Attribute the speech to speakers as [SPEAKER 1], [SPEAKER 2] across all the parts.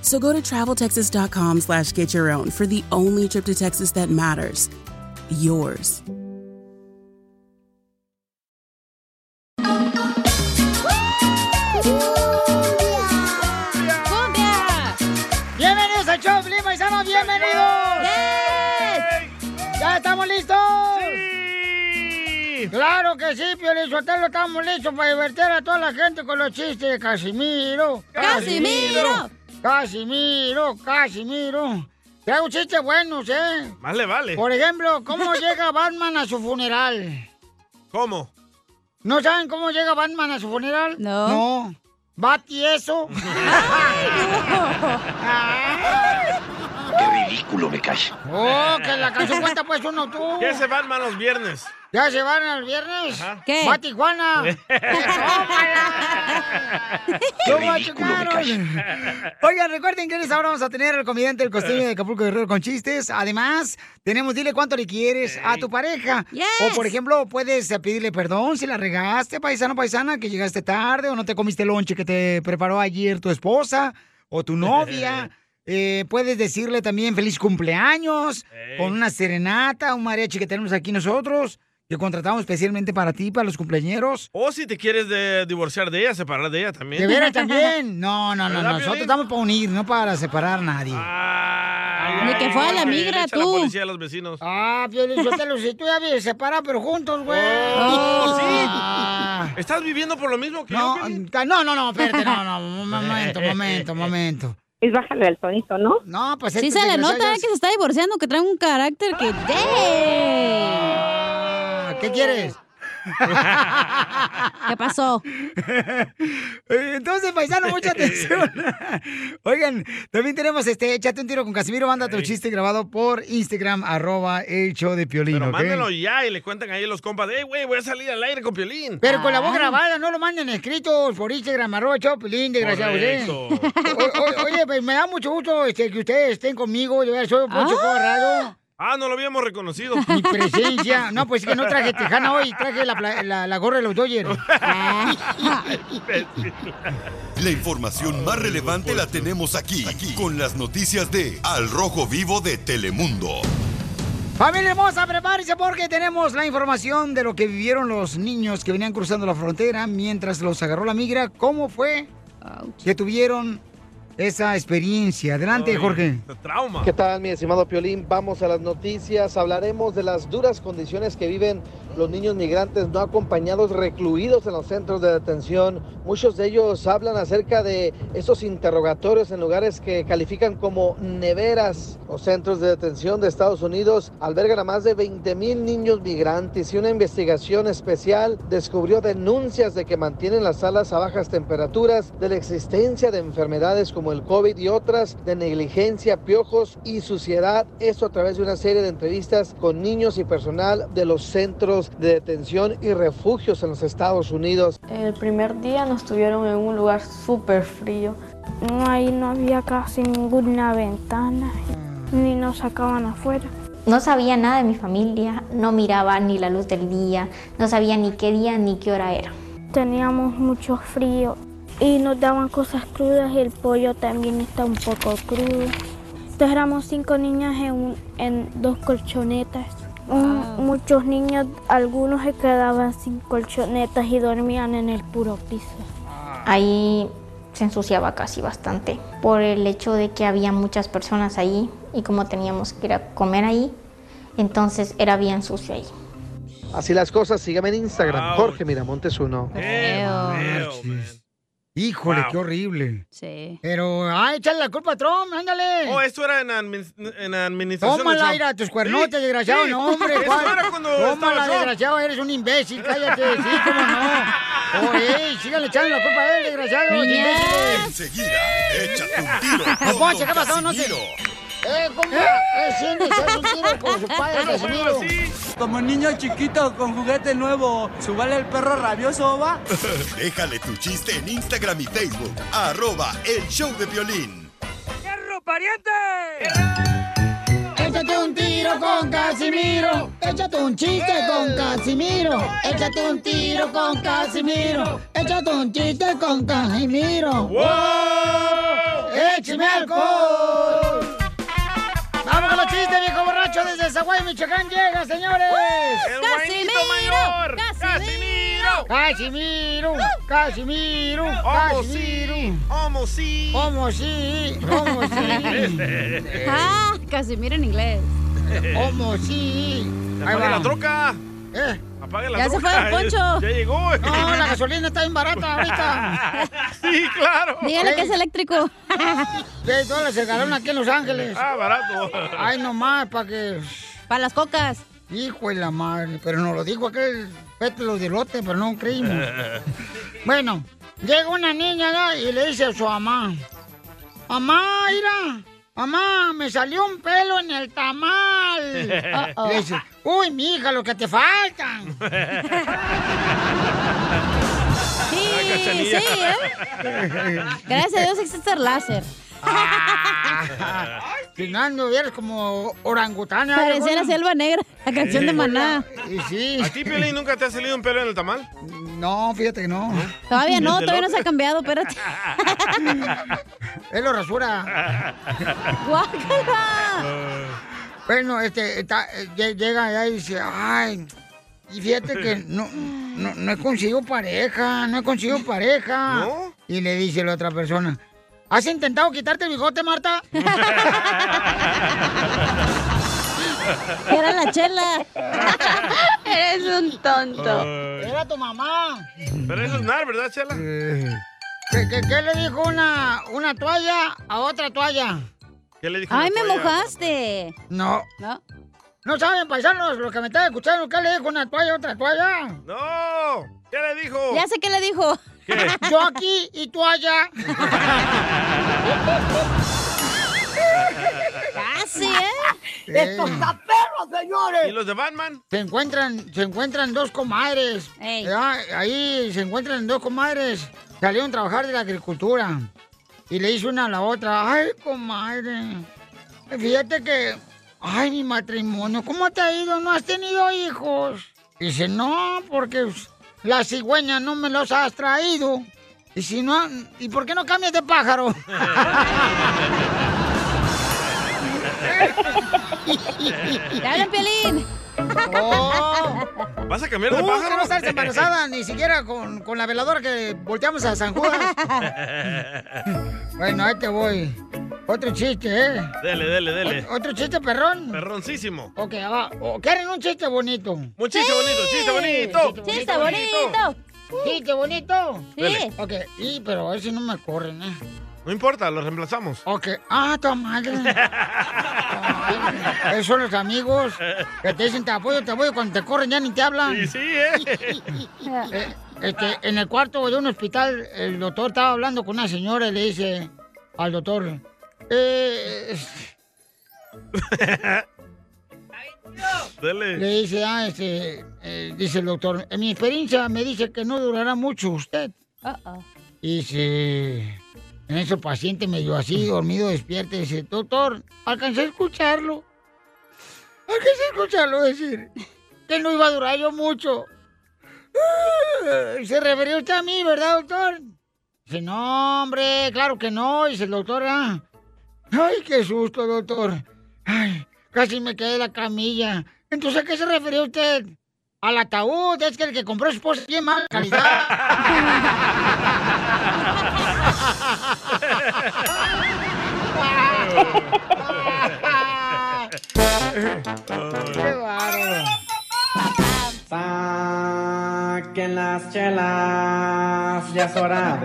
[SPEAKER 1] So go to traveltexas.com slash get your own for the only trip to Texas that matters. Yours.
[SPEAKER 2] ¡Cumbia!
[SPEAKER 3] ¡Bienvenidos al show, Felipe Paisano! ¡Bienvenidos! ¿Ya estamos listos? ¡Sí! ¡Claro que sí, Piolín Sotelo! Estamos listos para divertir a toda la gente con los chistes de Casimiro.
[SPEAKER 2] ¡Casimiro!
[SPEAKER 3] ¡Casimiro! ¡Casimiro! Traigo chistes buenos, ¿eh?
[SPEAKER 4] Más le vale.
[SPEAKER 3] Por ejemplo, ¿cómo llega Batman a su funeral?
[SPEAKER 4] ¿Cómo?
[SPEAKER 3] ¿No saben cómo llega Batman a su funeral?
[SPEAKER 2] No.
[SPEAKER 3] No. ¿Bati eso?
[SPEAKER 5] Qué ridículo me cae.
[SPEAKER 3] e- ¡Oh, que la canción cuenta pues uno tú!
[SPEAKER 4] ¿Qué se van los viernes?
[SPEAKER 3] ¿Ya se van al viernes?
[SPEAKER 2] ¿Qué?
[SPEAKER 3] ¡Va a Tijuana! ¡Toma, chocaron! Oigan, recuerden que ahora vamos a tener al comediante del costeño de Acapulco Guerrero con chistes. Además, tenemos dile cuánto le quieres a tu pareja.
[SPEAKER 2] Yes.
[SPEAKER 3] O, por ejemplo, puedes eh, pedirle perdón si la regaste, paisano paisana, que llegaste tarde o no te comiste el lonche que te preparó ayer tu esposa o tu novia. Eh, puedes decirle también feliz cumpleaños con una serenata, un mariachi que tenemos aquí nosotros, que contratamos especialmente para ti, para los cumpleañeros.
[SPEAKER 4] O si te quieres de- divorciar de ella, separar de ella también.
[SPEAKER 3] De veras también. No, no, no,
[SPEAKER 4] ¿Verdad,
[SPEAKER 3] nosotros
[SPEAKER 4] Piolín?
[SPEAKER 3] estamos para unir, no para separar a nadie.
[SPEAKER 4] Ay,
[SPEAKER 2] Ni que fue a la
[SPEAKER 4] golpe,
[SPEAKER 2] migra,
[SPEAKER 4] le echa
[SPEAKER 2] tú.
[SPEAKER 4] la policía a los vecinos.
[SPEAKER 3] Ah, Piolín, yo te lo si tú ya vives separado, pero juntos, güey.
[SPEAKER 4] Oh,
[SPEAKER 3] Ah.
[SPEAKER 4] ¿Estás viviendo por lo mismo que yo?
[SPEAKER 3] No,
[SPEAKER 4] Piolín?
[SPEAKER 3] no, no, no, espérate, no, no, un momento, momento, momento.
[SPEAKER 6] Es bájale al sonito, ¿no?
[SPEAKER 3] No, pues
[SPEAKER 2] Sí
[SPEAKER 3] estos
[SPEAKER 2] se le nota eh,
[SPEAKER 3] desgraciados-
[SPEAKER 2] que se está divorciando, que trae un carácter que... ¡Damn!
[SPEAKER 3] Ah, ¿Qué quieres?
[SPEAKER 2] ¿Qué pasó?
[SPEAKER 3] Eh, Entonces, paisano, mucha atención. Oigan, también tenemos este, échate un tiro con Casimiro, manda tu chiste grabado por Instagram, arroba el show de Piolín,
[SPEAKER 4] Pero
[SPEAKER 3] ¿ok?
[SPEAKER 4] mándalo ya y le cuentan ahí a los compas de, hey, güey, voy a salir al aire con Piolín. Ah.
[SPEAKER 3] Pero con la voz grabada, no lo manden escrito por Instagram, arroba el show de Piolín, desgraciados, ¿eh?
[SPEAKER 4] Correcto.
[SPEAKER 3] O- o- Oye, pues me da mucho gusto este, que ustedes estén conmigo, yo soy
[SPEAKER 2] Ah.
[SPEAKER 3] Poncho Corrado.
[SPEAKER 4] Ah, no lo habíamos reconocido.
[SPEAKER 3] Mi presencia. No, pues es que no traje tejana hoy, traje la, pla- la- la gorra de los Dodgers.
[SPEAKER 7] La información más relevante la tenemos aquí, aquí, con las noticias de Al Rojo Vivo de Telemundo.
[SPEAKER 3] Familia hermosa, prepárense porque tenemos la información de lo que vivieron los niños que venían cruzando la frontera mientras los agarró la migra. ¿Cómo fue que tuvieron esa experiencia? Adelante,
[SPEAKER 4] Ay,
[SPEAKER 3] Jorge.
[SPEAKER 4] Trauma.
[SPEAKER 8] ¿Qué tal, mi estimado Piolín? Vamos a las noticias. Hablaremos de las duras condiciones que viven los niños migrantes no acompañados, recluidos en los centros de detención. Muchos de ellos hablan acerca de esos interrogatorios en lugares que califican como neveras. Los centros de detención de Estados Unidos albergan a más de 20 mil niños migrantes y una investigación especial descubrió denuncias de que mantienen las salas a bajas temperaturas, de la existencia de enfermedades como el COVID y otras, de negligencia, piojos y suciedad. Esto a través de una serie de entrevistas con niños y personal de los centros de detención y refugios en los Estados Unidos.
[SPEAKER 9] El primer día nos tuvieron en un lugar súper frío.
[SPEAKER 10] Ahí no había casi ninguna ventana, ni nos sacaban afuera.
[SPEAKER 11] No sabía nada de mi familia, no miraba ni la luz del día, no sabía ni qué día ni qué hora era.
[SPEAKER 10] Teníamos mucho frío y nos daban cosas crudas, el pollo también está un poco crudo. Entonces éramos cinco niñas en, un- en dos colchonetas. Un- Muchos niños, algunos se quedaban sin colchonetas y dormían en el puro piso.
[SPEAKER 11] Ahí se ensuciaba casi bastante por el hecho de que había muchas personas ahí y como teníamos que ir a comer ahí, entonces era bien sucio ahí.
[SPEAKER 8] Así las cosas, sígame en Instagram, Jorge Miramontes 1.
[SPEAKER 3] Híjole,
[SPEAKER 4] Wow.
[SPEAKER 3] qué horrible.
[SPEAKER 2] Sí.
[SPEAKER 3] Pero, ay, échale la culpa a Trump, ándale.
[SPEAKER 4] Oh, esto era en, admin- en administración. de
[SPEAKER 3] Tómala,
[SPEAKER 4] Trump.
[SPEAKER 3] mira, tus cuernotes,
[SPEAKER 4] Sí,
[SPEAKER 3] desgraciado,
[SPEAKER 4] sí.
[SPEAKER 3] no, hombre.
[SPEAKER 4] Eso
[SPEAKER 3] ¿cuál?
[SPEAKER 4] era cuando estaba
[SPEAKER 3] Tómala,
[SPEAKER 4] Trump.
[SPEAKER 3] desgraciado, eres un imbécil, cállate, sí, cómo no. Oye, sígale echando la culpa a él, desgraciado.
[SPEAKER 7] Enseguida, échate un tiro
[SPEAKER 3] No,
[SPEAKER 7] con
[SPEAKER 3] Poncho, ¿qué
[SPEAKER 7] Don
[SPEAKER 3] pasó? No sé.
[SPEAKER 7] Casimiro.
[SPEAKER 3] Eh, compa, ¿qué sientes? Haz un tiro con su padre, Casimiro.
[SPEAKER 6] Como niño chiquito con juguete nuevo, subale el perro rabioso, va.
[SPEAKER 7] Déjale tu chiste en Instagram y Facebook, arroba el show de violín.
[SPEAKER 3] Échate un tiro con Casimiro. Échate un chiste
[SPEAKER 4] ¡Eh!
[SPEAKER 3] con Casimiro. Échate un tiro con Casimiro. Échate un chiste con Casimiro.
[SPEAKER 4] ¡Wow!
[SPEAKER 3] ¡Échame alcohol! ¡Vamos con los chistes, viejo borracho! Desde Zaguay, Michoacán llega, señores.
[SPEAKER 4] ¡El buenito mayor! ¡Casimiro!
[SPEAKER 3] ¡Casimiro! ¡Casimiro!
[SPEAKER 4] ¡Homo
[SPEAKER 3] ¡Casimiro!
[SPEAKER 4] ¡Homo sí!
[SPEAKER 3] ¡Homo sí! ¡Homo sí!
[SPEAKER 2] Ah, Casimiro en inglés.
[SPEAKER 3] ¡Homo sí!
[SPEAKER 4] Apaga la troca.
[SPEAKER 3] ¡Eh!
[SPEAKER 4] Apague la
[SPEAKER 2] Ya se
[SPEAKER 4] troca.
[SPEAKER 2] fue el poncho.
[SPEAKER 4] Ya llegó.
[SPEAKER 3] No, la gasolina está bien barata ahorita.
[SPEAKER 4] Sí, claro.
[SPEAKER 2] Dígale que es eléctrico.
[SPEAKER 3] 10 dólares el galón aquí en Los Ángeles.
[SPEAKER 4] Ah, barato.
[SPEAKER 3] Ay, nomás, para que.
[SPEAKER 2] Para las cocas.
[SPEAKER 3] Hijo de la madre. Pero nos lo dijo aquel pétalo de lote, pero no creímos.
[SPEAKER 4] Eh.
[SPEAKER 3] Bueno, llega una niña ¿no? y le dice a su mamá: Mamá, mira, mamá, me salió un pelo en el tamal. Ah,
[SPEAKER 4] Uh-oh.
[SPEAKER 3] Le dice: Uy, mija, lo que te faltan.
[SPEAKER 2] Sí,
[SPEAKER 4] Ay, Cachanilla.
[SPEAKER 2] sí, ¿eh? Gracias a Dios existe el láser.
[SPEAKER 3] Fernando, eres como orangutana.
[SPEAKER 2] Parecía
[SPEAKER 3] viejona.
[SPEAKER 2] la selva negra, la canción de Maná.
[SPEAKER 3] Y sí.
[SPEAKER 4] ¿A ti, Piolín, nunca te ha salido un pelo en el tamal?
[SPEAKER 3] No, fíjate que no.
[SPEAKER 2] Todavía no, todavía no se ha cambiado, espérate.
[SPEAKER 3] Él lo rasura. Bueno, este, está- eh, lle- llega allá y dice, ay, y fíjate que no, no, no he conseguido pareja, no he conseguido pareja.
[SPEAKER 4] ¿No?
[SPEAKER 3] Y le dice la otra persona, ¿has intentado quitarte el bigote, Marta?
[SPEAKER 2] Era la chela.
[SPEAKER 4] Eres un tonto.
[SPEAKER 3] Era tu mamá.
[SPEAKER 4] Pero eso es nar, ¿verdad, Chela?
[SPEAKER 2] Eh.
[SPEAKER 3] ¿Qué, qué- qué le dijo una, una toalla a otra toalla?
[SPEAKER 4] ¿Qué le dijo?
[SPEAKER 2] Ay,
[SPEAKER 4] la
[SPEAKER 2] me
[SPEAKER 4] toalla?
[SPEAKER 2] mojaste.
[SPEAKER 3] No.
[SPEAKER 2] No.
[SPEAKER 3] No saben, paisanos, lo que me están escuchando, ¿qué le dijo una toalla a otra toalla?
[SPEAKER 4] ¡No! ¿Qué le dijo?
[SPEAKER 2] Ya sé qué le dijo.
[SPEAKER 3] Yo aquí y tú allá.
[SPEAKER 2] Casi, ¿eh?
[SPEAKER 3] Estos taperos, señores.
[SPEAKER 4] ¿Y los de Batman?
[SPEAKER 3] Se encuentran, se encuentran dos comadres. ¿verdad? Ahí se encuentran dos comadres. Salieron a trabajar de la agricultura. Y le hizo una a la otra. Ay, comadre. Fíjate que. Ay, mi matrimonio. ¿Cómo te ha ido? ¿No has tenido hijos? Dice, no, porque las cigüeñas no me los has traído. Y si no, ¿y por qué no cambias de pájaro?
[SPEAKER 2] ¡Te hablan, Piolín!
[SPEAKER 4] ¿Vas a cambiar
[SPEAKER 3] Tú
[SPEAKER 4] de
[SPEAKER 3] que
[SPEAKER 4] pájaro?
[SPEAKER 3] no Oh. estás embarazada ni siquiera con, con la veladora que volteamos a San Judas. bueno, ahí te voy. Otro chiste, ¿eh?
[SPEAKER 4] Dele, dele, dele.
[SPEAKER 3] Otro chiste, perrón.
[SPEAKER 4] Perroncísimo.
[SPEAKER 3] Ok, va. O ¿Quieren un chiste bonito?
[SPEAKER 4] Un chiste bonito, chiste bonito.
[SPEAKER 2] ¡Chiste bonito!
[SPEAKER 3] Uh. ¿Chiste bonito?
[SPEAKER 4] Sí. Dele.
[SPEAKER 3] Ok, y, pero a ver si no me corren, ¿eh?
[SPEAKER 4] No importa, lo reemplazamos.
[SPEAKER 3] Ok. Ah, tu madre. Esos son los amigos que te dicen te apoyo, te apoyo. Cuando te corren ya ni te hablan.
[SPEAKER 4] Sí, sí, ¿eh?
[SPEAKER 3] Eh, este, en el cuarto de un hospital, el doctor estaba hablando con una señora y le dice al doctor, eh, es- le
[SPEAKER 4] Dele.
[SPEAKER 3] dice, ah, este, eh, dice el doctor, en mi experiencia me dice que no durará mucho usted.
[SPEAKER 2] Uh-oh.
[SPEAKER 3] Y dice, en eso el paciente medio así, dormido, despierta, y dice, doctor, alcancé a escucharlo. Alcancé a escucharlo decir que no iba a durar yo mucho. Se refería usted a mí, ¿verdad, doctor? Dice, no, hombre, claro que no. Dice el doctor, ah. Ay, qué susto, doctor. Ay, casi me quedé en la camilla. Entonces, ¿a qué se refería usted? Al ataúd, es que el que compró su esposa tiene mala calidad. ¡Qué bárbaro!
[SPEAKER 12] Saquen las chelas, ya es hora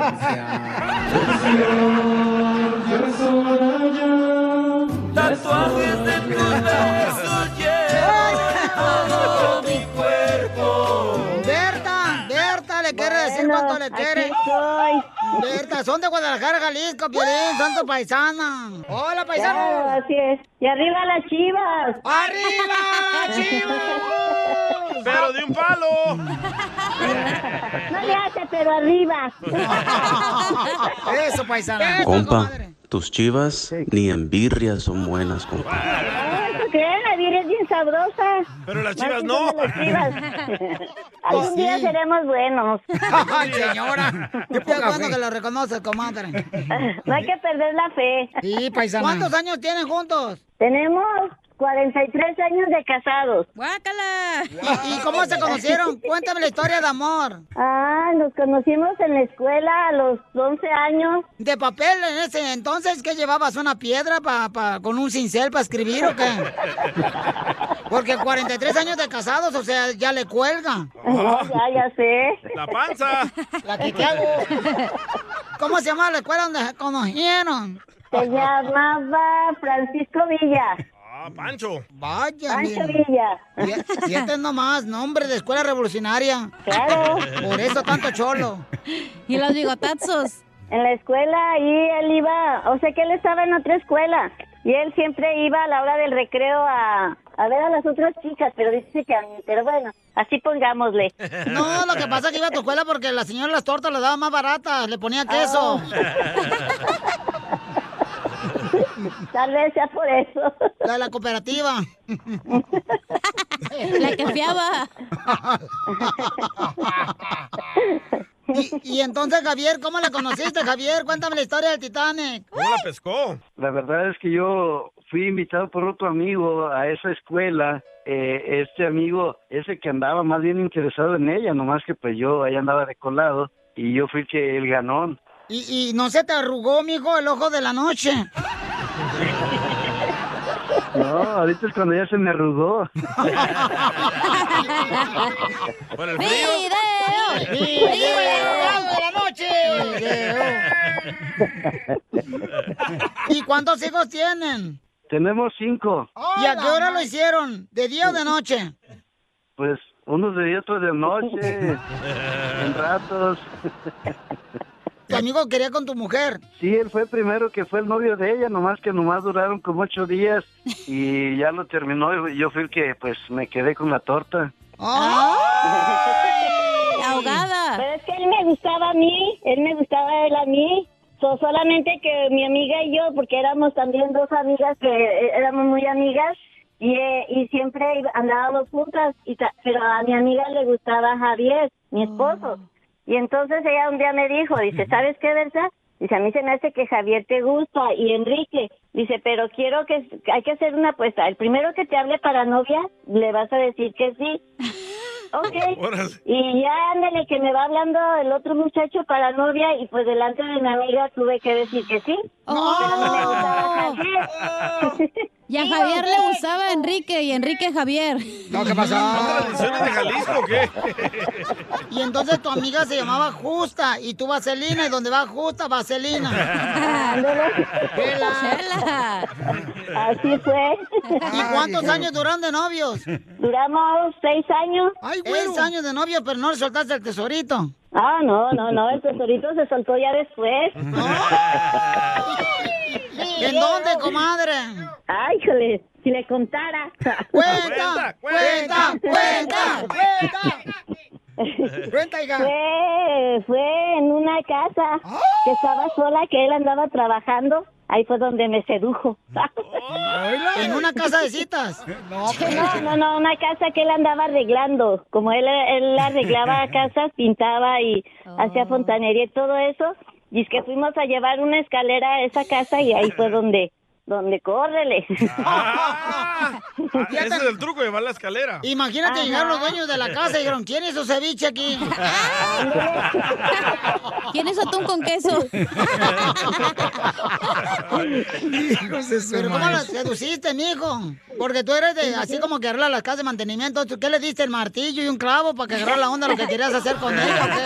[SPEAKER 12] de
[SPEAKER 13] Tatuajes de tus besos llevo todo mi cuerpo.
[SPEAKER 3] Berta, Berta, le quiere decir
[SPEAKER 13] Bueno,
[SPEAKER 3] cuánto le
[SPEAKER 13] aquí
[SPEAKER 3] quiere. Berta, son de Guadalajara, Jalisco, Piolín, son tu paisana. Hola, ¡Ah, paisana.
[SPEAKER 14] Claro, así es. Y arriba las chivas.
[SPEAKER 3] ¡Arriba las chivas!
[SPEAKER 4] ¡Pero de un palo!
[SPEAKER 14] No le hace, pero arriba.
[SPEAKER 3] Eso,
[SPEAKER 14] Eh,
[SPEAKER 3] paisana.
[SPEAKER 15] Compa, tus chivas ni en birria son buenas, compa.
[SPEAKER 14] ¿Por qué? La vida es bien sabrosa.
[SPEAKER 4] Pero las
[SPEAKER 14] Más
[SPEAKER 4] chivas
[SPEAKER 14] que
[SPEAKER 4] no.
[SPEAKER 14] son de las chivas. Algún
[SPEAKER 3] Pues
[SPEAKER 14] día seremos buenos.
[SPEAKER 3] Ay, señora. Qué bueno que lo reconoces, comadre.
[SPEAKER 14] No hay que perder la fe.
[SPEAKER 3] Sí, paisana. ¿Cuántos años tienen juntos?
[SPEAKER 14] Tenemos 43 años de casados.
[SPEAKER 3] ¡Guácala! ¿Y cómo se conocieron? Cuéntame la historia de amor.
[SPEAKER 14] Ah, nos conocimos en la escuela a los 11 años.
[SPEAKER 3] ¿De papel en ese entonces que llevabas una piedra pa, pa- con un cincel para escribir o qué? Porque 43 años de casados, o sea, ya le cuelga.
[SPEAKER 14] ya, ya sé.
[SPEAKER 4] La panza.
[SPEAKER 3] La que te hago. ¿Cómo se llama la escuela donde se conocieron?
[SPEAKER 14] Se llamaba Francisco Villa.
[SPEAKER 4] ¡Ah, Pancho!
[SPEAKER 3] Vaya.
[SPEAKER 14] Pancho
[SPEAKER 3] mira.
[SPEAKER 14] Villa.
[SPEAKER 3] Sie- Siete este nomás, nombre de escuela revolucionaria.
[SPEAKER 14] Claro.
[SPEAKER 3] Por eso tanto cholo.
[SPEAKER 14] ¿Y los bigotazos? En la escuela y él iba, o sea que él estaba en otra escuela y él siempre iba a la hora del recreo a, a ver a las otras chicas, pero dice que a mí, pero bueno, así pongámosle.
[SPEAKER 3] No, lo que pasa es que iba a tu escuela porque la señora las tortas las daba más baratas, le ponía queso.
[SPEAKER 14] Ah. Tal vez sea por eso.
[SPEAKER 3] La de la cooperativa.
[SPEAKER 2] La que fiaba.
[SPEAKER 3] Y, y entonces, Javier, ¿cómo la conociste, Javier? Cuéntame la historia del Titanic.
[SPEAKER 4] ¿Cómo la pescó?
[SPEAKER 16] La verdad es que yo fui invitado por otro amigo a esa escuela. Eh, este amigo es el que andaba más bien interesado en ella, nomás que pues yo ahí andaba de colado y yo fui que el ganón.
[SPEAKER 3] Y, y no se te arrugó, mijo, el ojo de la noche.
[SPEAKER 16] No, ahorita es cuando ya se me arrugó.
[SPEAKER 13] ¡Video!
[SPEAKER 3] ¡Video!
[SPEAKER 13] ¡Video!
[SPEAKER 3] de la noche! ¿Y cuántos hijos tienen?
[SPEAKER 16] Tenemos cinco,
[SPEAKER 3] ¿Y a qué hora lo hicieron? ¿De día o de noche?
[SPEAKER 16] pues unos de día, otros de noche, en ratos.
[SPEAKER 3] Tu amigo quería con tu mujer.
[SPEAKER 16] Sí, él fue primero que fue el novio de ella, nomás que nomás duraron como ocho días y ya lo terminó. y Yo fui el que pues me quedé con la torta.
[SPEAKER 14] Ahogada. Pero es que él me gustaba a mí, él me gustaba él a mí. So, solamente que mi amiga y yo, porque éramos también dos amigas que eh, éramos muy amigas y, eh, y siempre iba- andábamos juntas, y ta- pero a mi amiga le gustaba Javier, mi esposo. Y entonces ella un día me dijo, dice, ¿sabes qué, Berta? Dice, a mí se me hace que Javier te gusta y Enrique. Dice, pero quiero que, hay que hacer una apuesta. El primero que te hable para novia, le vas a decir que sí. Ok. Y ya ándale que me va hablando el otro muchacho para novia y pues delante de mi amiga tuve que decir que sí. Pero no me gustaba Javier.
[SPEAKER 2] Y a Javier le gustaba a Enrique y Enrique a Javier.
[SPEAKER 3] No, ¿qué pasó?
[SPEAKER 4] ¿Tradiciones de Jalisco o qué?
[SPEAKER 3] Y entonces tu amiga se llamaba Justa y tú Vaselina y donde va Justa, Vaselina. Chela.
[SPEAKER 14] Así fue.
[SPEAKER 3] ¿Y cuántos años duraron de novios?
[SPEAKER 14] Duramos seis años.
[SPEAKER 3] Ay, Seis años de novio, pero no le soltaste el tesorito.
[SPEAKER 14] Ah, no, no, no, el tesorito se soltó pues, ya después.
[SPEAKER 3] ¿En dónde, comadre?
[SPEAKER 14] Ay, híjole, si le contara.
[SPEAKER 3] ¡Cuenta! ¡Cuenta! ¡Cuenta!
[SPEAKER 14] Fue, fue en una casa que estaba sola, que él andaba trabajando. Ahí fue donde me sedujo.
[SPEAKER 3] ¿En una casa de citas? No,
[SPEAKER 13] pues,
[SPEAKER 14] No, no, no, una casa que él andaba arreglando. Como él, él arreglaba casas, pintaba y hacía fontanería y todo eso. Y es que fuimos a llevar una escalera a esa casa y ahí fue donde donde córrele.
[SPEAKER 3] Oh,
[SPEAKER 4] Ah, ese es el truco, llevar la escalera.
[SPEAKER 3] Imagínate
[SPEAKER 14] Ajá.
[SPEAKER 3] llegaron los dueños de la casa y dijeron, ¿quién es su ceviche aquí? ¿Quién es atún con queso? Pero ¿cómo
[SPEAKER 17] madre.
[SPEAKER 3] lo seduciste, mijo? Porque tú eres de, así como que arregla las casas de mantenimiento. ¿Tú ¿Qué le diste? ¿El martillo y un clavo para que agarrar la onda lo que querías hacer con ella? o qué?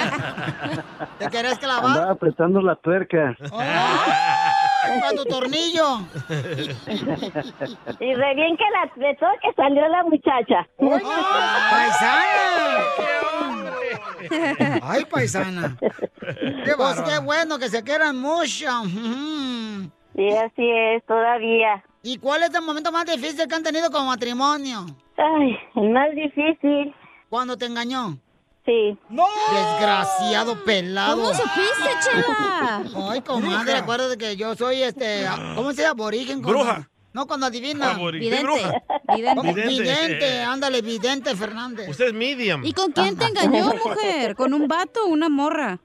[SPEAKER 3] ¿Te querías clavar?
[SPEAKER 18] Andaba apretando la tuerca.
[SPEAKER 3] Oh. Para tu tornillo.
[SPEAKER 14] Y re bien que la apretó que salió la muchacha.
[SPEAKER 3] ¡Paisana! ¡Ay, paisana! Qué, pues, qué bueno que se quieran mucho.
[SPEAKER 14] Sí, así es, todavía.
[SPEAKER 3] ¿Y cuál es el momento más difícil que han tenido como matrimonio?
[SPEAKER 14] Ay, el más difícil.
[SPEAKER 3] ¿Cuándo te engañó?
[SPEAKER 14] Sí.
[SPEAKER 3] ¡No! Desgraciado pelado.
[SPEAKER 17] ¿Cómo supiste, chela?
[SPEAKER 3] Ay, comadre,
[SPEAKER 17] Bruja.
[SPEAKER 3] acuérdate que yo soy este. ¿Cómo se llama? Aborigen. cuando-
[SPEAKER 17] Bruja.
[SPEAKER 3] No, cuando adivina.
[SPEAKER 4] Aborigen, Vidente, bruja.
[SPEAKER 3] Vidente.
[SPEAKER 4] vidente.
[SPEAKER 3] vidente.
[SPEAKER 4] Vidente.
[SPEAKER 3] ándale, vidente, Fernández.
[SPEAKER 4] Usted es medium.
[SPEAKER 2] ¿Y con quién te engañó, mujer? ¿Con un vato o una morra?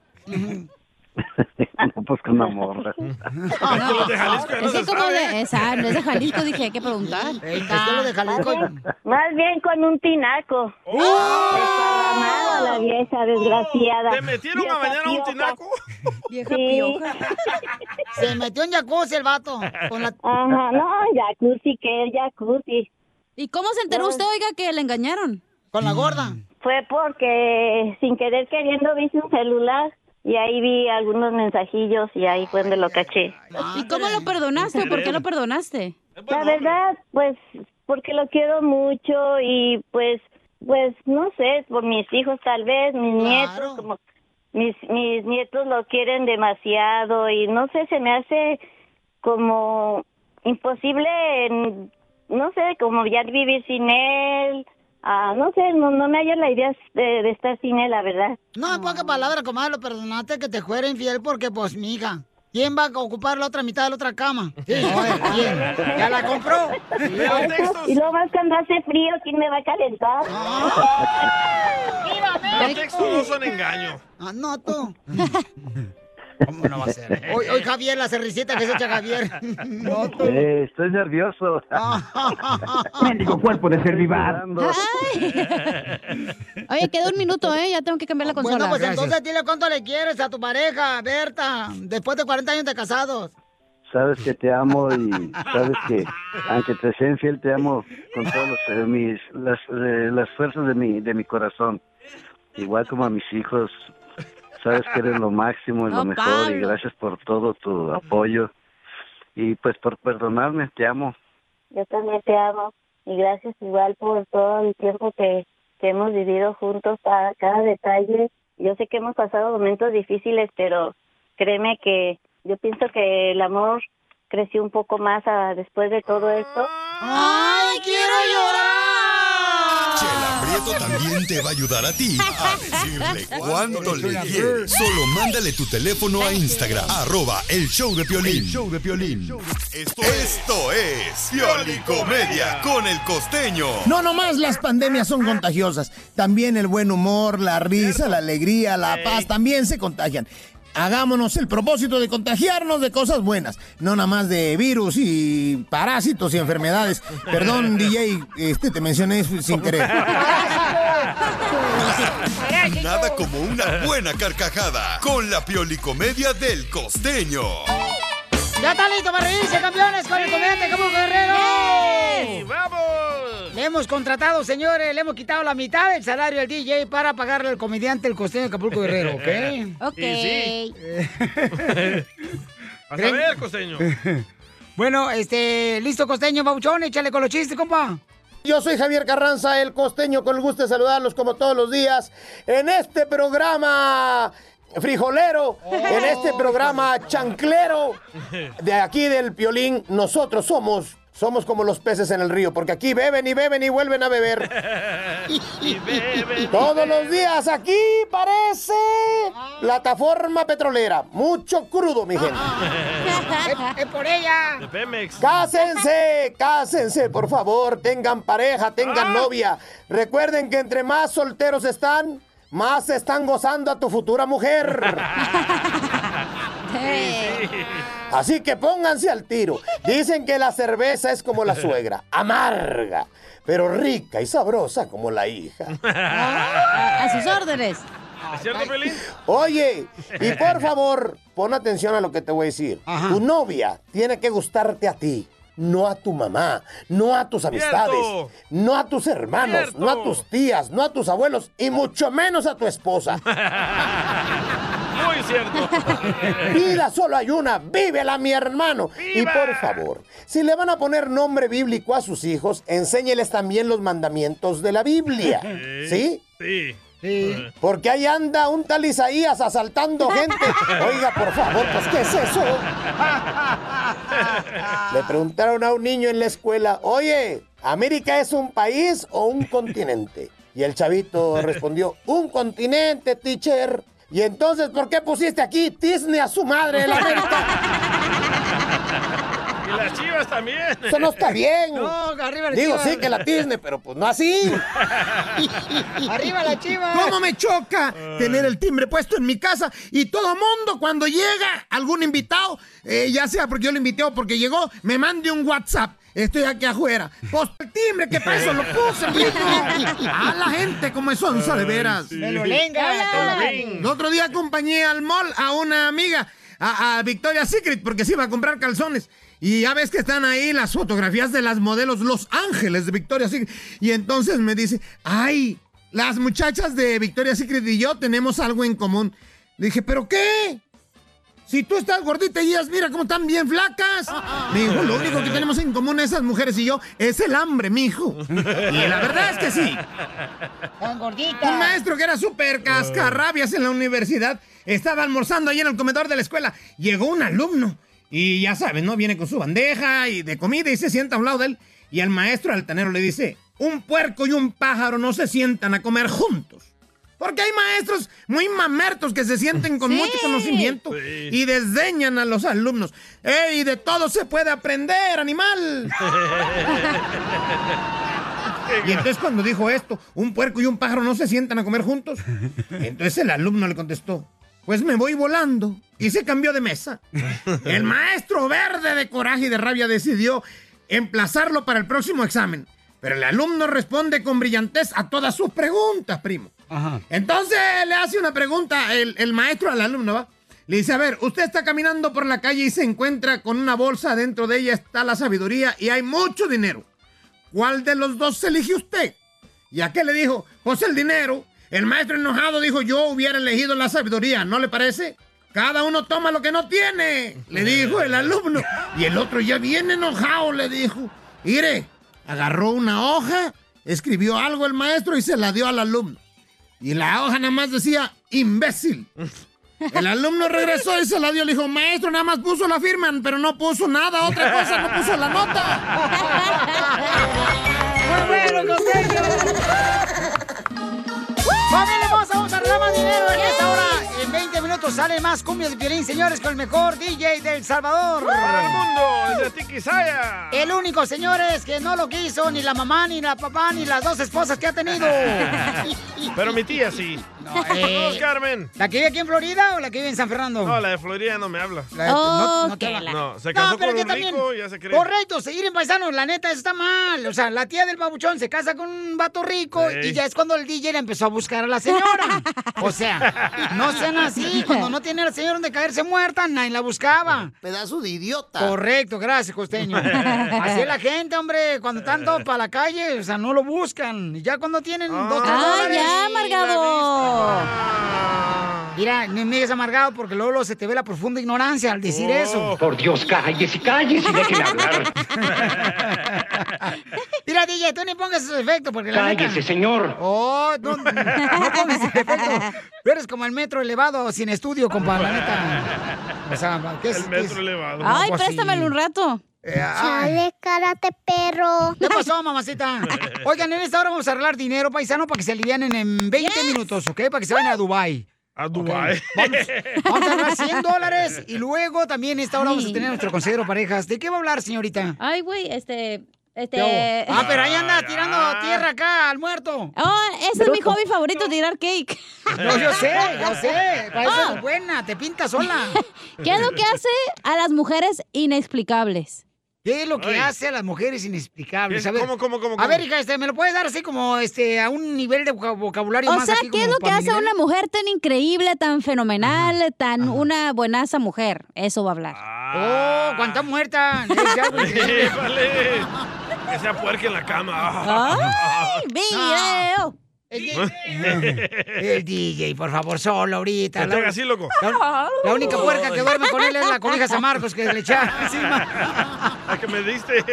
[SPEAKER 18] No, pues con una morra.
[SPEAKER 4] Con los de Jalisco ya no
[SPEAKER 2] Es que
[SPEAKER 4] se
[SPEAKER 2] como
[SPEAKER 4] sabe.
[SPEAKER 2] de... Esa, no es de Jalisco, dije, hay que preguntar.
[SPEAKER 14] Más bien con un tinaco.
[SPEAKER 4] ¡Oh!
[SPEAKER 14] Desparramada la vieja desgraciada.
[SPEAKER 4] ¿Te metieron a bañar a un tinaco?
[SPEAKER 3] Vieja
[SPEAKER 14] pioja.
[SPEAKER 3] Se metió en jacuzzi el vato. Con la...
[SPEAKER 14] Ajá, no, jacuzzi, que es jacuzzi.
[SPEAKER 2] ¿Y cómo se enteró usted, oiga, que le engañaron?
[SPEAKER 3] Con la gorda.
[SPEAKER 14] Fue porque sin querer queriendo vi un celular y ahí vi algunos mensajillos y ahí fue donde lo caché.
[SPEAKER 3] Ah,
[SPEAKER 2] ¿Y cómo lo perdonaste o por qué lo perdonaste?
[SPEAKER 14] La verdad, pues porque lo quiero mucho y pues pues no sé, por mis hijos tal vez, mis nietos como mis mis nietos lo quieren demasiado y no sé, se me hace como imposible en- no sé, como ya vivir sin él. Ah, no sé, no, no me hallo la idea de, de estar sin él, la verdad.
[SPEAKER 3] No, en pocas palabras, comadre, lo perdonaste que te fuera infiel porque, pues, mija. ¿Quién va a ocupar la otra mitad de la otra cama? Sí, joder, ¿quién? ¿Ya la compró?
[SPEAKER 14] Y lo más cuando hace frío, ¿quién me va a calentar?
[SPEAKER 4] Los textos no son engaño.
[SPEAKER 3] Ah, no, tú. ¿Cómo no va a ser? eh? Hoy, hoy Javier, la cerricita que se echa Javier. No, tú.
[SPEAKER 18] Eh, estoy nervioso.
[SPEAKER 3] Ah.
[SPEAKER 19] Mendigo cuerpo de servivar.
[SPEAKER 2] Oye, queda un minuto, ¿eh? Ya tengo que cambiar la consola.
[SPEAKER 3] Bueno, pues entonces dile cuánto le quieres a tu pareja, Berta, después de 40 años de casados.
[SPEAKER 18] Sabes que te amo y sabes que, aunque te sea infiel, te amo con todas mis, las, eh, las fuerzas de mi, de mi corazón. Igual como a mis hijos. Sabes que eres lo máximo y lo
[SPEAKER 17] No,
[SPEAKER 18] mejor y
[SPEAKER 17] Pablo.
[SPEAKER 18] gracias por todo tu apoyo. Y pues por perdonarme, te amo.
[SPEAKER 14] Yo también te amo y gracias igual por todo el tiempo que, que hemos vivido juntos, cada, cada detalle. Yo sé que hemos pasado momentos difíciles, pero créeme que yo pienso que el amor creció un poco más ah, después de todo esto.
[SPEAKER 3] ¡Ay, quiero
[SPEAKER 7] Chela Prieto también te va a ayudar a ti a decirle cuánto le quieres. Solo mándale tu teléfono a Instagram, arroba el show de Piolín. show de Piolín. Esto, esto es Piolicomedia con el costeño.
[SPEAKER 20] No nomás las pandemias son contagiosas, también el buen humor, la risa, la alegría, la paz también se contagian. Hagámonos el propósito de contagiarnos de cosas buenas, no nada más de virus y parásitos y enfermedades. Perdón, DJ, este te mencioné sin querer.
[SPEAKER 7] Nada como una buena carcajada con la Piolicomedia del costeño.
[SPEAKER 3] Ya está listo para reírse, campeones, con el comediante Cabo Guerrero.
[SPEAKER 17] ¡Yay!
[SPEAKER 3] ¡Vamos! Le hemos contratado, señores, le hemos quitado la mitad del salario al DJ para pagarle al comediante el costeño de Acapulco Guerrero, ¿ok?
[SPEAKER 2] Ok. Y
[SPEAKER 4] A
[SPEAKER 3] ¿Creen?
[SPEAKER 4] saber, costeño.
[SPEAKER 3] Bueno, este, listo, costeño, bauchón, échale con los chistes, compa.
[SPEAKER 20] Yo soy Javier Carranza, el costeño, con el gusto de saludarlos como todos los días en este programa frijolero,
[SPEAKER 17] Oh.
[SPEAKER 20] en este programa chanclero de aquí del Piolín. Nosotros somos, somos como los peces en el río, porque aquí beben y beben y vuelven a beber.
[SPEAKER 17] Y beben. Ah.
[SPEAKER 20] Todos los días aquí parece plataforma petrolera. Mucho crudo, mi gente.
[SPEAKER 3] ¡Es por ella!
[SPEAKER 4] De Pemex.
[SPEAKER 20] Cásense, cásense, por favor, tengan pareja, tengan novia. Recuerden que entre más solteros están, más están gozando a tu futura mujer. Así que pónganse al tiro. Dicen que la cerveza es como la suegra, amarga, pero rica y sabrosa como la hija.
[SPEAKER 2] Ah, A sus órdenes.
[SPEAKER 4] ¿Es cierto, Pelín?
[SPEAKER 20] Oye, y por favor, pon atención a lo que te voy a decir. Tu novia tiene que gustarte a ti, no a tu mamá, no a tus amistades,
[SPEAKER 17] Cierto.
[SPEAKER 20] no a tus hermanos,
[SPEAKER 17] Cierto.
[SPEAKER 20] no a tus tías, no a tus abuelos y mucho menos a tu esposa.
[SPEAKER 4] Muy cierto.
[SPEAKER 20] Vida solo hay una, vívela mi hermano. Y por favor, si le van a poner nombre bíblico a sus hijos, enséñeles también los mandamientos de la Biblia. ¿Sí?
[SPEAKER 4] Sí.
[SPEAKER 20] Porque ahí anda un tal Isaías asaltando gente. Oiga, por favor, pues ¿qué es eso? Le preguntaron a un niño en la escuela, oye, ¿América es un país o un continente? Y el chavito respondió, un continente, teacher. Y entonces, ¿por qué pusiste aquí Disney a su madre, el América?
[SPEAKER 4] Y las chivas también.
[SPEAKER 20] Eso no está bien. Digo, sí, que la
[SPEAKER 4] tizne
[SPEAKER 20] Disney, pero pues no así.
[SPEAKER 3] ¡Arriba la chiva!
[SPEAKER 20] ¿Cómo me choca tener el timbre puesto en mi casa? Y todo mundo cuando llega algún invitado, eh, ya sea porque yo lo invité o porque llegó, me mande un WhatsApp. Estoy aquí afuera. Puesto el timbre, ¿qué pasó? Lo puse, mijo. A la gente como es onza, de veras.
[SPEAKER 17] Ay, sí. Me lo lenga,
[SPEAKER 20] Hola.
[SPEAKER 17] te lo ven.
[SPEAKER 20] El otro día acompañé al mall a una amiga, a, a Victoria's Secret, porque se iba a comprar calzones. Y ya ves que están ahí las fotografías de las modelos Los Ángeles de Victoria's Secret. Y entonces me dice, ay, las muchachas de Victoria's Secret y yo tenemos algo en común. Le dije, ¿pero qué? Si tú estás gordita y ellas, mira cómo están bien flacas. Me dijo, lo único que tenemos en común esas mujeres y yo es el hambre, mijo. Y la verdad es que sí.
[SPEAKER 17] Tan
[SPEAKER 20] Un
[SPEAKER 17] gordita.
[SPEAKER 20] maestro que era súper cascarrabias en la universidad estaba almorzando ahí en el comedor de la escuela. Llegó un alumno y ya sabes, ¿no? Viene con su bandeja y de comida y se sienta a un lado de él. Y al maestro altanero le dice, un puerco y un pájaro no se sientan a comer juntos. Porque hay maestros muy mamertos que se sienten con mucho conocimiento y desdeñan a los alumnos. ¡Ey, de todo se puede aprender, animal! Y entonces cuando dijo esto, un puerco y un pájaro no se sientan a comer juntos. Entonces el alumno le contestó, pues me voy volando. Y se cambió de mesa. El maestro verde de coraje y de rabia decidió emplazarlo para el próximo examen. Pero el alumno responde con brillantez a todas sus preguntas, primo. Entonces le hace una pregunta el, el maestro al alumno, ¿va? Le dice, a ver, usted está caminando por la calle y se encuentra con una bolsa, dentro de ella está la sabiduría y hay mucho dinero. ¿Cuál de los dos elige usted? ¿Y a qué le dijo? Pues el dinero. El maestro enojado dijo, yo hubiera elegido la sabiduría, ¿no le parece? Cada uno toma lo que no tiene, le dijo el alumno. Y el otro ya bien enojado le dijo, mire, agarró una hoja, escribió algo el maestro y se la dio al alumno. Y la hoja nada más decía, imbécil. El alumno regresó y se la dio, le dijo, maestro, nada más puso la firma, pero no puso nada, otra cosa, no puso la nota.
[SPEAKER 3] ¡Muy bueno, costeño! ¡Familia hermosa! Vamos a arreglar más dinero en esta hora. En 20 minutos sale más cumbias de violín, señores, con el mejor DJ del Salvador.
[SPEAKER 4] Para el mundo, es de Tiki Saya.
[SPEAKER 3] El único, señores, que no lo quiso ni la mamá, ni la papá, ni las dos esposas que ha tenido.
[SPEAKER 4] Pero mi tía sí. No,
[SPEAKER 3] eh.
[SPEAKER 4] Carmen.
[SPEAKER 3] ¿La que vive aquí en Florida o la que vive en San Fernando?
[SPEAKER 4] No, la de Florida no me habla.
[SPEAKER 3] La de- no- no te
[SPEAKER 4] no,
[SPEAKER 3] habla.
[SPEAKER 4] se casó
[SPEAKER 3] No, pero
[SPEAKER 4] con
[SPEAKER 3] que
[SPEAKER 4] un
[SPEAKER 3] también-
[SPEAKER 4] rico, ya se cree.
[SPEAKER 3] Correcto, seguir en paisanos, la neta, eso está mal. O sea, la tía del babuchón se casa con un vato rico
[SPEAKER 4] Ey.
[SPEAKER 3] y ya es cuando el DJ le empezó a buscar a la señora. O sea, no sean así. Cuando no tiene a la señora donde caerse muerta, nadie la buscaba.
[SPEAKER 20] Pedazo de idiota.
[SPEAKER 3] Correcto, gracias, costeño. Así es la gente, hombre, cuando tanto para la calle, o sea, no lo buscan. Y ya cuando tienen dos, tres
[SPEAKER 2] Ah,
[SPEAKER 3] dólares,
[SPEAKER 2] ya,
[SPEAKER 3] sí,
[SPEAKER 2] amargado.
[SPEAKER 3] Mira, no me digas amargado porque luego, luego se te ve la profunda ignorancia al
[SPEAKER 2] Oh.
[SPEAKER 3] decir eso.
[SPEAKER 21] Oh. Por Dios, cállese, cállese y déjele hablar.
[SPEAKER 3] Mira, DJ, tú ni pongas esos efectos porque la neta-
[SPEAKER 21] Cállese, señor.
[SPEAKER 3] Oh, no, no pongas esos efectos. Tú eres como el metro elevado sin estudio, compa, la neta. O sea, ¿qué es?
[SPEAKER 4] El
[SPEAKER 3] qué es?
[SPEAKER 4] metro elevado.
[SPEAKER 3] No,
[SPEAKER 2] Ay,
[SPEAKER 3] pues,
[SPEAKER 2] préstamelo
[SPEAKER 3] sí.
[SPEAKER 2] un rato.
[SPEAKER 3] Chale,
[SPEAKER 2] cárate, perro.
[SPEAKER 3] Eh, ah. ¿Qué pasó, mamacita? Oigan, en esta hora vamos a arreglar dinero, paisano, para que se alivianen en 20 minutos, ¿ok? Para que se vayan a Dubái.
[SPEAKER 4] A Dubái.
[SPEAKER 3] Vamos, vamos a arreglar 100 dólares y luego también en esta hora vamos a tener a nuestro consejero parejas. ¿De qué va a hablar, señorita?
[SPEAKER 13] Ay, güey, este,
[SPEAKER 3] ¿Qué
[SPEAKER 2] Este...
[SPEAKER 3] hubo? Ah, pero ahí anda tirando tierra acá al muerto.
[SPEAKER 2] Oh, ese es mi hobby favorito, tirar cake. Ah.
[SPEAKER 3] No, yo sé, yo sé. Para eso eres buena, te pinta sola.
[SPEAKER 2] ¿Qué es lo que hace a las mujeres inexplicables?
[SPEAKER 3] ¿Qué es lo que hace a las mujeres inexplicables?
[SPEAKER 2] ¿Qué?
[SPEAKER 3] A ver,
[SPEAKER 2] ¿Cómo, cómo, cómo,
[SPEAKER 3] A
[SPEAKER 2] cómo?
[SPEAKER 3] ver, hija, este, ¿me lo puedes dar así como este, a un nivel de voca- vocabulario
[SPEAKER 2] O
[SPEAKER 3] más
[SPEAKER 2] sea,
[SPEAKER 3] aquí
[SPEAKER 2] ¿qué es
[SPEAKER 3] como
[SPEAKER 2] lo que
[SPEAKER 3] para
[SPEAKER 2] hace a
[SPEAKER 3] mi
[SPEAKER 2] una
[SPEAKER 3] nivel?
[SPEAKER 2] mujer tan increíble, tan fenomenal, tan una buenaza mujer? Eso va a hablar.
[SPEAKER 3] ¡Oh, cuánta muerta!
[SPEAKER 4] Eh, vale. Que sea puerca en la
[SPEAKER 3] ¿Ah?
[SPEAKER 4] cama.
[SPEAKER 2] ¡Ay, video!
[SPEAKER 3] El DJ, por favor, solo ahorita.
[SPEAKER 4] Que te haga así, loco. Oh.
[SPEAKER 3] La, la única puerca que duerme con él es la coneja San Marcos que le echa encima.
[SPEAKER 4] La que me diste.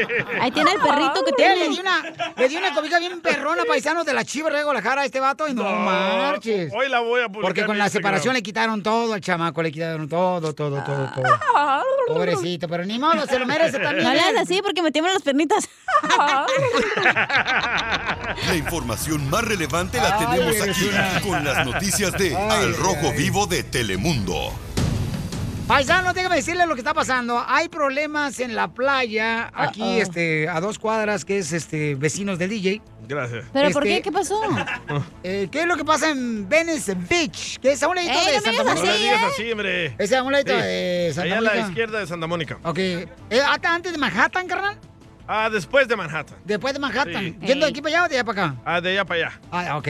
[SPEAKER 3] Ahí
[SPEAKER 2] tiene el perrito que tiene.
[SPEAKER 3] Eh, Le di una, le di una cobija bien perrona, paisanos de la chiva de Guadalajara a este vato y no, marches.
[SPEAKER 4] Hoy la voy a publicar.
[SPEAKER 3] Porque
[SPEAKER 4] en
[SPEAKER 3] con la
[SPEAKER 4] Instagram.
[SPEAKER 3] separación le quitaron todo al chamaco, le quitaron todo, todo, todo, todo. Ah. Pobrecito, pero ni modo, se lo merece también.
[SPEAKER 2] No le
[SPEAKER 3] él.
[SPEAKER 2] hagas así porque me tiemblan las pernitas.
[SPEAKER 7] La información más relevante la
[SPEAKER 2] Ay,
[SPEAKER 7] tenemos
[SPEAKER 2] eres
[SPEAKER 7] aquí
[SPEAKER 2] una-
[SPEAKER 7] con las noticias
[SPEAKER 3] Ay,
[SPEAKER 7] de Al Rojo
[SPEAKER 3] ay.
[SPEAKER 7] Vivo de Telemundo.
[SPEAKER 3] Paisano, déjame decirle lo que está pasando. Hay problemas en la playa, aquí,
[SPEAKER 2] Uh-oh.
[SPEAKER 3] este, a dos cuadras, que es este, vecinos del DJ.
[SPEAKER 4] Gracias.
[SPEAKER 2] ¿Pero por qué?
[SPEAKER 3] Este-
[SPEAKER 2] ¿Qué pasó?
[SPEAKER 3] Eh, ¿Qué es lo que pasa en Venice Beach? Que es a un ladito
[SPEAKER 2] Ey, no
[SPEAKER 3] de
[SPEAKER 2] me digas ¿eh?
[SPEAKER 3] Santa
[SPEAKER 4] No
[SPEAKER 3] Mónica.
[SPEAKER 4] le digas así, hombre.
[SPEAKER 3] Es a un ladito de Santa
[SPEAKER 4] Allá a la
[SPEAKER 3] Mónica.
[SPEAKER 4] izquierda de Santa Mónica.
[SPEAKER 3] Ok. Eh, ¿hasta ¿Antes de Manhattan, carnal?
[SPEAKER 4] Ah, después de Manhattan.
[SPEAKER 3] Después de Manhattan.
[SPEAKER 4] Sí.
[SPEAKER 3] ¿Yendo de aquí para allá o de allá para acá?
[SPEAKER 4] Ah, de allá para allá.
[SPEAKER 3] Ah, ok.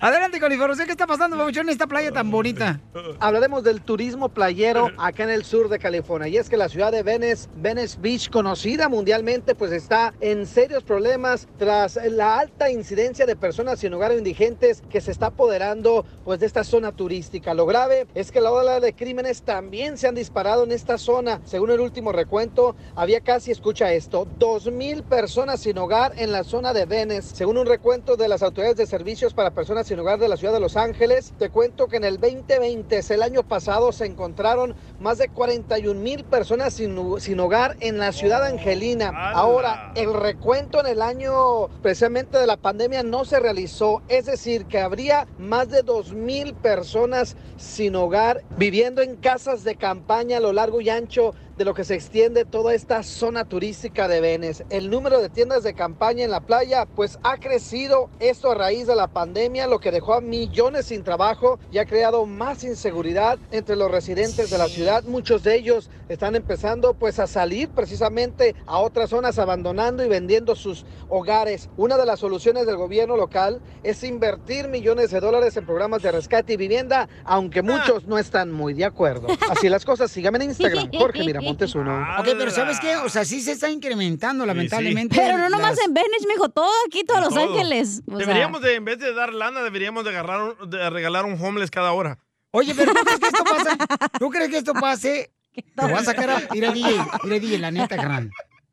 [SPEAKER 3] Adelante con la información. ¿Qué está pasando, babuchón, en esta playa tan bonita?
[SPEAKER 8] Hablaremos del turismo playero acá en el sur de California. Y es que la ciudad de Venice, Venice Beach, conocida mundialmente, pues está en serios problemas tras la alta incidencia de personas sin hogar o indigentes que se está apoderando pues de esta zona turística. Lo grave es que la ola de crímenes también se han disparado en esta zona. Según el último recuento, había casi, escucha esto, 2.000 personas sin hogar en la zona de Venice. Según un recuento de las autoridades de servicios para personas sin hogar de la ciudad de Los Ángeles, te cuento que en el 2020, es el año pasado, se encontraron más de 41 mil personas sin, hu- sin hogar en la ciudad angelina. Ahora, el recuento en el año precisamente de la pandemia no se realizó, es decir, que habría más de 2 mil personas sin hogar viviendo en casas de campaña a lo largo y ancho de lo que se extiende toda esta zona turística de Venice. El número de tiendas de campaña en la playa pues ha crecido esto a raíz de la pandemia, lo que dejó a millones sin trabajo y ha creado más inseguridad entre los residentes de la ciudad. Muchos de ellos están empezando pues a salir precisamente a otras zonas abandonando y vendiendo sus hogares. Una de las soluciones del gobierno local es invertir millones de dólares en programas de rescate y vivienda, aunque muchos no están muy de acuerdo. Así las cosas, síganme en Instagram, Jorge Miramontes uno.
[SPEAKER 3] Ok, pero ¿sabes qué? O sea, sí se está incrementando, lamentablemente.
[SPEAKER 2] Pero no nomás
[SPEAKER 3] las-
[SPEAKER 2] en Venice, mijo, todo aquí, todo Los
[SPEAKER 4] Todo.
[SPEAKER 2] Ángeles. O sea,
[SPEAKER 4] deberíamos de, en vez de dar lana, deberíamos de agarrar, un- de regalar un homeless cada hora.
[SPEAKER 3] Oye, pero ¿tú crees que esto pasa? ¿Tú crees que esto pase? Te voy a sacar a... Mira, DJ, mira, DJ, la neta, carnal.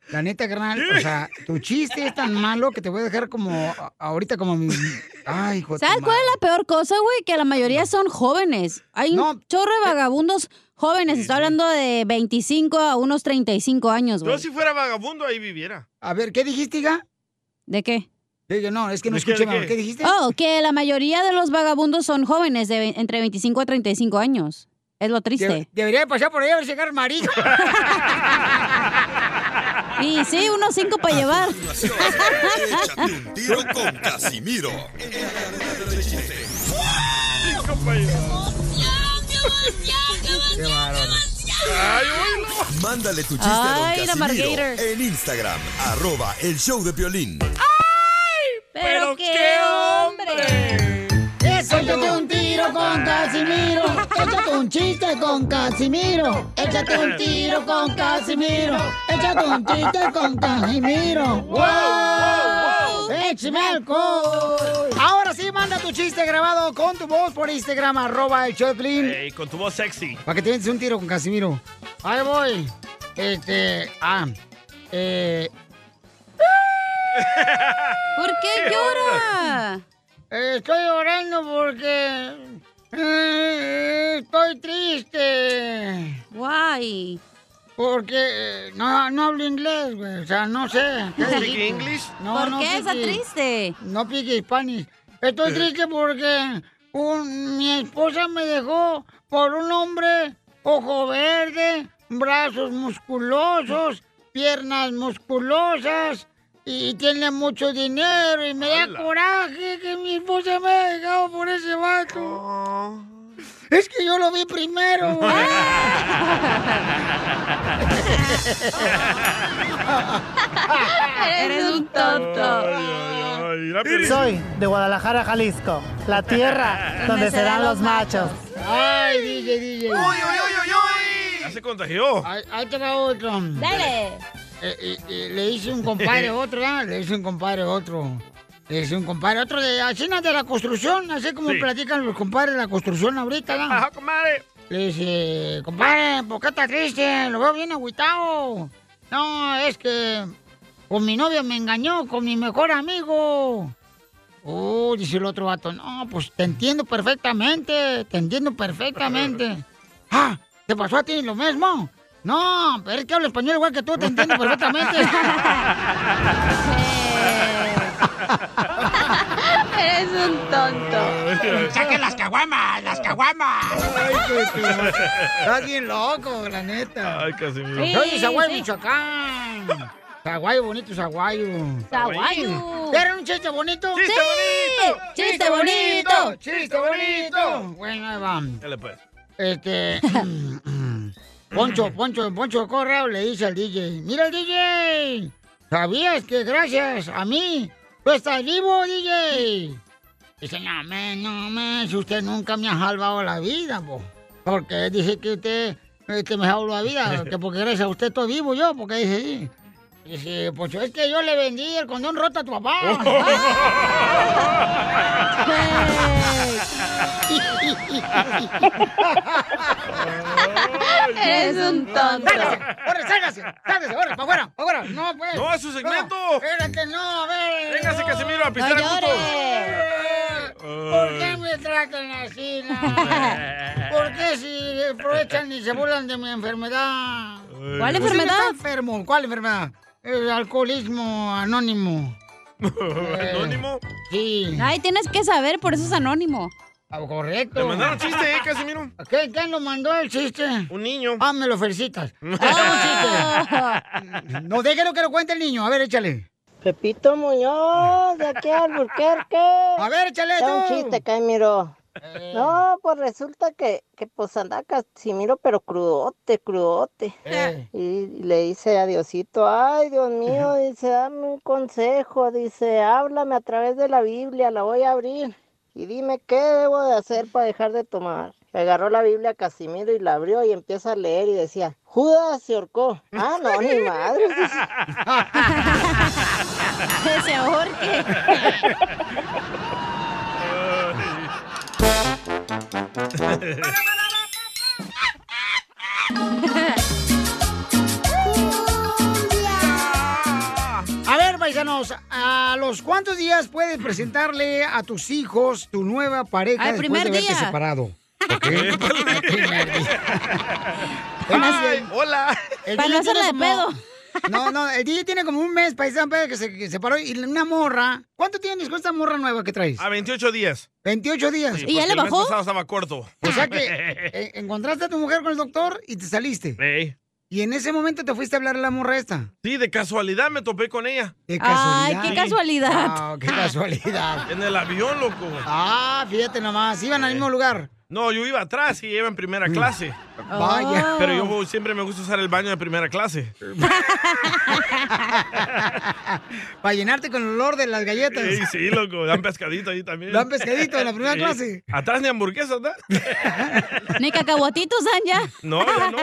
[SPEAKER 3] La neta, carnal, o sea, tu chiste es tan malo que te voy a dejar como... a- Ahorita como mi... Ay, hijo de tu
[SPEAKER 2] ¿Sabes cuál es la peor cosa, güey? Que la mayoría son jóvenes. Hay un chorro de vagabundos jóvenes. Estoy hablando de 25 a unos 35 años, Pues, güey.
[SPEAKER 4] Yo si fuera vagabundo, ahí viviera.
[SPEAKER 3] A ver, ¿qué dijiste, Iga?
[SPEAKER 2] ¿De qué?
[SPEAKER 3] Yo no, es que no
[SPEAKER 4] ¿De qué, de
[SPEAKER 3] escuché, mamá.
[SPEAKER 4] qué?
[SPEAKER 3] ¿Qué dijiste?
[SPEAKER 2] Oh, que la mayoría de los vagabundos son jóvenes, de ve- entre 25 a 35 años. Es lo
[SPEAKER 3] De-
[SPEAKER 2] triste.
[SPEAKER 3] debería de pasar por ahí a ver llegar el marido.
[SPEAKER 2] Y sí, unos cinco para llevar.
[SPEAKER 7] Échate un tiro con Casimiro.
[SPEAKER 13] ¡Qué bárbaro!
[SPEAKER 7] Mándale tu chiste
[SPEAKER 13] Ay, la
[SPEAKER 7] a don Casimiro
[SPEAKER 13] Margator.
[SPEAKER 7] en Instagram, arroba el show de violín.
[SPEAKER 13] ¡Pero
[SPEAKER 3] qué
[SPEAKER 13] hombre!
[SPEAKER 3] Eso, échate un tiro
[SPEAKER 4] Ah.
[SPEAKER 3] con Casimiro. Échate un chiste con Casimiro. Échate un tiro con Casimiro. Échate un chiste con Casimiro. ¡Wow! ¡Échame alcohol! Ahora sí, manda tu chiste grabado con tu voz por Instagram, arroba el Choplin.
[SPEAKER 4] Ey, con tu voz sexy.
[SPEAKER 3] Para que te vienes un tiro con Casimiro. Ahí voy. Este. Ah. Eh.
[SPEAKER 2] ¿Por qué llora?
[SPEAKER 3] Estoy llorando porque. eh, Estoy triste.
[SPEAKER 2] Guay.
[SPEAKER 3] Porque eh, no, no hablo inglés, güey. O sea, no sé.
[SPEAKER 13] ¿No
[SPEAKER 3] ¿Qué
[SPEAKER 13] speak
[SPEAKER 3] dijiste?
[SPEAKER 13] English?
[SPEAKER 2] ¿Por qué está
[SPEAKER 3] speak-
[SPEAKER 2] triste?
[SPEAKER 3] No pique Spanish. Estoy triste porque un- mi esposa me dejó por un hombre ojo verde, brazos musculosos, piernas musculosas y tiene mucho dinero y me da coraje que mi esposa me ha dejado por ese vato.
[SPEAKER 4] Ah.
[SPEAKER 3] Es que yo lo vi primero. güey.
[SPEAKER 13] Eres un tonto.
[SPEAKER 22] Soy de Guadalajara, Jalisco, la tierra donde serán los machos.
[SPEAKER 3] Ay, DJ, DJ.
[SPEAKER 4] Uy, uy, uy, uy, uy. Ya se contagió.
[SPEAKER 3] Ahí, ahí te va otro.
[SPEAKER 4] Dale.
[SPEAKER 3] Eh, eh, eh, le hice un compadre a otro, ¿verdad? Le hice un compadre a otro. Le hice un compadre a otro de Hacienda de la Construcción, así como
[SPEAKER 13] Sí.
[SPEAKER 3] platican los compadres de la construcción ahorita, ¿verdad?
[SPEAKER 13] Ajá,
[SPEAKER 3] compadre. Le dice, compadre, ¿por qué está triste? Lo veo bien agüitado. No, es que con mi novia me engañó, con mi mejor amigo. Oh, dice el otro vato, no, pues te entiendo perfectamente, te entiendo perfectamente. Ah, ¿te pasó a ti lo mismo? No, pero es que hablo español igual que tú, te entiendo perfectamente.
[SPEAKER 13] Eres un tonto.
[SPEAKER 3] ¡Saquen las caguamas! ¡Las caguamas! Estás bien loco, la neta.
[SPEAKER 4] Ay, casi me...
[SPEAKER 3] Soy de Zaguayo, Michoacán. Zaguayo, bonito Zaguayo.
[SPEAKER 13] Zaguayo.
[SPEAKER 3] ¿Quieren un chiste bonito?
[SPEAKER 13] ¡Chiste Sí. bonito! ¡Chiste bonito!
[SPEAKER 3] ¡Chiste bonito! Bueno, ahí va.
[SPEAKER 4] Dale, pues.
[SPEAKER 3] Este. Poncho, Poncho, Poncho Correo le dice al DJ: ¡Mira el DJ! ¿Sabías que gracias a mí tú estás vivo, DJ? Dice: No, me, no, me, si usted nunca me ha salvado la vida, po. Porque dice que usted este, me salvó la vida, que porque gracias a usted estoy vivo yo, porque dice sí. Dice, Poncho, es que yo le vendí el condón roto a tu papá.
[SPEAKER 13] Eres un tonto.
[SPEAKER 3] Sálgase, ¡Corre, sálgase! ¡Sálgase, corre, para afuera, para afuera! ¡No, pues!
[SPEAKER 13] No, es su segmento.
[SPEAKER 3] No, espérate, no, a ver.
[SPEAKER 13] Véngase,
[SPEAKER 3] no.
[SPEAKER 13] Casimiro, a pisar No el llores.
[SPEAKER 3] ¿Por qué me tratan así? na? ¿Por qué si aprovechan y se burlan de mi enfermedad?
[SPEAKER 2] ¿Cuál
[SPEAKER 3] Usted no
[SPEAKER 2] enfermedad?
[SPEAKER 3] está enfermo, ¿cuál enfermedad? El alcoholismo anónimo. ¿Anónimo? Sí.
[SPEAKER 2] Ay, tienes que saber, por eso es anónimo.
[SPEAKER 3] Ah, Correcto.
[SPEAKER 2] Te mandaron chiste, ¿eh,
[SPEAKER 3] Casimiro? ¿Qué, ¿Quién lo mandó el chiste? Un niño. Ah, me lo felicitas. Ah, un chiste. No, déjalo que lo cuente el niño. A ver, échale.
[SPEAKER 23] Pepito Muñoz, de aquí al Burquerque. A
[SPEAKER 3] ver, échale
[SPEAKER 23] Un
[SPEAKER 3] tú.
[SPEAKER 23] chiste, Caimiro. No, pues resulta que, que pues anda Casimiro, pero crudote, crudote. Y le dice a Diosito, ay, Dios mío, dice, dame un consejo, dice, háblame a través de la Biblia, la voy a abrir. Y dime qué debo de hacer para dejar de tomar. Agarró la Biblia a Casimiro y la abrió y empieza a leer y decía, Judas se ahorcó. Ah, no, ni madre.
[SPEAKER 13] Que se ahorque.
[SPEAKER 3] A ver, paisanos, ¿a los cuántos días puedes presentarle a tus hijos tu nueva pareja
[SPEAKER 2] Al
[SPEAKER 3] después
[SPEAKER 2] primer
[SPEAKER 3] de haberte
[SPEAKER 2] día.
[SPEAKER 3] separado? ¿Ok? Al primer día.
[SPEAKER 4] Ay, hola.
[SPEAKER 3] El
[SPEAKER 2] Para no
[SPEAKER 3] DJ tiene
[SPEAKER 2] hacerla de
[SPEAKER 3] como- No, no, el DJ tiene como un mes, paisano, pero que se que se separó. Y una morra. ¿Cuánto tienes con esta morra nueva que traes?
[SPEAKER 4] A 28 días.
[SPEAKER 3] 28 días.
[SPEAKER 4] Sí, porque El mes pasado estaba corto.
[SPEAKER 3] O sea que eh, encontraste a tu mujer con el doctor y te saliste. Y en ese momento te fuiste a hablar a la morra esta.
[SPEAKER 4] Sí, de casualidad me topé con ella.
[SPEAKER 3] Qué casualidad.
[SPEAKER 4] Sí.
[SPEAKER 3] Wow, qué casualidad.
[SPEAKER 4] En el avión, loco.
[SPEAKER 3] Ah, fíjate nomás, iban al mismo lugar. Mm.
[SPEAKER 4] No, yo iba atrás y iba en primera clase.
[SPEAKER 3] Vaya.
[SPEAKER 4] Pero yo voy- siempre me gusta usar el baño de primera clase.
[SPEAKER 3] Para llenarte con el olor de las galletas.
[SPEAKER 4] Sí, sí, loco. Dan pescadito ahí también.
[SPEAKER 3] Dan pescadito en la primera
[SPEAKER 4] Sí.
[SPEAKER 3] clase.
[SPEAKER 4] Atrás ni hamburguesas, ¿no?
[SPEAKER 2] Ni cacahuatitos dan ya.
[SPEAKER 4] No, ya no.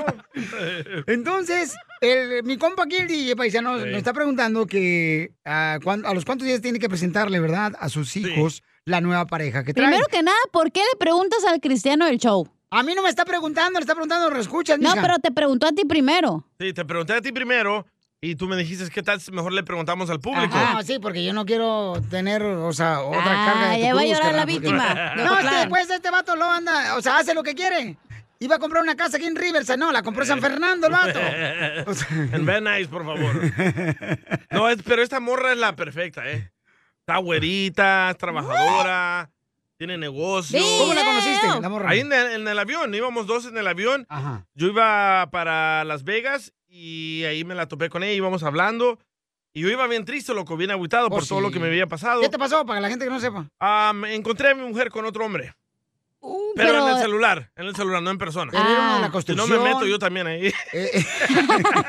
[SPEAKER 3] Entonces, el- mi compa aquí, el DJ Paisano,
[SPEAKER 4] Sí.
[SPEAKER 3] nos está preguntando que ah, cuán- a los cuántos días tiene que presentarle, ¿verdad?, a sus hijos la nueva pareja que trae.
[SPEAKER 2] Primero que nada, ¿por qué le preguntas al cristiano del show?
[SPEAKER 3] A mí no me está preguntando, le está preguntando, reescuchas,
[SPEAKER 2] No,
[SPEAKER 4] mija.
[SPEAKER 2] pero te preguntó a ti primero.
[SPEAKER 4] Sí, te pregunté a ti primero y tú me dijiste, ¿qué tal? si Mejor le preguntamos al público.
[SPEAKER 3] Ah, sí, porque yo no quiero tener, o sea, otra
[SPEAKER 4] Ah,
[SPEAKER 3] carga de tu
[SPEAKER 4] ya va a
[SPEAKER 3] cruz,
[SPEAKER 4] llorar la
[SPEAKER 3] carnal, porque-
[SPEAKER 4] víctima de
[SPEAKER 3] No, es que
[SPEAKER 4] Ocotlán.
[SPEAKER 3] después este vato lo anda, o sea, hace lo que quiere. Iba a comprar una casa aquí en Riverside, no, la compró en San Fernando el vato.
[SPEAKER 4] en Van Nuys, por favor. No, es- pero esta morra es la perfecta, ¿eh? Está güerita, es trabajadora. tiene negocio.
[SPEAKER 3] ¿Cómo la conociste, la morra?
[SPEAKER 4] Ahí en el, en el avión, íbamos dos en el avión. Yo iba para Las Vegas y ahí me la topé con ella, íbamos hablando. Y yo iba bien triste, loco, bien aguitado por todo lo que me había pasado.
[SPEAKER 3] ¿Qué Oh, te pasó? Para la gente que no sepa.
[SPEAKER 4] Ah, me encontré a mi mujer con otro hombre. Pero,
[SPEAKER 3] pero-
[SPEAKER 4] en el celular, en el celular, no en persona.
[SPEAKER 3] Pero era uno
[SPEAKER 4] Y
[SPEAKER 3] de la
[SPEAKER 4] no me
[SPEAKER 3] construcción. Eh,
[SPEAKER 4] meto yo también ahí.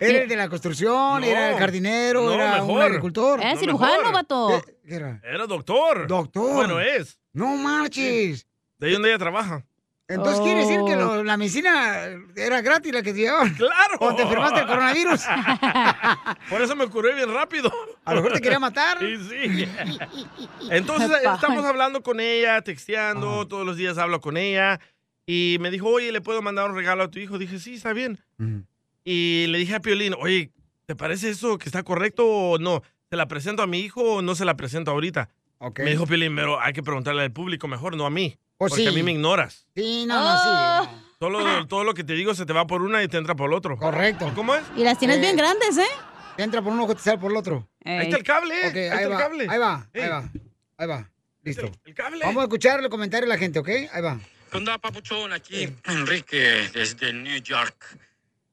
[SPEAKER 3] Era el de la construcción,
[SPEAKER 4] No.
[SPEAKER 3] era el jardinero,
[SPEAKER 4] No,
[SPEAKER 3] era un
[SPEAKER 4] mejor.
[SPEAKER 3] agricultor.
[SPEAKER 4] Era No, cirujano, mejor.
[SPEAKER 3] Eh,
[SPEAKER 2] vato.
[SPEAKER 3] Era?
[SPEAKER 4] doctor.
[SPEAKER 3] Doctor.
[SPEAKER 4] Bueno, es.
[SPEAKER 3] No marches.
[SPEAKER 4] De ahí donde ella trabaja.
[SPEAKER 3] Entonces quiere decir que lo- la medicina era gratis la que te llevaban.
[SPEAKER 4] Oh. ¡Claro!
[SPEAKER 3] O te enfermaste del coronavirus.
[SPEAKER 4] Por eso me curé bien rápido.
[SPEAKER 3] A lo mejor te quería matar.
[SPEAKER 4] Sí, sí. Entonces estamos hablando con ella, texteando, todos los días hablo con ella. Y me dijo, oye, ¿le puedo mandar un regalo a tu hijo? Dije, sí, está bien. Y le dije a Piolín, oye, ¿te parece eso que está correcto o no? ¿Se la presento a mi hijo o no se la presento ahorita? Me dijo Piolín, pero hay que preguntarle al público mejor, no a mí.
[SPEAKER 3] Pues
[SPEAKER 4] porque
[SPEAKER 3] sí.
[SPEAKER 4] a mí me ignoras.
[SPEAKER 3] Sí, no, no, sí.
[SPEAKER 2] Oh.
[SPEAKER 4] Todo, todo lo que te digo se te va por una y te entra por el otro.
[SPEAKER 3] Correcto.
[SPEAKER 4] ¿Cómo es?
[SPEAKER 2] Y las tienes bien grandes, ¿eh?
[SPEAKER 3] Te entra por un ojo, te sale por el otro.
[SPEAKER 4] Ahí está el cable,
[SPEAKER 3] Ok,
[SPEAKER 4] ahí
[SPEAKER 3] ahí
[SPEAKER 4] está el
[SPEAKER 3] va,
[SPEAKER 4] cable.
[SPEAKER 3] Ahí va,
[SPEAKER 4] Ey.
[SPEAKER 3] ahí va, ahí va. Listo. Vamos a escuchar el comentario de la gente, ¿ok? Ahí va.
[SPEAKER 24] ¿Qué onda, papuchón? Aquí Enrique desde New York.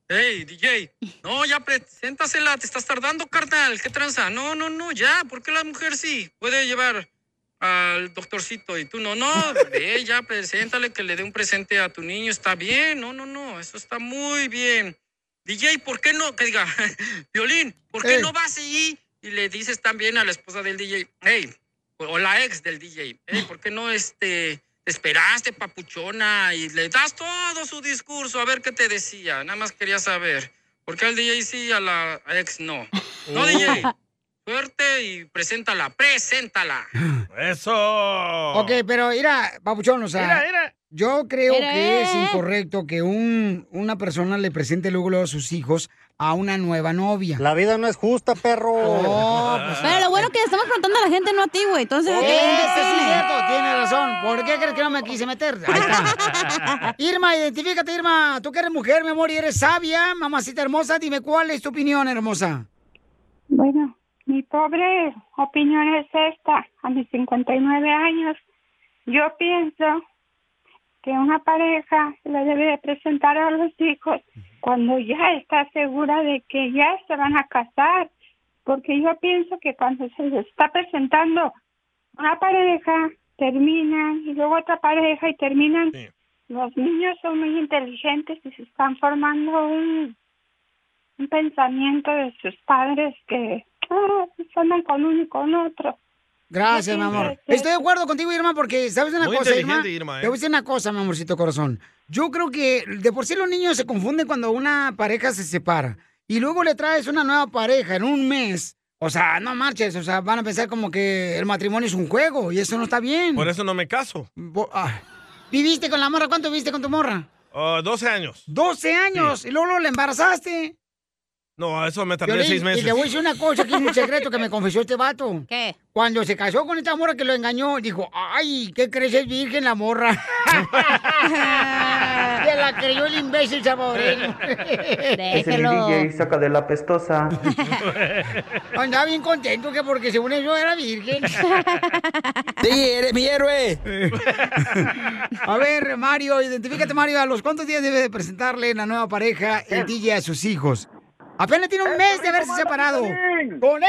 [SPEAKER 24] Hey, DJ. No, ya preséntasela, te estás tardando, carnal. ¿Qué tranza? No, no, no, ya. ¿Por qué la mujer sí puede llevar al doctorcito y tú no? No, ve, ya preséntale que le dé un presente a tu niño. Está bien. No, no, no. Eso está muy bien. DJ, ¿por qué no? Que diga, Violín, ¿por qué
[SPEAKER 25] Ey.
[SPEAKER 24] no vas ahí y le dices también a la esposa del DJ, hey, o la ex del DJ, hey, ¿por qué no este, te esperaste, papuchona, y le das todo su discurso a ver qué te decía? Nada más quería saber, ¿por qué al DJ sí y a la ex no? No, DJ, suerte y preséntala, preséntala.
[SPEAKER 4] Eso.
[SPEAKER 3] Ok, pero mira, papuchón, o sea.
[SPEAKER 24] Oh. Mira, mira.
[SPEAKER 3] Yo creo
[SPEAKER 24] Mira,
[SPEAKER 3] que
[SPEAKER 24] eh.
[SPEAKER 3] es incorrecto que un, una persona le presente luego, luego a sus hijos a una nueva novia. La vida no es justa, perro.
[SPEAKER 24] Eh.
[SPEAKER 2] Pero lo bueno que le estamos preguntando a la gente, no a ti, güey. Entonces, que la gente
[SPEAKER 3] sí,
[SPEAKER 2] opine.
[SPEAKER 3] es cierto, tiene razón. ¿Por qué crees que no me quise meter? Ahí está. Irma, identifícate, Irma. Tú que eres mujer, mi amor, y eres sabia, mamacita hermosa, dime cuál es tu opinión, hermosa.
[SPEAKER 26] Bueno, mi pobre opinión es esta. A mis 59 años, yo pienso que una pareja le debe de presentar a los hijos cuando ya está segura de que ya se van a casar. Porque yo pienso que cuando se les está presentando una pareja, terminan y luego otra pareja y terminan. Los niños son muy inteligentes y se están formando un un pensamiento de sus padres que ah, pues andan con uno y con otro.
[SPEAKER 3] Gracias, mi amor. Estoy de acuerdo contigo, Irma, porque sabes una
[SPEAKER 4] Muy
[SPEAKER 3] cosa, Irma.
[SPEAKER 4] inteligente, Irma, ¿eh?
[SPEAKER 3] Te voy a decir una cosa, mi amorcito corazón. Yo creo que de por sí los niños se confunden cuando una pareja se separa y luego le traes una nueva pareja en un mes. O sea, no marches, o sea, van a pensar como que el matrimonio es un juego y eso no está bien.
[SPEAKER 4] Por e eso no me caso.
[SPEAKER 3] Bo- ah. ¿Viviste con la morra? ¿Cuánto viviste con tu morra?
[SPEAKER 4] Ah, 12 años.
[SPEAKER 3] 12 años y luego, luego la embarazaste.
[SPEAKER 4] No, eso me tardé
[SPEAKER 3] Piolín,
[SPEAKER 4] seis meses.
[SPEAKER 3] Y te voy a decir una cosa, que es un secreto que me confesó este vato. ¿Qué? Cuando se casó con esta morra que lo engañó, dijo, ay, ¿qué crees? Es virgen la morra. se la creyó el imbécil salvadoreño.
[SPEAKER 19] saca de la pestosa.
[SPEAKER 3] Andaba bien contento que porque según eso era virgen.
[SPEAKER 19] Sí, eres mi héroe.
[SPEAKER 3] a ver, Mario, identifícate, Mario, ¿a los cuántos días debe de presentarle la nueva pareja el DJ a sus hijos? Apenas tiene un mes de haberse separado. ¡Con él! ¡Con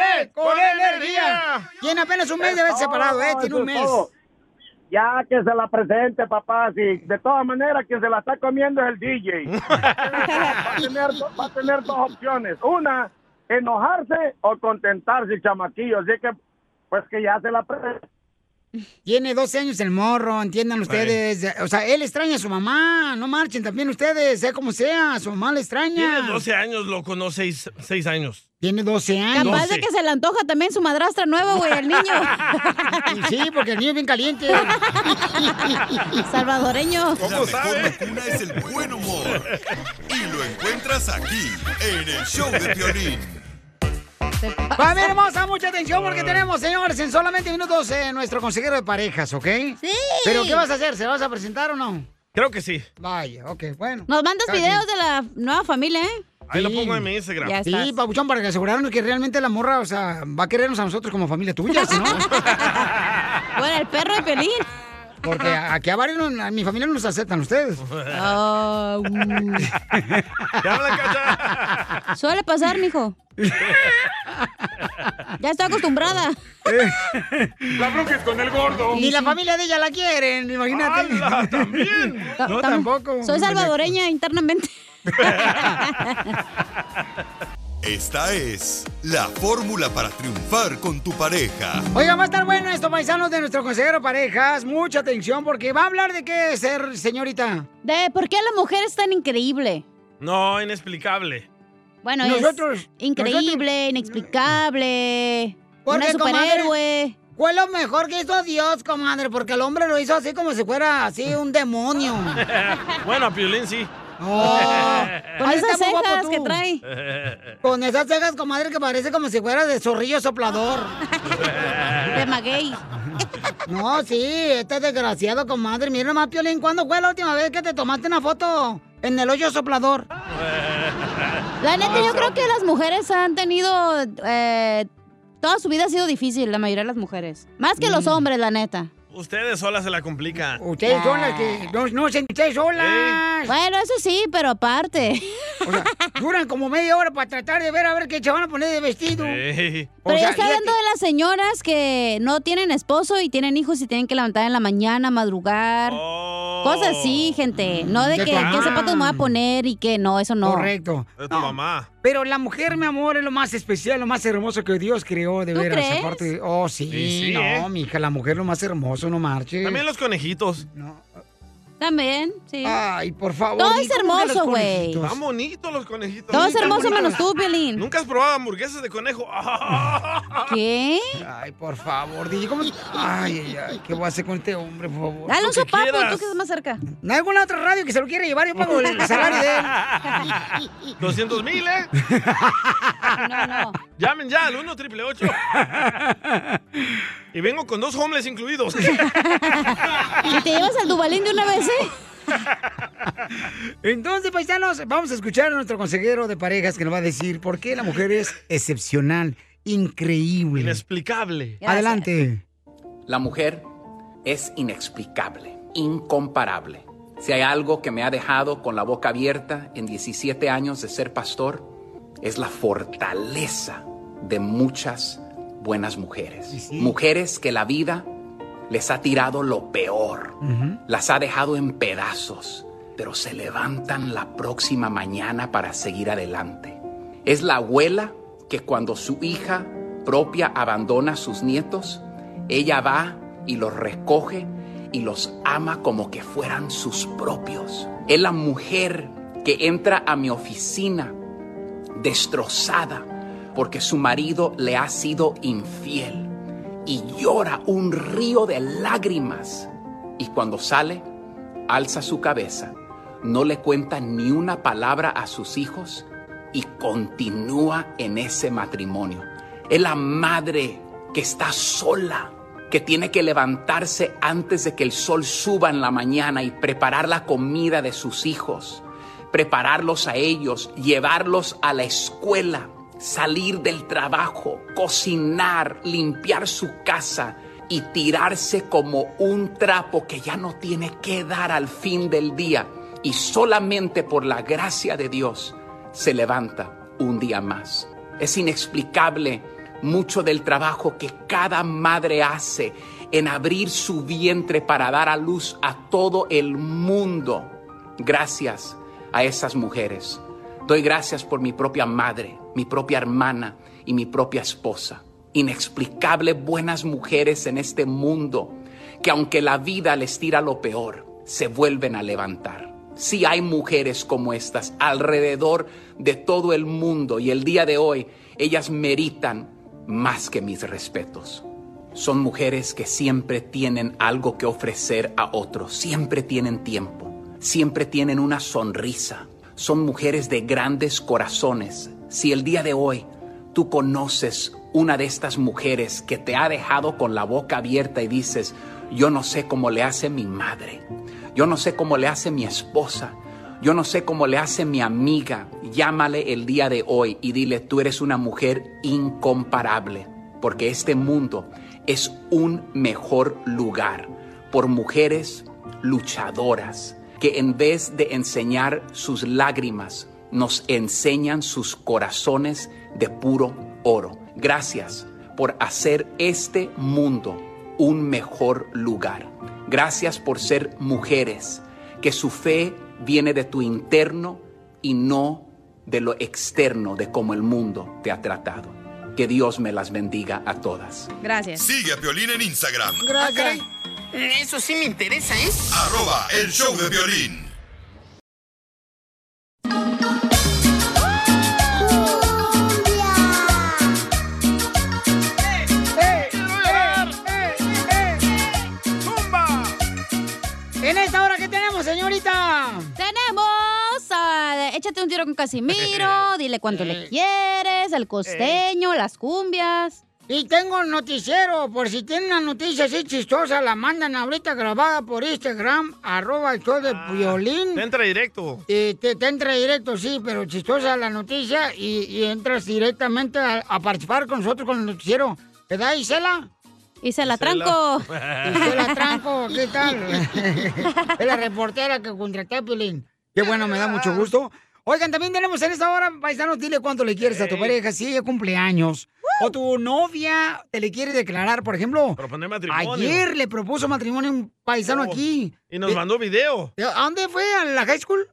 [SPEAKER 3] él! ¡Con él energía! Tiene apenas un mes de haberse separado, ¿eh? Tiene un
[SPEAKER 16] Eso es
[SPEAKER 3] mes.
[SPEAKER 16] todo. Ya que se la presente, papá. Si de todas maneras, quien se la está comiendo es el DJ. va, a tener, do- va a tener dos opciones. Una, enojarse o contentarse, chamaquillo. Así que, pues que ya se la presente.
[SPEAKER 3] Tiene 12 años el morro, entiendan ustedes. O sea, él extraña a su mamá. No marchen también ustedes, sea como sea. Su mamá le extraña.
[SPEAKER 4] Tienes 12 años, loco, no 6, años.
[SPEAKER 3] Tiene 12 años.
[SPEAKER 2] Capaz de que se le antoja también su madrastra nueva, güey, el niño.
[SPEAKER 3] sí, porque el niño es bien caliente.
[SPEAKER 2] Salvadoreño.
[SPEAKER 7] La mejor vacuna es el buen humor. Y lo encuentras aquí, en el show de violín.
[SPEAKER 3] Familia hermosa, mucha atención porque tenemos, señores, en solamente minutos eh, nuestro consejero de parejas, ¿ok? Sí. ¿Pero qué vas a hacer? ¿Se vas a presentar o no?
[SPEAKER 4] Creo que sí.
[SPEAKER 3] Vaya, ok, bueno.
[SPEAKER 2] Nos mandas
[SPEAKER 3] Cada
[SPEAKER 2] videos
[SPEAKER 3] quien.
[SPEAKER 2] de la nueva familia, ¿eh?
[SPEAKER 4] Ahí lo pongo en mi Instagram.
[SPEAKER 2] Ya
[SPEAKER 3] Sí,
[SPEAKER 2] estás.
[SPEAKER 3] papuchón, para que asegurarnos que realmente la morra, o sea, va a querernos a nosotros como familia tuya, si no.
[SPEAKER 2] Fuera el perro de Pelín.
[SPEAKER 3] Porque a- aquí a varios, no- a mi familia no nos aceptan ustedes.
[SPEAKER 2] Ah, Suele pasar, mijo. Ya está acostumbrada.
[SPEAKER 3] La bronca con el gordo. Ni la familia de ella la quieren, imagínate. también!
[SPEAKER 2] Ta-
[SPEAKER 3] No,
[SPEAKER 2] tam-
[SPEAKER 3] tampoco.
[SPEAKER 2] Soy salvadoreña internamente.
[SPEAKER 7] Esta es la fórmula para triunfar con tu pareja.
[SPEAKER 3] Oiga, va a estar bueno esto, paisanos, de nuestro consejero parejas. Mucha atención, porque va a hablar de qué ser, señorita.
[SPEAKER 2] De por qué la mujer es tan increíble.
[SPEAKER 4] No, inexplicable.
[SPEAKER 2] Bueno,
[SPEAKER 4] Nosotros-
[SPEAKER 2] es increíble, inexplicable.
[SPEAKER 3] Porque,
[SPEAKER 2] una superhéroe.
[SPEAKER 3] comadre, Fue lo mejor que hizo Dios, comadre, porque el hombre lo hizo así como si fuera así un demonio.
[SPEAKER 4] bueno, a Piolín sí.
[SPEAKER 3] Oh,
[SPEAKER 4] Ahí
[SPEAKER 3] ahí
[SPEAKER 4] está
[SPEAKER 3] estás,
[SPEAKER 4] guapo
[SPEAKER 3] guapo
[SPEAKER 4] tú.
[SPEAKER 3] tú. Con esas cejas, comadre, que parece como si fuera de zorrillo soplador.
[SPEAKER 2] De maguey.
[SPEAKER 3] No, sí, este desgraciado, comadre. Mira más, Piolín, ¿cuándo fue la última vez que te tomaste una foto en el hoyo soplador?
[SPEAKER 2] La
[SPEAKER 3] Ah,
[SPEAKER 2] neta, yo creo que las mujeres han tenido. eh, toda su vida ha sido difícil, la mayoría de las mujeres. Más que los
[SPEAKER 3] Mm.
[SPEAKER 2] hombres, la neta.
[SPEAKER 4] Ustedes solas se la complican.
[SPEAKER 3] pues, Ustedes son las que. No, no se ustedes solas.
[SPEAKER 2] Bueno, eso sí, pero aparte.
[SPEAKER 3] O sea, duran como media hora para tratar de ver a ver qué se van a poner de vestido. O
[SPEAKER 2] Pero
[SPEAKER 3] sea,
[SPEAKER 2] ya está hablando de las señoras que no tienen esposo y tienen hijos y tienen que levantar en la mañana, madrugar. Cosas así, gente. No de,
[SPEAKER 3] De
[SPEAKER 2] que qué
[SPEAKER 3] tu mamá.
[SPEAKER 2] zapatos me voy a poner y que no, eso no.
[SPEAKER 3] Correcto.
[SPEAKER 4] De tu mamá.
[SPEAKER 3] Pero la mujer, mi amor, es lo más especial, lo más hermoso que Dios creó, de
[SPEAKER 2] ¿Tú
[SPEAKER 3] veras.
[SPEAKER 2] crees?
[SPEAKER 3] Aparte, oh, sí,
[SPEAKER 4] Sí, sí,
[SPEAKER 3] no,
[SPEAKER 4] ¿eh?
[SPEAKER 3] mija, la mujer lo más hermoso, no marches.
[SPEAKER 4] También los conejitos.
[SPEAKER 2] También, sí.
[SPEAKER 3] Ay, por favor.
[SPEAKER 2] Todo
[SPEAKER 3] ¿y
[SPEAKER 2] es
[SPEAKER 3] cómo que los
[SPEAKER 2] hermoso, güey.
[SPEAKER 3] conejitos?
[SPEAKER 4] Están bonitos los conejitos.
[SPEAKER 2] Todo es hermoso menos tú, Piolín.
[SPEAKER 4] ¿Nunca has probado hamburguesas de conejo?
[SPEAKER 2] ¿Qué?
[SPEAKER 3] Ay, por favor, DJ, ¿cómo? Ay, ay, ay, ¿qué voy a hacer con este hombre, por favor?
[SPEAKER 2] Dale
[SPEAKER 3] Lo
[SPEAKER 2] un
[SPEAKER 3] que
[SPEAKER 2] sopapo,
[SPEAKER 3] quieras.
[SPEAKER 2] tú que estás más cerca.
[SPEAKER 3] ¿No hay alguna otra radio que se lo quiera llevar? Yo pago pues, el salario de él.
[SPEAKER 4] 200 mil, ¿eh?
[SPEAKER 2] No, no.
[SPEAKER 4] Llamen ya al 1 triple 8. Y vengo con dos homeless incluidos.
[SPEAKER 2] Si te llevas al Dubalín de una vez, ¿eh?
[SPEAKER 3] Entonces, paisanos, vamos a escuchar a nuestro consejero de parejas que nos va a decir por qué la mujer es excepcional, increíble.
[SPEAKER 4] Inexplicable.
[SPEAKER 3] Adelante.
[SPEAKER 27] La mujer es inexplicable, incomparable. Si hay algo que me ha dejado con la boca abierta en 17 años de ser pastor, es la fortaleza de muchas buenas mujeres. Mujeres que la vida les ha tirado lo peor, las ha dejado en pedazos, pero se levantan la próxima mañana para seguir adelante. Es la abuela que cuando su hija propia abandona a sus nietos, ella va y los recoge y los ama como que fueran sus propios. Es la mujer que entra a mi oficina destrozada porque su marido le ha sido infiel y llora un río de lágrimas. Y cuando sale, alza su cabeza, no le cuenta ni una palabra a sus hijos y continúa en ese matrimonio. Es la madre que está sola, que tiene que levantarse antes de que el sol suba en la mañana y preparar la comida de sus hijos, prepararlos a ellos, llevarlos a la escuela, salir del trabajo, cocinar, limpiar su casa y tirarse como un trapo que ya no tiene que dar al fin del día. Y solamente por la gracia de Dios se levanta un día más. Es inexplicable mucho del trabajo que cada madre hace en abrir su vientre para dar a luz a todo el mundo. Gracias a esas mujeres. Doy gracias por mi propia madre, mi propia hermana y mi propia esposa. Inexplicable buenas mujeres en este mundo que aunque la vida les tira lo peor, se vuelven a levantar. Si hay mujeres como estas alrededor de todo el mundo y el día de hoy, ellas meritan más que mis respetos. Son mujeres que siempre tienen algo que ofrecer a otros, siempre tienen tiempo, siempre tienen una sonrisa. Son mujeres de grandes corazones. Si el día de hoy tú conoces una de estas mujeres que te ha dejado con la boca abierta y dices, yo no sé cómo le hace mi madre, yo no sé cómo le hace mi esposa, yo no sé cómo le hace mi amiga, llámale el día de hoy y dile, tú eres una mujer incomparable, porque este mundo es un mejor lugar por mujeres luchadoras que en vez de enseñar sus lágrimas, nos enseñan sus corazones de puro oro. Gracias por hacer este mundo un mejor lugar. Gracias por ser mujeres, que su fe viene de tu interno y no de lo externo, de cómo el mundo te ha tratado. Que Dios me las bendiga a todas.
[SPEAKER 2] Gracias.
[SPEAKER 7] Sigue a Piolín en Instagram.
[SPEAKER 20] Ah,
[SPEAKER 27] Gracias.
[SPEAKER 9] Eso sí me interesa, ¿eh?
[SPEAKER 7] Arroba el show de violín.
[SPEAKER 2] Eh,
[SPEAKER 3] En esta hora que tenemos, señorita.
[SPEAKER 2] Tenemos, ah, échate un tiro con Casimiro, dile cuánto
[SPEAKER 3] Eh,
[SPEAKER 2] le quieres, el costeño, las cumbias.
[SPEAKER 3] Y tengo un noticiero, por si tienen una noticia así chistosa, la mandan ahorita grabada por Instagram, arroba el show de violín.
[SPEAKER 4] Ah, Te entra directo.
[SPEAKER 3] Y te, te entra directo, sí, pero chistosa la noticia y, y entras directamente a, a participar con nosotros con el noticiero. ¿Verdad, Isela?
[SPEAKER 2] Y se la tranco.
[SPEAKER 3] Se la tranco, ¿qué tal? es la reportera que contraté a Piolín. Qué bueno, me da mucho gusto. Oigan, también tenemos en esta hora, paisanos, dile cuánto le quieres a tu pareja si ella cumple años. O tu novia te le quiere declarar, por ejemplo.
[SPEAKER 4] Proponer matrimonio.
[SPEAKER 3] Ayer le propuso matrimonio a un paisano
[SPEAKER 4] Oh,
[SPEAKER 3] aquí.
[SPEAKER 4] Y nos mandó video.
[SPEAKER 3] ¿A dónde fue? ¿A la high school?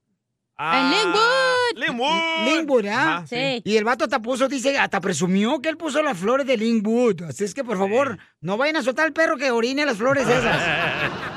[SPEAKER 4] Ah,
[SPEAKER 3] En
[SPEAKER 4] Linwood.
[SPEAKER 3] Linwood, ¿ah?
[SPEAKER 4] Ajá, sí.
[SPEAKER 3] Y el vato hasta puso, dice, hasta presumió que él puso las flores de Linwood. Así es que, por favor, no vayan a soltar al perro que orine las flores esas.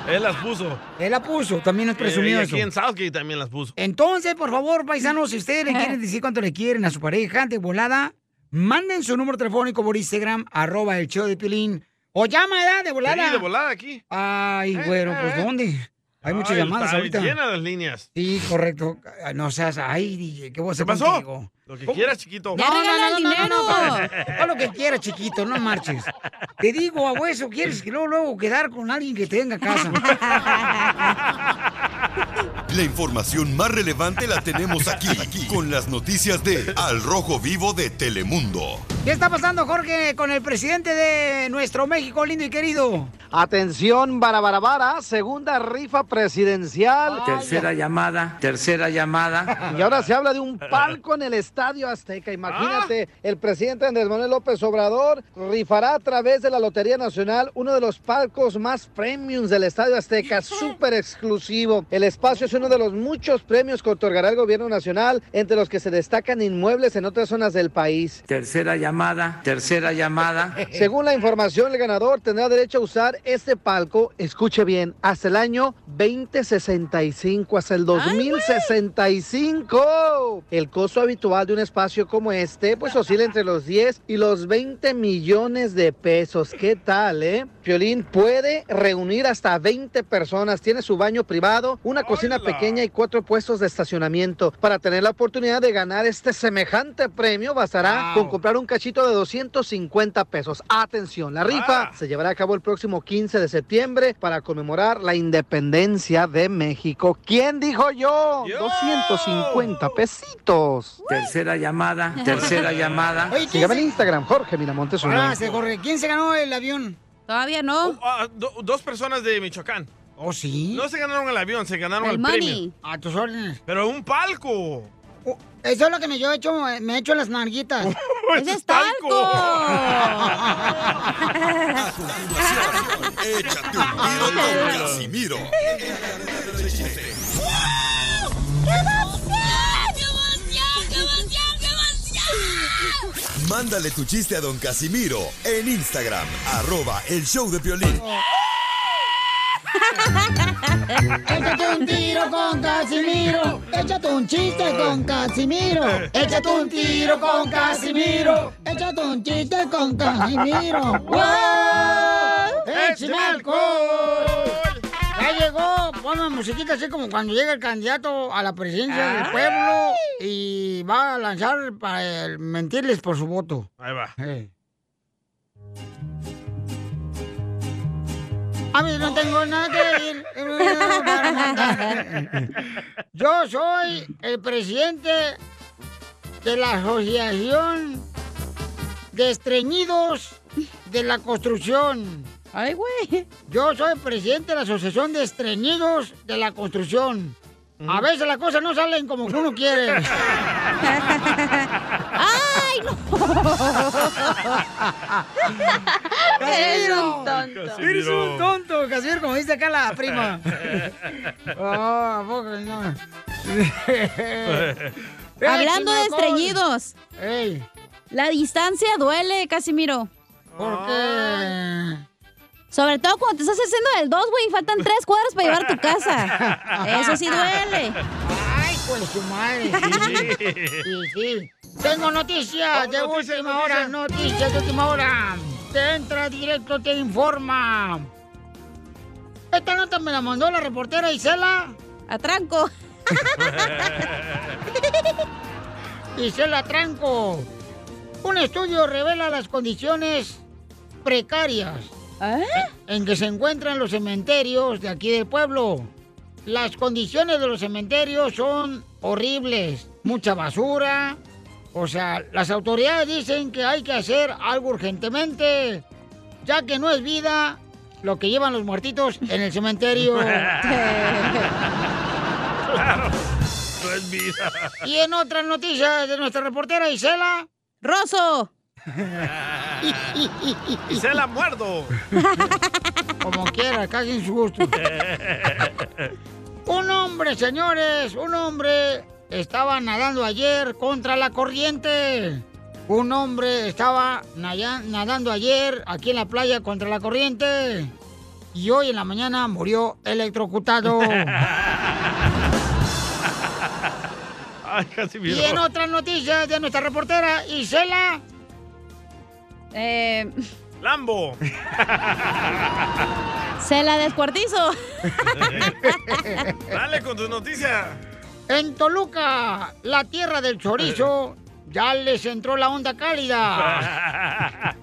[SPEAKER 4] Él las puso.
[SPEAKER 3] Él la puso, también es presumido
[SPEAKER 4] Eh, y
[SPEAKER 3] eso.
[SPEAKER 4] aquí en Southgate también las puso.
[SPEAKER 3] Entonces, por favor, paisanos, si ustedes le quieren decir cuánto le quieren a su pareja de volada, manden su número telefónico por Instagram, arroba el show de Pilín. O llama, ¿verdad? De volada.
[SPEAKER 4] Sí, de volada aquí. Eh,
[SPEAKER 3] Ay, güero, pues ¿dónde? Hay muchas
[SPEAKER 4] Ay,
[SPEAKER 3] llamadas
[SPEAKER 4] está
[SPEAKER 3] ahorita.
[SPEAKER 4] Llena las líneas.
[SPEAKER 3] Sí, correcto. Ay, No seas, ay, DJ, ¿qué voy
[SPEAKER 4] ¿Qué
[SPEAKER 3] a hacer
[SPEAKER 4] pasó?
[SPEAKER 3] contigo?
[SPEAKER 4] Lo que
[SPEAKER 3] ¿Cómo?
[SPEAKER 4] quieras, chiquito.
[SPEAKER 3] No, no, no, no, no, no, no, no, lo que quieras, chiquito, no marches. Te digo, a hueso, quieres que luego, luego quedar con alguien que tenga casa.
[SPEAKER 7] La información más relevante la tenemos aquí, aquí, con las noticias de Al Rojo Vivo de Telemundo.
[SPEAKER 3] ¿Qué está pasando, Jorge, con el presidente de nuestro México lindo y querido?
[SPEAKER 8] Atención, Barabarabara, segunda rifa presidencial.
[SPEAKER 20] Ah,
[SPEAKER 10] Tercera llamada, tercera llamada.
[SPEAKER 8] Y ahora se habla de un palco en el Estadio Azteca. Imagínate, el presidente Andrés Manuel López Obrador rifará a través de la Lotería Nacional uno de los palcos más premiums del Estadio Azteca, súper exclusivo. El espacio es uno de los muchos premios que otorgará el gobierno nacional, entre los que se destacan inmuebles en otras zonas del país.
[SPEAKER 10] Tercera llamada, tercera llamada.
[SPEAKER 8] Según la información, el ganador tendrá derecho a usar este palco, escuche bien, hasta el año 2065, hasta el 2065. El costo habitual de un espacio como este, pues oscila entre los 10 y los 20 millones de pesos. ¿Qué tal, eh? Piolín puede reunir hasta 20 personas, tiene su baño privado, una cocina pequeña y cuatro puestos de estacionamiento. Para tener la oportunidad de ganar este semejante premio, bastará con comprar un cachito de 250 pesos. Atención, la rifa se llevará a cabo el próximo 15 de septiembre para conmemorar la independencia de México. ¿Quién dijo yo? 250 pesitos.
[SPEAKER 10] Tercera llamada, tercera llamada.
[SPEAKER 3] Oye, ¿quién
[SPEAKER 8] Sígame
[SPEAKER 3] se-
[SPEAKER 8] en Instagram, Jorge Miramontes uno.
[SPEAKER 3] Gracias, Jorge. ¿Quién se ganó el avión?
[SPEAKER 2] Todavía no.
[SPEAKER 4] Ah, do- dos personas de Michoacán.
[SPEAKER 3] ¿Oh, sí?
[SPEAKER 4] No se ganaron el avión, se ganaron
[SPEAKER 3] El
[SPEAKER 4] el,
[SPEAKER 3] money.
[SPEAKER 4] premio.
[SPEAKER 3] A tus órdenes.
[SPEAKER 4] Pero un palco.
[SPEAKER 3] Eh, Eso es lo que me yo he hecho, eh, me he hecho en las narguitas.
[SPEAKER 4] ¡Ese
[SPEAKER 3] es talco!
[SPEAKER 7] Échate un tiro
[SPEAKER 2] eh.
[SPEAKER 7] con Casimiro. Mándale tu chiste a don Casimiro en Instagram, arroba el show de violín.
[SPEAKER 3] Échate un tiro con Casimiro. Échate un chiste con Casimiro. Échate un tiro con Casimiro. Échate un chiste con Casimiro. ¡Wow! ¡Échame alcohol! Ya llegó. Ponme musiquita así como cuando llega el candidato a la presidencia del
[SPEAKER 4] Ay.
[SPEAKER 3] pueblo y va a lanzar para el mentirles por su voto.
[SPEAKER 4] Ahí va.
[SPEAKER 3] A mí no tengo nada que decir. Yo soy el presidente de la Asociación Destreñidos de la construcción. Ay, güey. Yo soy presidente de la Asociación de Estreñidos de la Construcción. A veces las cosas no salen como que uno quiere. ¡Ay, no!
[SPEAKER 13] Eres un
[SPEAKER 3] tonto. Eres un tonto, Casimiro, como dice acá la prima. Oh, ¿a poco no? ¡Eh,
[SPEAKER 2] Hablando de
[SPEAKER 3] chingacón.
[SPEAKER 2] estreñidos. La distancia duele, Casimiro.
[SPEAKER 3] ¿Por qué?
[SPEAKER 2] Sobre todo cuando te estás haciendo del 2, güey, y faltan tres cuadras para llevar a tu casa. Eso sí duele.
[SPEAKER 3] Ay, pues su madre. Sí, sí. Tengo noticias de última hora, noticias de última hora. Te entra directo, te informa. Esta nota me la mandó la reportera Isela. Atranco. Isela Tranco. Un estudio revela las condiciones precarias en que se encuentran los cementerios de aquí del pueblo. Las condiciones de los cementerios son horribles. Mucha basura. O sea, las autoridades dicen que hay que hacer algo urgentemente, ya que no es vida lo que llevan los muertitos en el cementerio.
[SPEAKER 4] Claro, no es vida.
[SPEAKER 3] Y en otras noticias de nuestra reportera Isela Rosso.
[SPEAKER 4] y se la muerdo.
[SPEAKER 3] Como quiera, caguen su gusto. Un hombre, señores, un hombre estaba nadando ayer contra la corriente. Un hombre estaba naya- nadando ayer aquí en la playa contra la corriente. Y hoy en la mañana murió electrocutado.
[SPEAKER 4] Ay, casi
[SPEAKER 3] y en otras noticias de nuestra reportera Isela. Eh,
[SPEAKER 4] Lambo.
[SPEAKER 2] Se la descuartizo.
[SPEAKER 4] Dale con tu noticia.
[SPEAKER 3] En Toluca, la tierra del chorizo, ya les entró la onda cálida.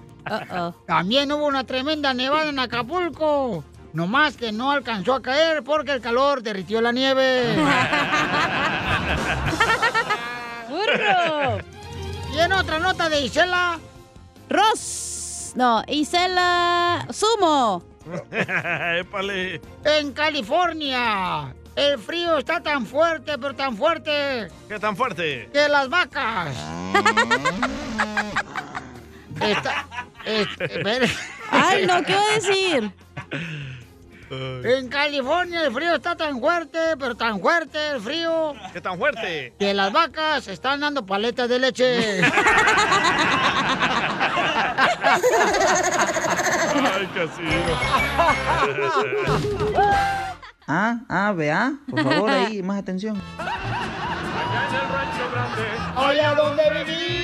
[SPEAKER 3] También hubo una tremenda nevada en Acapulco. Nomás que no alcanzó a caer porque el calor derritió la nieve. Y en otra nota de Isela.
[SPEAKER 2] Ros. No, Isela Sumo.
[SPEAKER 4] Épale.
[SPEAKER 3] En California, el frío está tan fuerte, pero tan fuerte,
[SPEAKER 4] ¿Qué tan fuerte?
[SPEAKER 3] que las vacas. Está- es- espere.
[SPEAKER 13] Ay, no, ¿qué iba a
[SPEAKER 2] decir?
[SPEAKER 3] En California el frío está tan fuerte, pero tan fuerte el frío,
[SPEAKER 4] ¿Qué tan fuerte?
[SPEAKER 3] que las vacas están dando paletas de leche.
[SPEAKER 4] Ay, casi.
[SPEAKER 6] Ah, ah, vea. Por favor, ahí, más atención.
[SPEAKER 3] Allá donde vivía.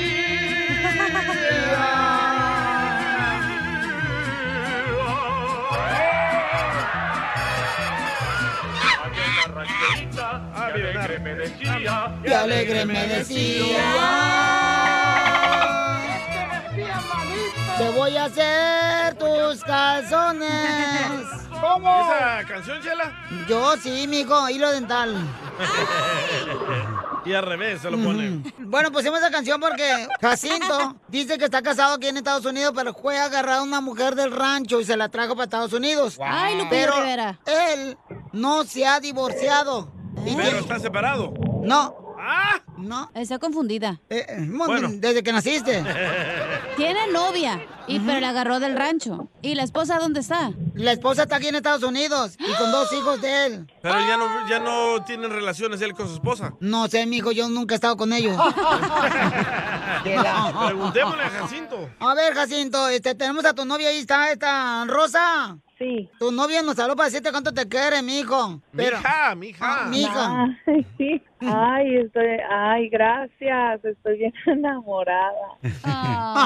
[SPEAKER 13] Alegre me decía.
[SPEAKER 3] Y alegre me decía. Te voy a hacer tus calzones. ¿Cómo?
[SPEAKER 4] ¿Esa canción, Chela?
[SPEAKER 3] Yo sí, mijo, hilo dental.
[SPEAKER 4] Y al revés se lo ponen.
[SPEAKER 3] Bueno, pusimos esa canción porque Jacinto dice que está casado aquí en Estados Unidos, pero fue agarrado a una mujer del rancho y se la trajo para Estados Unidos.
[SPEAKER 2] Ay, Lupillo
[SPEAKER 3] pero
[SPEAKER 2] Rivera.
[SPEAKER 3] él no se ha divorciado. Y
[SPEAKER 4] Pero
[SPEAKER 3] tiene-
[SPEAKER 4] está separado.
[SPEAKER 3] No. No. Eh,
[SPEAKER 2] Está confundida.
[SPEAKER 4] Ah. bueno.
[SPEAKER 3] Desde que naciste.
[SPEAKER 2] Tiene novia, y, pero la agarró del rancho. ¿Y la esposa dónde está?
[SPEAKER 3] La esposa está aquí en Estados Unidos y con dos hijos de él.
[SPEAKER 4] Pero ya no, ya no tienen relaciones él con su esposa.
[SPEAKER 3] No sé, mijo, yo nunca he estado con ellos.
[SPEAKER 4] Preguntémosle a Jacinto.
[SPEAKER 3] A ver, Jacinto, este, tenemos a tu novia ahí, está esta Rosa. Sí. Tu novia nos habló para decirte cuánto te quiere, mijo. Pero, Ah,
[SPEAKER 4] Mija, mija.
[SPEAKER 3] mija.
[SPEAKER 28] Ay, sí. Ay, estoy, ay, gracias, estoy bien enamorada.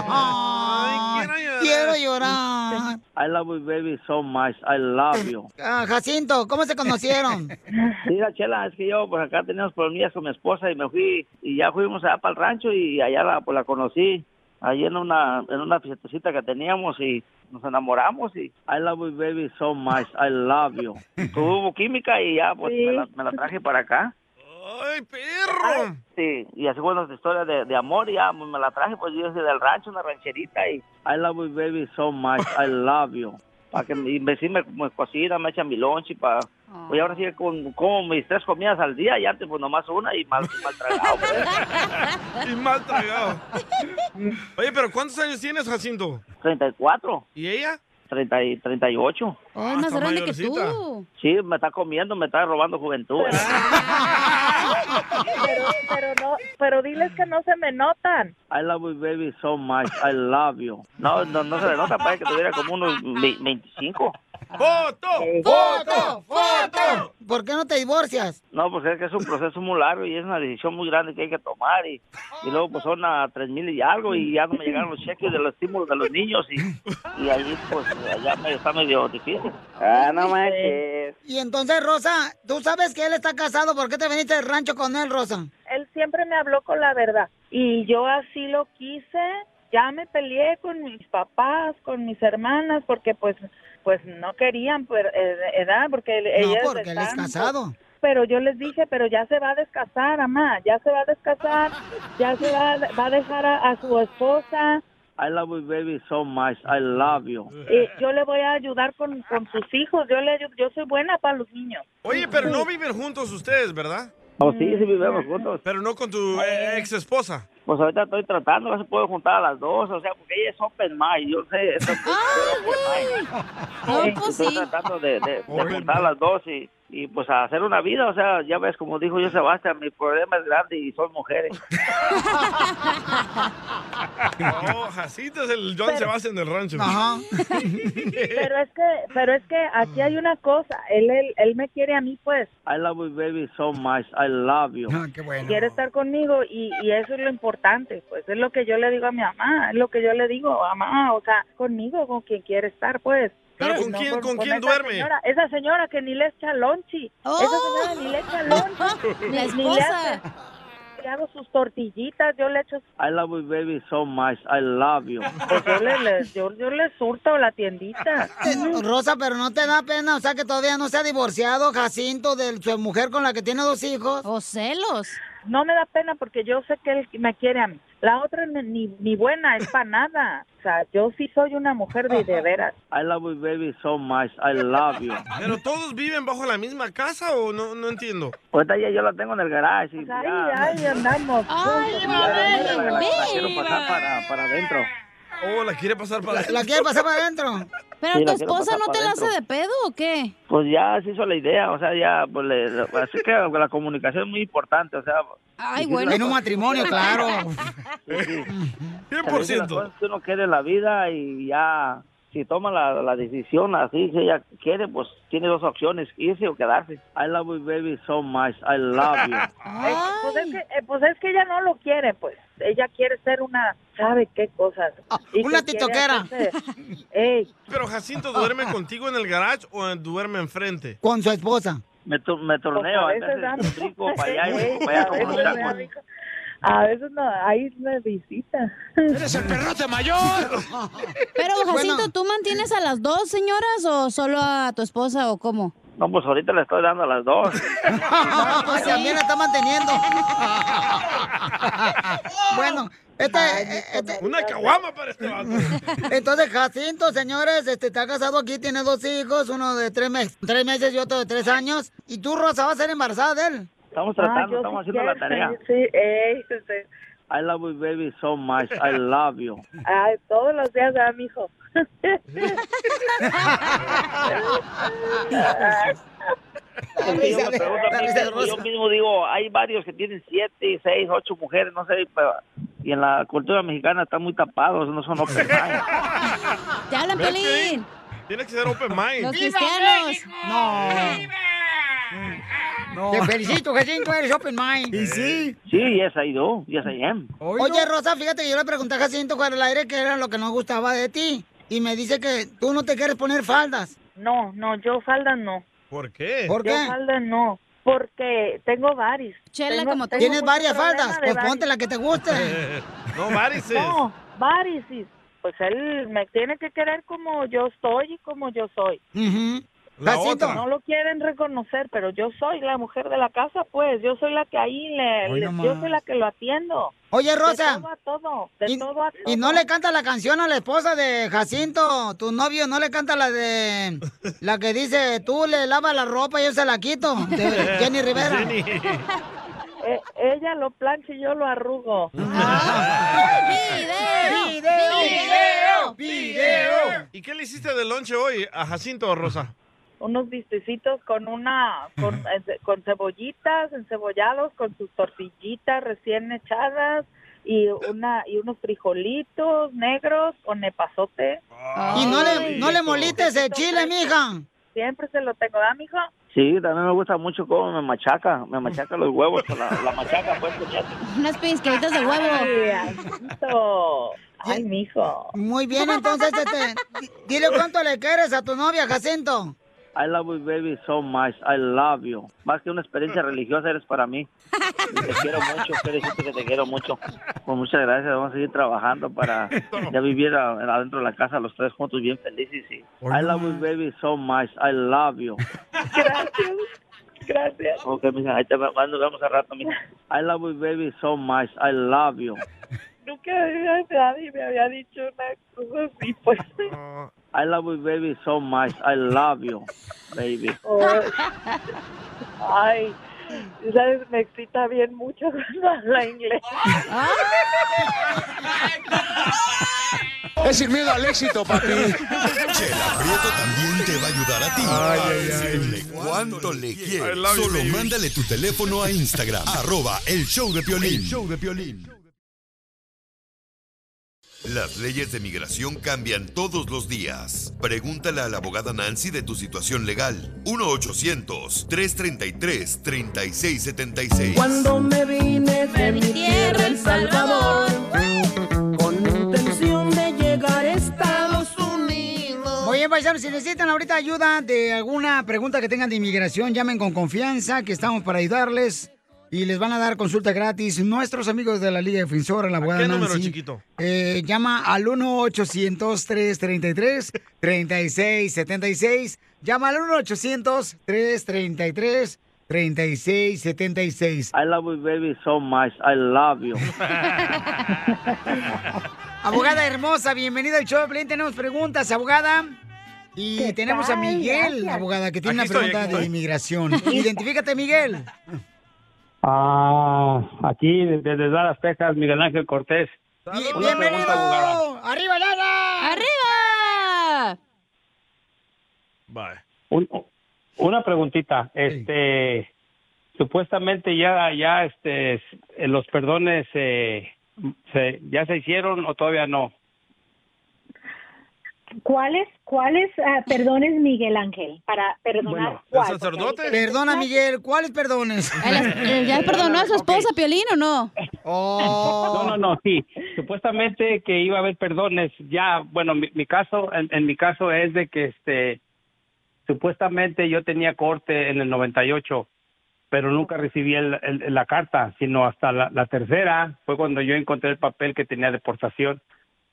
[SPEAKER 3] Ay, quiero llorar.
[SPEAKER 29] I love you, baby, so much. I love you.
[SPEAKER 3] Ah, Jacinto, ¿cómo se conocieron?
[SPEAKER 29] Mira, Chela, es que yo por acá teníamos problemas con mi esposa y me fui, y ya fuimos allá para el rancho y allá la, pues, la conocí, ahí en una, en una fiestecita que teníamos y nos enamoramos y I love you, baby, so much. I love you. Tuvo química y ya, pues, me, la, me la traje para acá.
[SPEAKER 4] ¡Ay, perro!
[SPEAKER 29] Sí, y así fue nuestra historia de, de amor. Y ya me me la traje, pues yo soy del rancho, una rancherita. Y I love you, baby, so much. I love you. Para que mi- me, sí me, me cocina, me echa mi lunch. Y para. Pues ahora sí, con, como mis tres comidas al día. Y antes, pues nomás una y mal, mal tragado.
[SPEAKER 4] Y mal tragado. Oye, pero ¿cuántos años tienes, Jacinto?
[SPEAKER 29] 34.
[SPEAKER 4] ¿Y ella? Ah,
[SPEAKER 29] 30 y 38.
[SPEAKER 2] Ay, Oh, más
[SPEAKER 4] está
[SPEAKER 2] grande que
[SPEAKER 4] mayorcita.
[SPEAKER 2] tú.
[SPEAKER 29] Sí, me está comiendo, me está robando juventud.
[SPEAKER 28] Pero, pero no, pero diles que no se me notan.
[SPEAKER 29] I love you, baby, so much. I love you. No, no, no se le nota, parece que tuviera como unos ve- 25.
[SPEAKER 4] ¡Foto!
[SPEAKER 3] ¡Foto! ¡Foto! ¿Por qué no te divorcias?
[SPEAKER 29] No, pues es que es un proceso muy largo y es una decisión muy grande que hay que tomar. Y, y luego, pues son a tres mil y algo y ya no me llegaron los cheques de los estímulos de los niños y, y ahí, pues, ya me- está medio difícil. Ah, no manches.
[SPEAKER 3] Y entonces, Rosa, tú sabes que él está casado, ¿por qué te viniste del rancho con él, Rosa?
[SPEAKER 28] Él siempre me habló con la verdad y yo así lo quise. Ya me peleé con mis papás, con mis hermanas, porque pues, pues no querían, pero, eh, edad, porque ellas
[SPEAKER 3] porque él es
[SPEAKER 28] están, pues,
[SPEAKER 3] casado.
[SPEAKER 28] Pero yo les dije, pero ya se va a descasar, mamá, ya se va a descasar, ya se va, va a dejar a- a su esposa.
[SPEAKER 29] I love you, baby, so much. I love you.
[SPEAKER 28] Eh, yo le voy a ayudar con, con sus hijos, yo le ayu- yo soy buena para los niños.
[SPEAKER 4] Oye, pero no viven juntos ustedes, ¿verdad?
[SPEAKER 29] No, Oh, sí, sí vivimos juntos.
[SPEAKER 4] Pero no con tu eh, ex esposa.
[SPEAKER 29] Pues ahorita estoy tratando, no se puede juntar a las dos, o sea, porque ella es open mind, yo sé. eso es open mind.
[SPEAKER 13] No, pues sí.
[SPEAKER 29] estoy tratando de, de- de juntar a las dos y, y pues a hacer una vida, o sea, ya ves, como dijo yo Sebastián, mi problema es grande y son mujeres.
[SPEAKER 4] No, Jacinto es el John
[SPEAKER 28] Pero-
[SPEAKER 4] Sebastián del rancho.
[SPEAKER 28] Pero es que, pero es que aquí hay una cosa, él, él, él me quiere a mí pues,
[SPEAKER 29] I love you, baby, so much, I love you.
[SPEAKER 3] Ah, qué bueno.
[SPEAKER 28] quiere estar conmigo y, y eso es lo importante, pues es lo que yo le digo a mi mamá, es lo que yo le digo, mamá, o sea, conmigo, con quien quiere estar pues.
[SPEAKER 4] Pero ¿con
[SPEAKER 28] No
[SPEAKER 4] quién- con quién
[SPEAKER 28] esa
[SPEAKER 4] duerme?
[SPEAKER 28] señora- esa señora que ni le echa lonchi, esa señora ni le echa lonchi,
[SPEAKER 2] La
[SPEAKER 28] ni, ni le hace, le hago sus tortillitas, yo le echo
[SPEAKER 29] I love you, baby, so much, I love you.
[SPEAKER 28] Pues yo le, le- yo, yo le surto la tiendita.
[SPEAKER 3] Eh, Rosa, pero no te da pena, o sea, que todavía no se ha divorciado Jacinto de su mujer con la que tiene dos hijos.
[SPEAKER 2] O celos.
[SPEAKER 28] No me da pena porque yo sé que él me quiere a mí. La otra ni, ni, ni buena, es para nada. O sea, yo sí soy una mujer de, de veras.
[SPEAKER 29] I love you, baby, so much, I love you.
[SPEAKER 4] ¿Pero todos viven bajo la misma casa o no, no entiendo?
[SPEAKER 29] Ahorita ya yo la tengo en el garage. y
[SPEAKER 28] Ay,
[SPEAKER 29] ya.
[SPEAKER 28] ay, andamos.
[SPEAKER 2] Ay,
[SPEAKER 28] juntos,
[SPEAKER 29] Ya,
[SPEAKER 28] ya,
[SPEAKER 29] la- la-
[SPEAKER 28] ya,
[SPEAKER 29] la-
[SPEAKER 28] ya.
[SPEAKER 29] la quiero pasar para, para adentro.
[SPEAKER 4] Oh, la quiere pasar para
[SPEAKER 3] La quiere pasar para adentro.
[SPEAKER 2] Pero
[SPEAKER 29] Sí,
[SPEAKER 2] tu
[SPEAKER 29] la quiero
[SPEAKER 2] esposa
[SPEAKER 29] pasar
[SPEAKER 2] no
[SPEAKER 29] pa'
[SPEAKER 2] te la hace
[SPEAKER 29] dentro.
[SPEAKER 2] de pedo o qué?
[SPEAKER 29] Pues ya se hizo la idea, o sea, ya, pues le- le- así que la comunicación es muy importante, o sea.
[SPEAKER 2] Ay,
[SPEAKER 29] difícil
[SPEAKER 2] bueno. pues,
[SPEAKER 29] las
[SPEAKER 3] En un
[SPEAKER 29] cosas que
[SPEAKER 3] matrimonio,
[SPEAKER 29] uno quiere.
[SPEAKER 3] claro.
[SPEAKER 25] Pues
[SPEAKER 29] Sí, sí. Difícil
[SPEAKER 4] 100%.
[SPEAKER 29] las cosas que uno quiere en la vida y ya, si toma la, la decisión así, si ella quiere, pues tiene dos opciones, irse o quedarse. I love you, baby, so much, I love you.
[SPEAKER 28] Eh, Pues es, que, eh, pues es que ella no lo quiere, pues. Ella quiere ser una, ¿sabe qué cosas? Y
[SPEAKER 4] una
[SPEAKER 28] que quiere
[SPEAKER 4] titoquera.
[SPEAKER 28] hacerse- Ey,
[SPEAKER 4] Pero Jacinto duerme contigo en el garage o duerme enfrente.
[SPEAKER 3] Con su esposa.
[SPEAKER 29] Me, tu- me torneo,
[SPEAKER 28] Pues a veces
[SPEAKER 29] entonces,
[SPEAKER 28] damos.
[SPEAKER 29] rico para allá y
[SPEAKER 28] Ey,
[SPEAKER 29] rico para allá
[SPEAKER 28] a
[SPEAKER 29] como los
[SPEAKER 28] veces me
[SPEAKER 29] tacos.
[SPEAKER 28] da A veces no, ahí me visita.
[SPEAKER 29] ¡Eres el perrote mayor!
[SPEAKER 2] Pero, Jacinto, ¿tú mantienes a las dos señoras o solo a tu esposa o cómo?
[SPEAKER 29] No, pues ahorita le estoy dando a las dos.
[SPEAKER 3] pues también la está manteniendo. bueno, este, este-
[SPEAKER 4] Una caguama para este vato.
[SPEAKER 3] Entonces, Jacinto, señores, este, está casado aquí, tiene dos hijos, uno de tres, meses, tres meses y otro de tres años. Y tú, Rosa, vas a ser embarazada de él.
[SPEAKER 29] Estamos
[SPEAKER 3] Ah, yo
[SPEAKER 29] tratando,
[SPEAKER 3] sí
[SPEAKER 29] estamos haciendo la
[SPEAKER 3] quiero,
[SPEAKER 29] tarea.
[SPEAKER 3] sí,
[SPEAKER 29] I love you, baby, so much. I love you.
[SPEAKER 28] Ay, todos los días da, mijo.
[SPEAKER 29] Yo, me pregunto a mí mismo, yo mismo digo, hay varios que tienen siete, seis, ocho mujeres, no sé, pero... Y en la cultura mexicana están muy tapados, no son open mind.
[SPEAKER 2] ¡Te hablan,
[SPEAKER 4] ¿Ves,
[SPEAKER 2] Pelín!
[SPEAKER 4] Tiene que ser open mind.
[SPEAKER 2] Los cristianos.
[SPEAKER 3] No. Te felicito, Jacinto, eres open mind. Y sí.
[SPEAKER 29] Sí, yes I do, yes I am.
[SPEAKER 3] Oye, Rosa, fíjate que yo le pregunté a Jacinto fuera el aire qué era lo que no gustaba de ti. Y me dice que tú no te quieres poner faldas.
[SPEAKER 28] No, no, yo faldas no.
[SPEAKER 4] ¿Por qué?
[SPEAKER 3] ¿Por
[SPEAKER 28] Yo
[SPEAKER 3] qué?
[SPEAKER 28] faldas no, porque tengo varis. Tengo- tengo
[SPEAKER 3] ¿Tienes
[SPEAKER 28] mucho
[SPEAKER 3] varias
[SPEAKER 28] problema
[SPEAKER 3] faldas?
[SPEAKER 28] de
[SPEAKER 3] Pues
[SPEAKER 28] varis.
[SPEAKER 3] ponte la que te guste.
[SPEAKER 4] No, varices.
[SPEAKER 28] No, varices. Pues él me tiene que querer como yo estoy y como yo soy.
[SPEAKER 3] La
[SPEAKER 28] Jacinto,
[SPEAKER 3] otra.
[SPEAKER 28] No lo quieren reconocer, pero yo soy la mujer de la casa, pues. Yo soy la que ahí le,
[SPEAKER 3] Hoy
[SPEAKER 28] le-
[SPEAKER 3] nomás.
[SPEAKER 28] yo soy la que lo atiendo.
[SPEAKER 3] Oye, Rosa.
[SPEAKER 28] De todo a todo, de
[SPEAKER 3] y,
[SPEAKER 28] todo a todo.
[SPEAKER 3] y no le canta la canción a la esposa de Jacinto, tu novio no le canta la de la que dice tú le lavas la ropa y yo se la quito, de Jenny Rivera.
[SPEAKER 28] Eh, ella lo plancha y yo lo arrugo.
[SPEAKER 13] ¡Video!
[SPEAKER 4] ¡Video! ¿Y qué le hiciste de lonche hoy a Jacinto, Rosa?
[SPEAKER 28] Unos vistecitos con una, con, eh, con cebollitas, encebollados, con sus tortillitas recién echadas y una y unos frijolitos negros con epazote.
[SPEAKER 3] Y no le, no le molites el chile, mija.
[SPEAKER 28] Siempre se lo tengo, ¿da, mijo?
[SPEAKER 29] Sí, también me gusta mucho cómo me machaca, me machaca los huevos con la, la machaca, pues. que me hace.
[SPEAKER 2] Unas pizqueritas de
[SPEAKER 28] huevo. Ay, mijo.
[SPEAKER 3] Muy bien, entonces, este, di- dile cuánto le quieres a tu novia, Jacinto.
[SPEAKER 29] I love you, baby, so much. I love you. Más que una experiencia religiosa eres para mí. Te quiero mucho, quiero decirte que te quiero mucho. Pues muchas gracias, vamos a seguir trabajando para ya vivir a- adentro de la casa los tres juntos bien felices. Y I love you, baby, so much. I love you.
[SPEAKER 28] Gracias.
[SPEAKER 29] Ok, mija, ahí te va- nos vemos al rato, mija. I love you, baby, so much. I love you.
[SPEAKER 28] Nunca nadie me había dicho una cosa así, pues.
[SPEAKER 29] I love you, baby, so much. I love you, baby.
[SPEAKER 17] Oh.
[SPEAKER 28] Ay, ¿sabes? Me excita bien mucho cuando habla inglés.
[SPEAKER 7] Es sin miedo al éxito, papi. Chela Prieto también te va a ayudar a ti a decirle cuánto le quieres.
[SPEAKER 13] love you,
[SPEAKER 7] Solo
[SPEAKER 13] baby.
[SPEAKER 7] mándale tu teléfono a Instagram, arroba el show de Piolín.
[SPEAKER 13] El
[SPEAKER 7] Las leyes de migración cambian todos los días. Pregúntale a la abogada Nancy de tu situación legal. 1-800-333-3676.
[SPEAKER 13] Cuando me vine de mi tierra, El Salvador, con intención de llegar a Estados Unidos.
[SPEAKER 3] Oye, paisanos, si necesitan ahorita ayuda de alguna pregunta que tengan de inmigración, llamen con confianza, que estamos para ayudarles. Y les van a dar consulta gratis nuestros amigos de la Liga Defensora, la abogada
[SPEAKER 4] qué número,
[SPEAKER 3] Nancy.
[SPEAKER 4] chiquito?
[SPEAKER 3] Eh, llama al 1-800-333-3676. Llama al 1-800-333-3676.
[SPEAKER 29] I love you, baby, so much. I love you.
[SPEAKER 3] Abogada hermosa, bienvenida al show. de Piolín. Tenemos preguntas, abogada. Y
[SPEAKER 20] ¿Qué
[SPEAKER 3] tenemos a
[SPEAKER 20] tal?
[SPEAKER 3] Miguel,
[SPEAKER 20] Gracias.
[SPEAKER 3] abogada, que tiene
[SPEAKER 20] Aquí
[SPEAKER 3] una
[SPEAKER 20] estoy,
[SPEAKER 3] pregunta
[SPEAKER 20] aquí
[SPEAKER 3] de
[SPEAKER 20] estoy.
[SPEAKER 3] inmigración. Identifícate, Miguel.
[SPEAKER 25] Ah, aquí desde Dallas, Texas, Miguel Ángel Cortés.
[SPEAKER 3] Bienvenido.
[SPEAKER 13] ¡Oh!
[SPEAKER 3] ¡Arriba, Lara!
[SPEAKER 2] ¡Arriba!
[SPEAKER 25] Un- una preguntita, este, supuestamente ya, ya, este, s- los perdones eh, se, ya se hicieron o todavía no.
[SPEAKER 18] ¿Cuáles, cuáles ah, perdones, Miguel Ángel? Para perdonar. ¿cuál? Porque ahorita-
[SPEAKER 3] Perdona, Miguel, ¿cuáles perdones?
[SPEAKER 2] eh,
[SPEAKER 18] Eh,
[SPEAKER 2] ¿Ya perdonó a su esposa, Piolín, o no?
[SPEAKER 25] No, no, no, sí. Supuestamente que iba a haber perdones. Ya, bueno, mi, mi caso, en, en mi caso es de que, este, supuestamente yo tenía corte en el 98, pero nunca recibí el- el- la carta, sino hasta la, la tercera fue cuando yo encontré el papel que tenía deportación.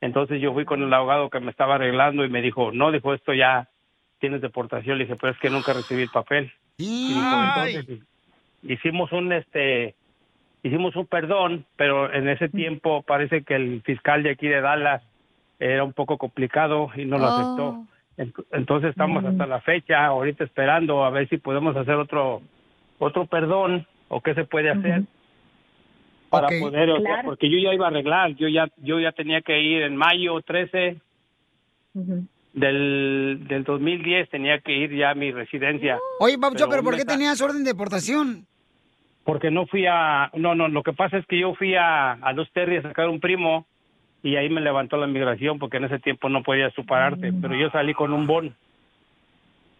[SPEAKER 25] Entonces yo fui con el abogado que me estaba arreglando y me dijo, no, dijo esto ya tienes deportación. Le dije, pero es que nunca recibí el papel. Y dijo, entonces, hicimos un, este, hicimos un perdón, pero en ese tiempo parece que el fiscal de aquí de Dallas era un poco complicado y no lo
[SPEAKER 21] Oh.
[SPEAKER 25] aceptó. Ent- Entonces estamos
[SPEAKER 3] Mm.
[SPEAKER 25] hasta la fecha, ahorita esperando a ver si podemos hacer otro otro perdón o qué se puede hacer para
[SPEAKER 21] Ok.
[SPEAKER 25] poder, o sea,
[SPEAKER 21] Claro.
[SPEAKER 25] porque yo ya iba a arreglar, yo ya yo ya tenía que ir en mayo 13 del, del 2010 tenía que ir ya a mi residencia.
[SPEAKER 3] Oye, Papucho, ¿pero
[SPEAKER 25] un
[SPEAKER 3] por qué
[SPEAKER 25] mes a-
[SPEAKER 3] tenías orden de deportación?
[SPEAKER 25] porque no fui a... No, no, lo que pasa es que yo fui a, a Los Terry a sacar un primo y ahí me levantó la migración porque en ese tiempo no podías separarte, pero yo salí con un bon.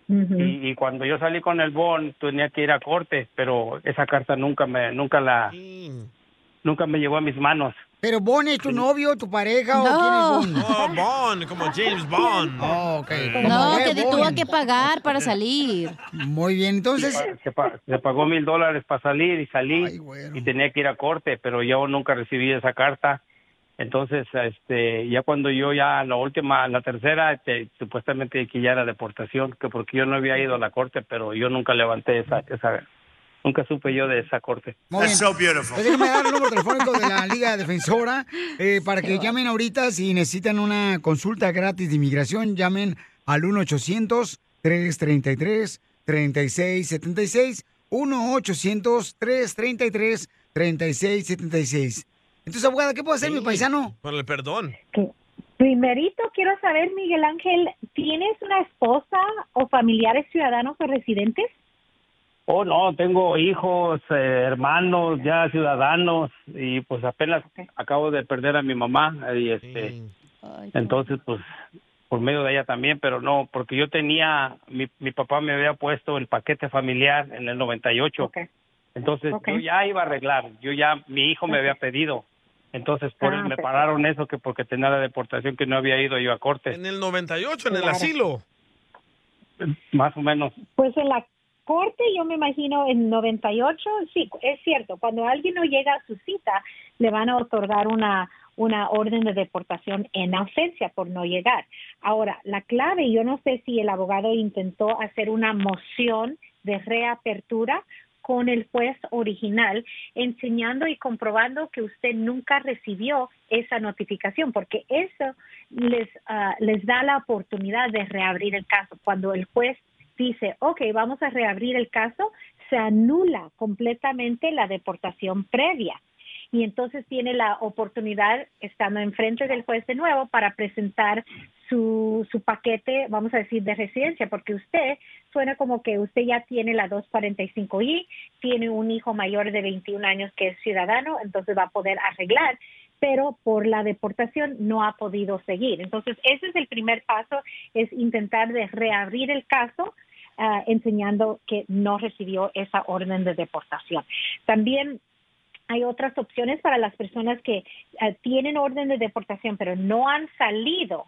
[SPEAKER 25] Y, y cuando yo salí con el bon tenía que ir a corte, pero esa carta nunca me nunca la
[SPEAKER 4] Mm.
[SPEAKER 25] nunca me llegó a mis manos.
[SPEAKER 3] ¿Pero Bon es tu novio, tu pareja o quién es Bon?
[SPEAKER 4] Oh, Bond, como James Bond. Eh.
[SPEAKER 3] Oh, ok.
[SPEAKER 2] No, que te tuvo que pagar para salir.
[SPEAKER 3] Muy bien, entonces...
[SPEAKER 25] Se, pa- se pagó mil dólares para salir y salí y tenía que ir a corte, pero yo nunca recibí esa carta
[SPEAKER 14] Entonces, este, ya cuando yo ya la última, la tercera, este, supuestamente que ya era deportación, que porque yo no había ido a la corte, pero yo nunca levanté esa, esa, nunca supe yo de esa corte.
[SPEAKER 3] That's so beautiful. Pues déjame dar el número telefónico de la Liga Defensora eh, para que llamen ahorita si necesitan una consulta gratis de inmigración. Llamen al 1-800-333-3676. 1-800-333-3676. Entonces, abogada, ¿qué puedo hacer, mi paisano?
[SPEAKER 4] Por el perdón.
[SPEAKER 18] Primerito, quiero saber, Miguel Ángel, ¿tienes una esposa o familiares ciudadanos o residentes?
[SPEAKER 14] Oh, no, tengo hijos, eh, hermanos, ya ciudadanos, y pues apenas acabo de perder a mi mamá, eh, y este, entonces pues por medio de ella también, pero no, porque yo tenía, mi, mi papá me había puesto el paquete familiar en el 98, entonces
[SPEAKER 29] Ok.
[SPEAKER 14] yo ya iba a arreglar, yo ya, mi hijo me había pedido, entonces por,
[SPEAKER 4] Ah,
[SPEAKER 14] me
[SPEAKER 4] perfecto.
[SPEAKER 14] pararon eso que porque tenía la deportación que no había ido yo a corte,
[SPEAKER 4] En el 98, en el
[SPEAKER 14] Claro.
[SPEAKER 4] asilo.
[SPEAKER 14] más o menos.
[SPEAKER 18] Pues en la corte, yo me imagino en 98, sí, es cierto, cuando alguien no llega a su cita, le van a otorgar una, una orden de deportación en ausencia por no llegar. Ahora, la clave, yo no sé si el abogado intentó hacer una moción de reapertura con el juez original, enseñando y comprobando que usted nunca recibió esa notificación, porque eso les, ah, les da la oportunidad de reabrir el caso. Cuando el juez dice, ok, vamos a reabrir el caso, se anula completamente la deportación previa. Y entonces tiene la oportunidad, estando enfrente del juez de nuevo, para presentar su, su paquete, vamos a decir, de residencia, porque usted suena como que usted ya tiene la 245I, tiene un hijo mayor de 21 años que es ciudadano, entonces va a poder arreglar pero por la deportación no ha podido seguir. Entonces, ese es el primer paso, es intentar de reabrir el caso ah, enseñando que no recibió esa orden de deportación. También hay otras opciones para las personas que eh, tienen orden de deportación, pero no han salido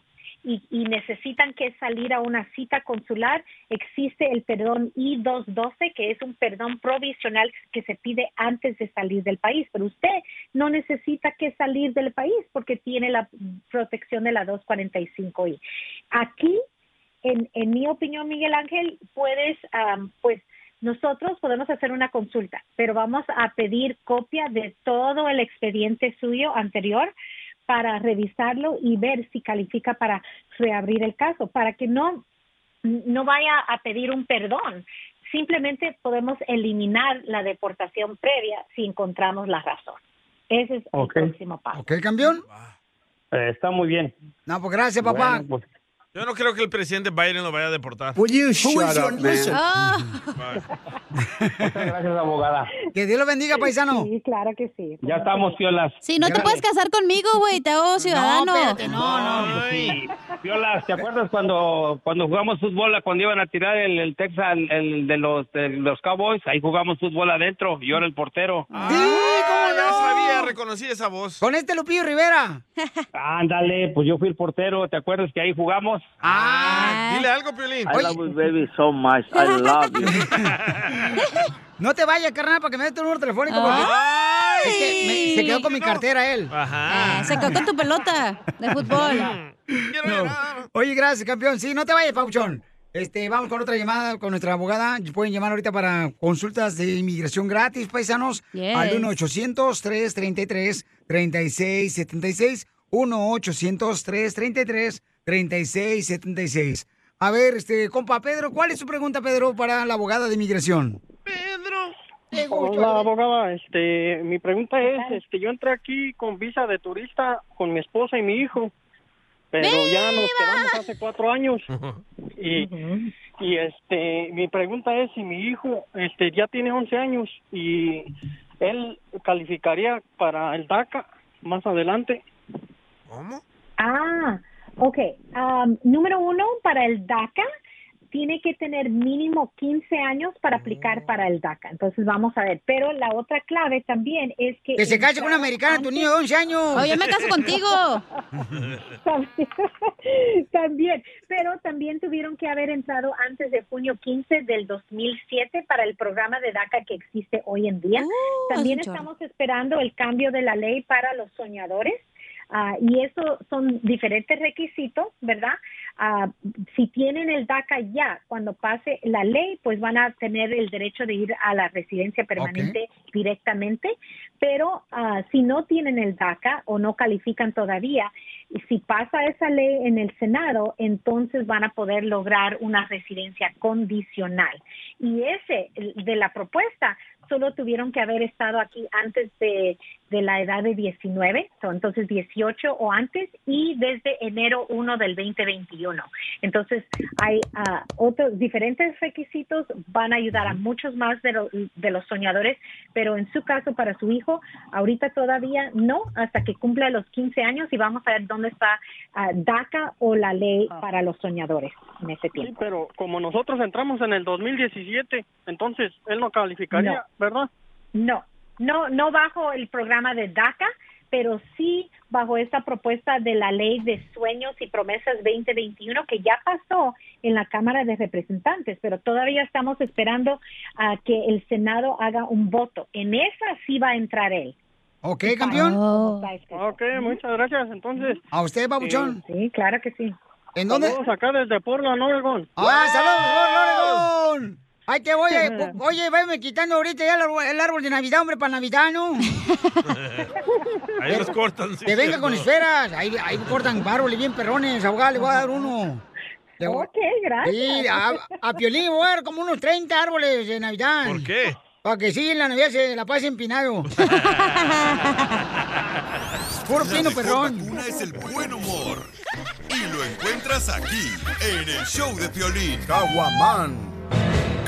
[SPEAKER 18] y, y necesitan que salir a una cita consular, existe el perdón I-212, que es un perdón provisional que se pide antes de salir del país. Pero usted no necesita que salir del país porque tiene la protección de la 245I. Aquí en, en mi opinión, Miguel Ángel, puedes, am, pues nosotros podemos hacer una consulta, pero vamos a pedir copia de todo el expediente suyo anterior para revisarlo y ver si califica para reabrir el caso, para que no no vaya a pedir un perdón. Simplemente podemos eliminar la deportación previa si encontramos la razón. Ese es
[SPEAKER 14] Ok.
[SPEAKER 18] el próximo paso.
[SPEAKER 3] ¿Ok, campeón?
[SPEAKER 14] Eh, está muy bien.
[SPEAKER 3] No, pues gracias,
[SPEAKER 4] papá.
[SPEAKER 14] Bueno, pues,
[SPEAKER 4] Yo no creo que el presidente Biden lo vaya a deportar.
[SPEAKER 3] Will you shut up, man?
[SPEAKER 2] Ah.
[SPEAKER 14] gracias, abogada.
[SPEAKER 3] Que Dios lo bendiga, paisano.
[SPEAKER 18] Sí, claro que sí.
[SPEAKER 14] Ya estamos, Piolas.
[SPEAKER 2] Sí, no te puedes casar conmigo, güey, te hago ciudadano.
[SPEAKER 14] espérate, no, no. Sí. Piolas, ¿te acuerdas cuando, cuando jugamos fútbol, cuando iban a tirar el, el Texas, el de los, de los Cowboys? Ahí jugamos fútbol adentro, yo era el portero.
[SPEAKER 4] Ah. Ya sabía, reconocí esa voz.
[SPEAKER 3] Con este Lupillo Rivera.
[SPEAKER 14] Ándale, pues yo fui el portero, ¿te acuerdas que ahí jugamos?
[SPEAKER 4] Ah. Dile algo, Piolín.
[SPEAKER 29] I love you, baby, so much. I love you.
[SPEAKER 3] No te vayas, carnal, para que me dé tu número telefónico. porque-
[SPEAKER 2] Ay.
[SPEAKER 3] Es que me- se quedó con mi cartera él.
[SPEAKER 2] Ah, se quedó con tu pelota de fútbol.
[SPEAKER 3] No. Oye, gracias, campeón. Sí, no te vayas, Pauchón. Este, vamos con otra llamada con nuestra abogada. Pueden llamar ahorita para consultas de inmigración gratis, paisanos,
[SPEAKER 13] Yes.
[SPEAKER 3] al 1-800-333-3676. 1-800-333-3676. A ver, este, compa Pedro, ¿cuál es su pregunta, Pedro, para la abogada de inmigración?
[SPEAKER 21] Hola, abogada. Este, mi pregunta es, este, yo entré aquí con visa de turista con mi esposa y mi hijo, pero ya nos quedamos hace cuatro años. Y, y este, mi pregunta es si mi hijo, este, ya tiene 11 años y él calificaría para el DACA más adelante.
[SPEAKER 18] Ah, ok. Am, número uno, para el DACA, tiene que tener mínimo 15 años
[SPEAKER 2] Mm.
[SPEAKER 18] para aplicar para el DACA. Entonces vamos a ver. Pero la otra clave también es que...
[SPEAKER 3] Que se case con una americana, tu niño de 11 años.
[SPEAKER 2] Oh, yo me caso contigo.
[SPEAKER 18] También, también, pero también tuvieron que haber entrado antes de junio 15 del 2007 para el programa de DACA que existe hoy en día.
[SPEAKER 2] Oh, es
[SPEAKER 18] también
[SPEAKER 2] Uh, un chorro.
[SPEAKER 18] estamos esperando el cambio de la ley para los soñadores. Ah, y eso son diferentes requisitos, ¿verdad? Ah, si tienen el DACA ya, cuando pase la ley, pues van a tener el derecho de ir a la residencia permanente directamente, pero ah, si no tienen el DACA o no califican todavía, y si pasa esa ley en el Senado, entonces van a poder lograr una residencia condicional. Y ese el de la propuesta solo tuvieron que haber estado aquí antes de, de la edad de 19, so, entonces 18 o antes, y desde enero 1 del 2021. Entonces, hay ah, otros diferentes requisitos, van a ayudar a muchos más de, lo- de los soñadores, pero en su caso, para su hijo, ahorita todavía no, hasta que cumpla los 15 años y vamos a ver dónde está ah, DACA o la ley para los soñadores en ese
[SPEAKER 21] Ah.
[SPEAKER 18] tiempo.
[SPEAKER 21] Sí, pero como nosotros entramos en el 2017, entonces él no calificaría,
[SPEAKER 18] No.
[SPEAKER 21] ¿verdad?
[SPEAKER 18] No, no, no bajo el programa de DACA, pero sí bajo esta propuesta de la ley de sueños y promesas 2021 que ya pasó en la Cámara de Representantes, pero todavía estamos esperando a que el Senado haga un voto. En esa sí va a entrar él.
[SPEAKER 3] Ok, campeón.
[SPEAKER 21] Ok, muchas gracias. Entonces. Eh,
[SPEAKER 3] A usted,
[SPEAKER 18] Pabuchón. Sí, claro que sí.
[SPEAKER 3] ¿En dónde?
[SPEAKER 21] Saludos acá desde Portland, Oregon.
[SPEAKER 3] ¡Ah, saludos, Oregón, Oregón! ¡Ay, que voy! eh, po- Oye, veme quitando ahorita ya el árbol- el árbol de Navidad, hombre, para Navidad, ¿no?
[SPEAKER 4] Ahí los cortan. sí,
[SPEAKER 3] Que venga con
[SPEAKER 4] cierto.
[SPEAKER 3] esferas. Ahí, ahí cortan árboles bien perrones. Abogada, le voy a dar uno. Le voy-
[SPEAKER 18] Ok, gracias.
[SPEAKER 3] Sí, a, a Piolín le voy a dar como unos 30 árboles de Navidad.
[SPEAKER 4] ¿Por qué?
[SPEAKER 3] Para que sí, en la Navidad se la pase empinado. Puro
[SPEAKER 7] La
[SPEAKER 3] pino
[SPEAKER 7] mejor
[SPEAKER 3] perrón.
[SPEAKER 7] vacuna es el buen humor. Y lo encuentras aquí, en el show de Piolín. Caguaman.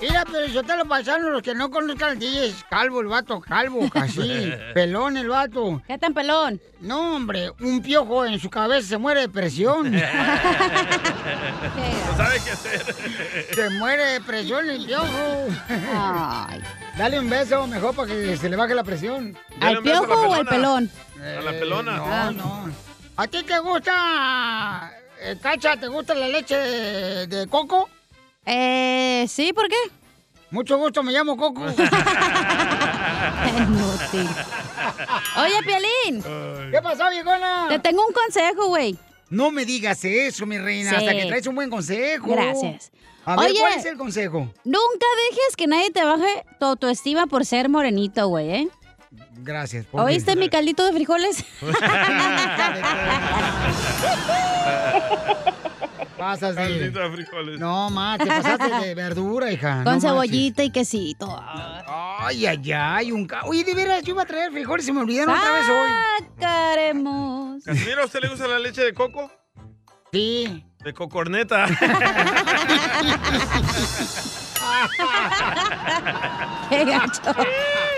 [SPEAKER 3] Mira, pero yo te lo pasaron los que no conozcan al DJ. Es calvo el vato, calvo, casi. pelón el vato.
[SPEAKER 2] ¿Qué tan pelón?
[SPEAKER 3] No, hombre, un piojo en su cabeza se muere de presión.
[SPEAKER 4] No sabe qué hacer.
[SPEAKER 3] Se muere de presión el piojo. Dale un beso mejor para que se le baje la presión.
[SPEAKER 4] Dale ¿Al un beso a la piojo o al pelona.
[SPEAKER 3] Eh,
[SPEAKER 4] A la pelona.
[SPEAKER 3] no, no. ¿A ti te gusta, eh, Cacha, te gusta la leche de, de coco?
[SPEAKER 2] Eh, sí, ¿por qué?
[SPEAKER 3] Mucho gusto, me llamo Coco.
[SPEAKER 2] Oye, Piolín.
[SPEAKER 3] ¿Qué pasó, viejona?
[SPEAKER 2] Te tengo un consejo, güey.
[SPEAKER 3] No me digas eso, mi reina, hasta que traes un buen consejo.
[SPEAKER 2] Gracias.
[SPEAKER 3] A ver,
[SPEAKER 2] Oye.
[SPEAKER 3] ¿cuál es el consejo?
[SPEAKER 2] Nunca dejes que nadie te baje tu autoestima por ser morenito, güey, ¿eh?
[SPEAKER 3] Gracias. por-
[SPEAKER 2] ¿Oíste mi caldito de frijoles?
[SPEAKER 3] Pasas de...
[SPEAKER 4] Caldito de frijoles.
[SPEAKER 3] No, más, te pasaste de verdura, hija.
[SPEAKER 2] Con
[SPEAKER 3] no
[SPEAKER 2] cebollita y quesito.
[SPEAKER 3] marches. Ay, ay, ay, un... ca- Oye, de veras, yo iba a traer frijoles y me olvidaron otra vez hoy.
[SPEAKER 2] Sacaremos.
[SPEAKER 4] Casimiro, ¿a usted le gusta la leche de coco?
[SPEAKER 3] Sí.
[SPEAKER 4] De cocorneta.
[SPEAKER 2] ¡Qué gacho!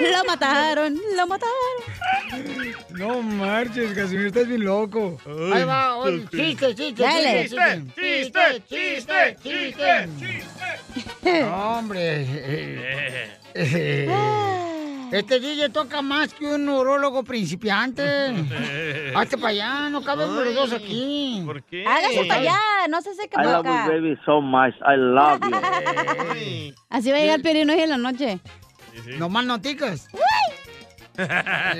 [SPEAKER 2] Lo mataron, lo mataron.
[SPEAKER 3] No marches, Casimiro, estás bien loco. Ahí va, oye, chiste, chiste,
[SPEAKER 2] Dale.
[SPEAKER 3] chiste, chiste, chiste, chiste, chiste. No, hombre. eh, eh, Este DJ toca más que un neurólogo principiante. Hazte para allá, no cabemos los dos aquí.
[SPEAKER 4] ¿Por qué?
[SPEAKER 2] Hágase para allá, no se seque
[SPEAKER 29] I
[SPEAKER 2] para
[SPEAKER 29] love
[SPEAKER 4] pues,
[SPEAKER 2] acá.
[SPEAKER 29] you, baby, so much. I love you.
[SPEAKER 2] Así va a llegar Piolín hoy en la noche.
[SPEAKER 3] No Eh, más noticas.
[SPEAKER 2] A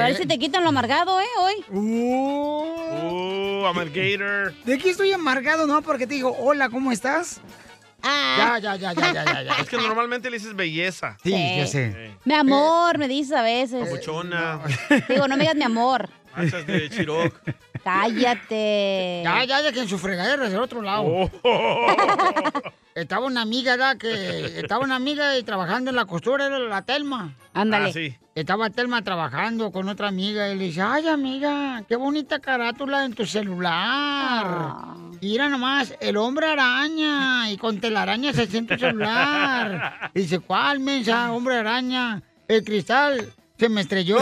[SPEAKER 2] ver si te quitan lo amargado, ¿eh? Hoy.
[SPEAKER 4] Uh, amargator.
[SPEAKER 3] ¿De qué estoy amargado, no? Porque te digo, hola, ¿cómo estás? Ya, ya, ya, ya, ya, ya. ya.
[SPEAKER 4] Es que normalmente le dices belleza.
[SPEAKER 3] Sí, yo sé.
[SPEAKER 4] Eh,
[SPEAKER 2] Mi amor, me dices a veces.
[SPEAKER 4] Papuchona,
[SPEAKER 2] Digo, no me digas mi amor.
[SPEAKER 4] manchas de chiroc.
[SPEAKER 2] Cállate.
[SPEAKER 3] Ya, ya, ya, que en su fregadera es del otro lado.
[SPEAKER 2] Oh.
[SPEAKER 3] estaba una amiga, ¿verdad? Que estaba una amiga y trabajando en la costura, era la Telma.
[SPEAKER 2] Ándale. Ah, sí.
[SPEAKER 3] Estaba Telma trabajando con otra amiga y le dice, ay, amiga, qué bonita carátula en tu celular. Mira nomás, el hombre araña y con telaraña se siente el celular. Dice, ¿cuál mensa, hombre araña? El cristal se me estrelló.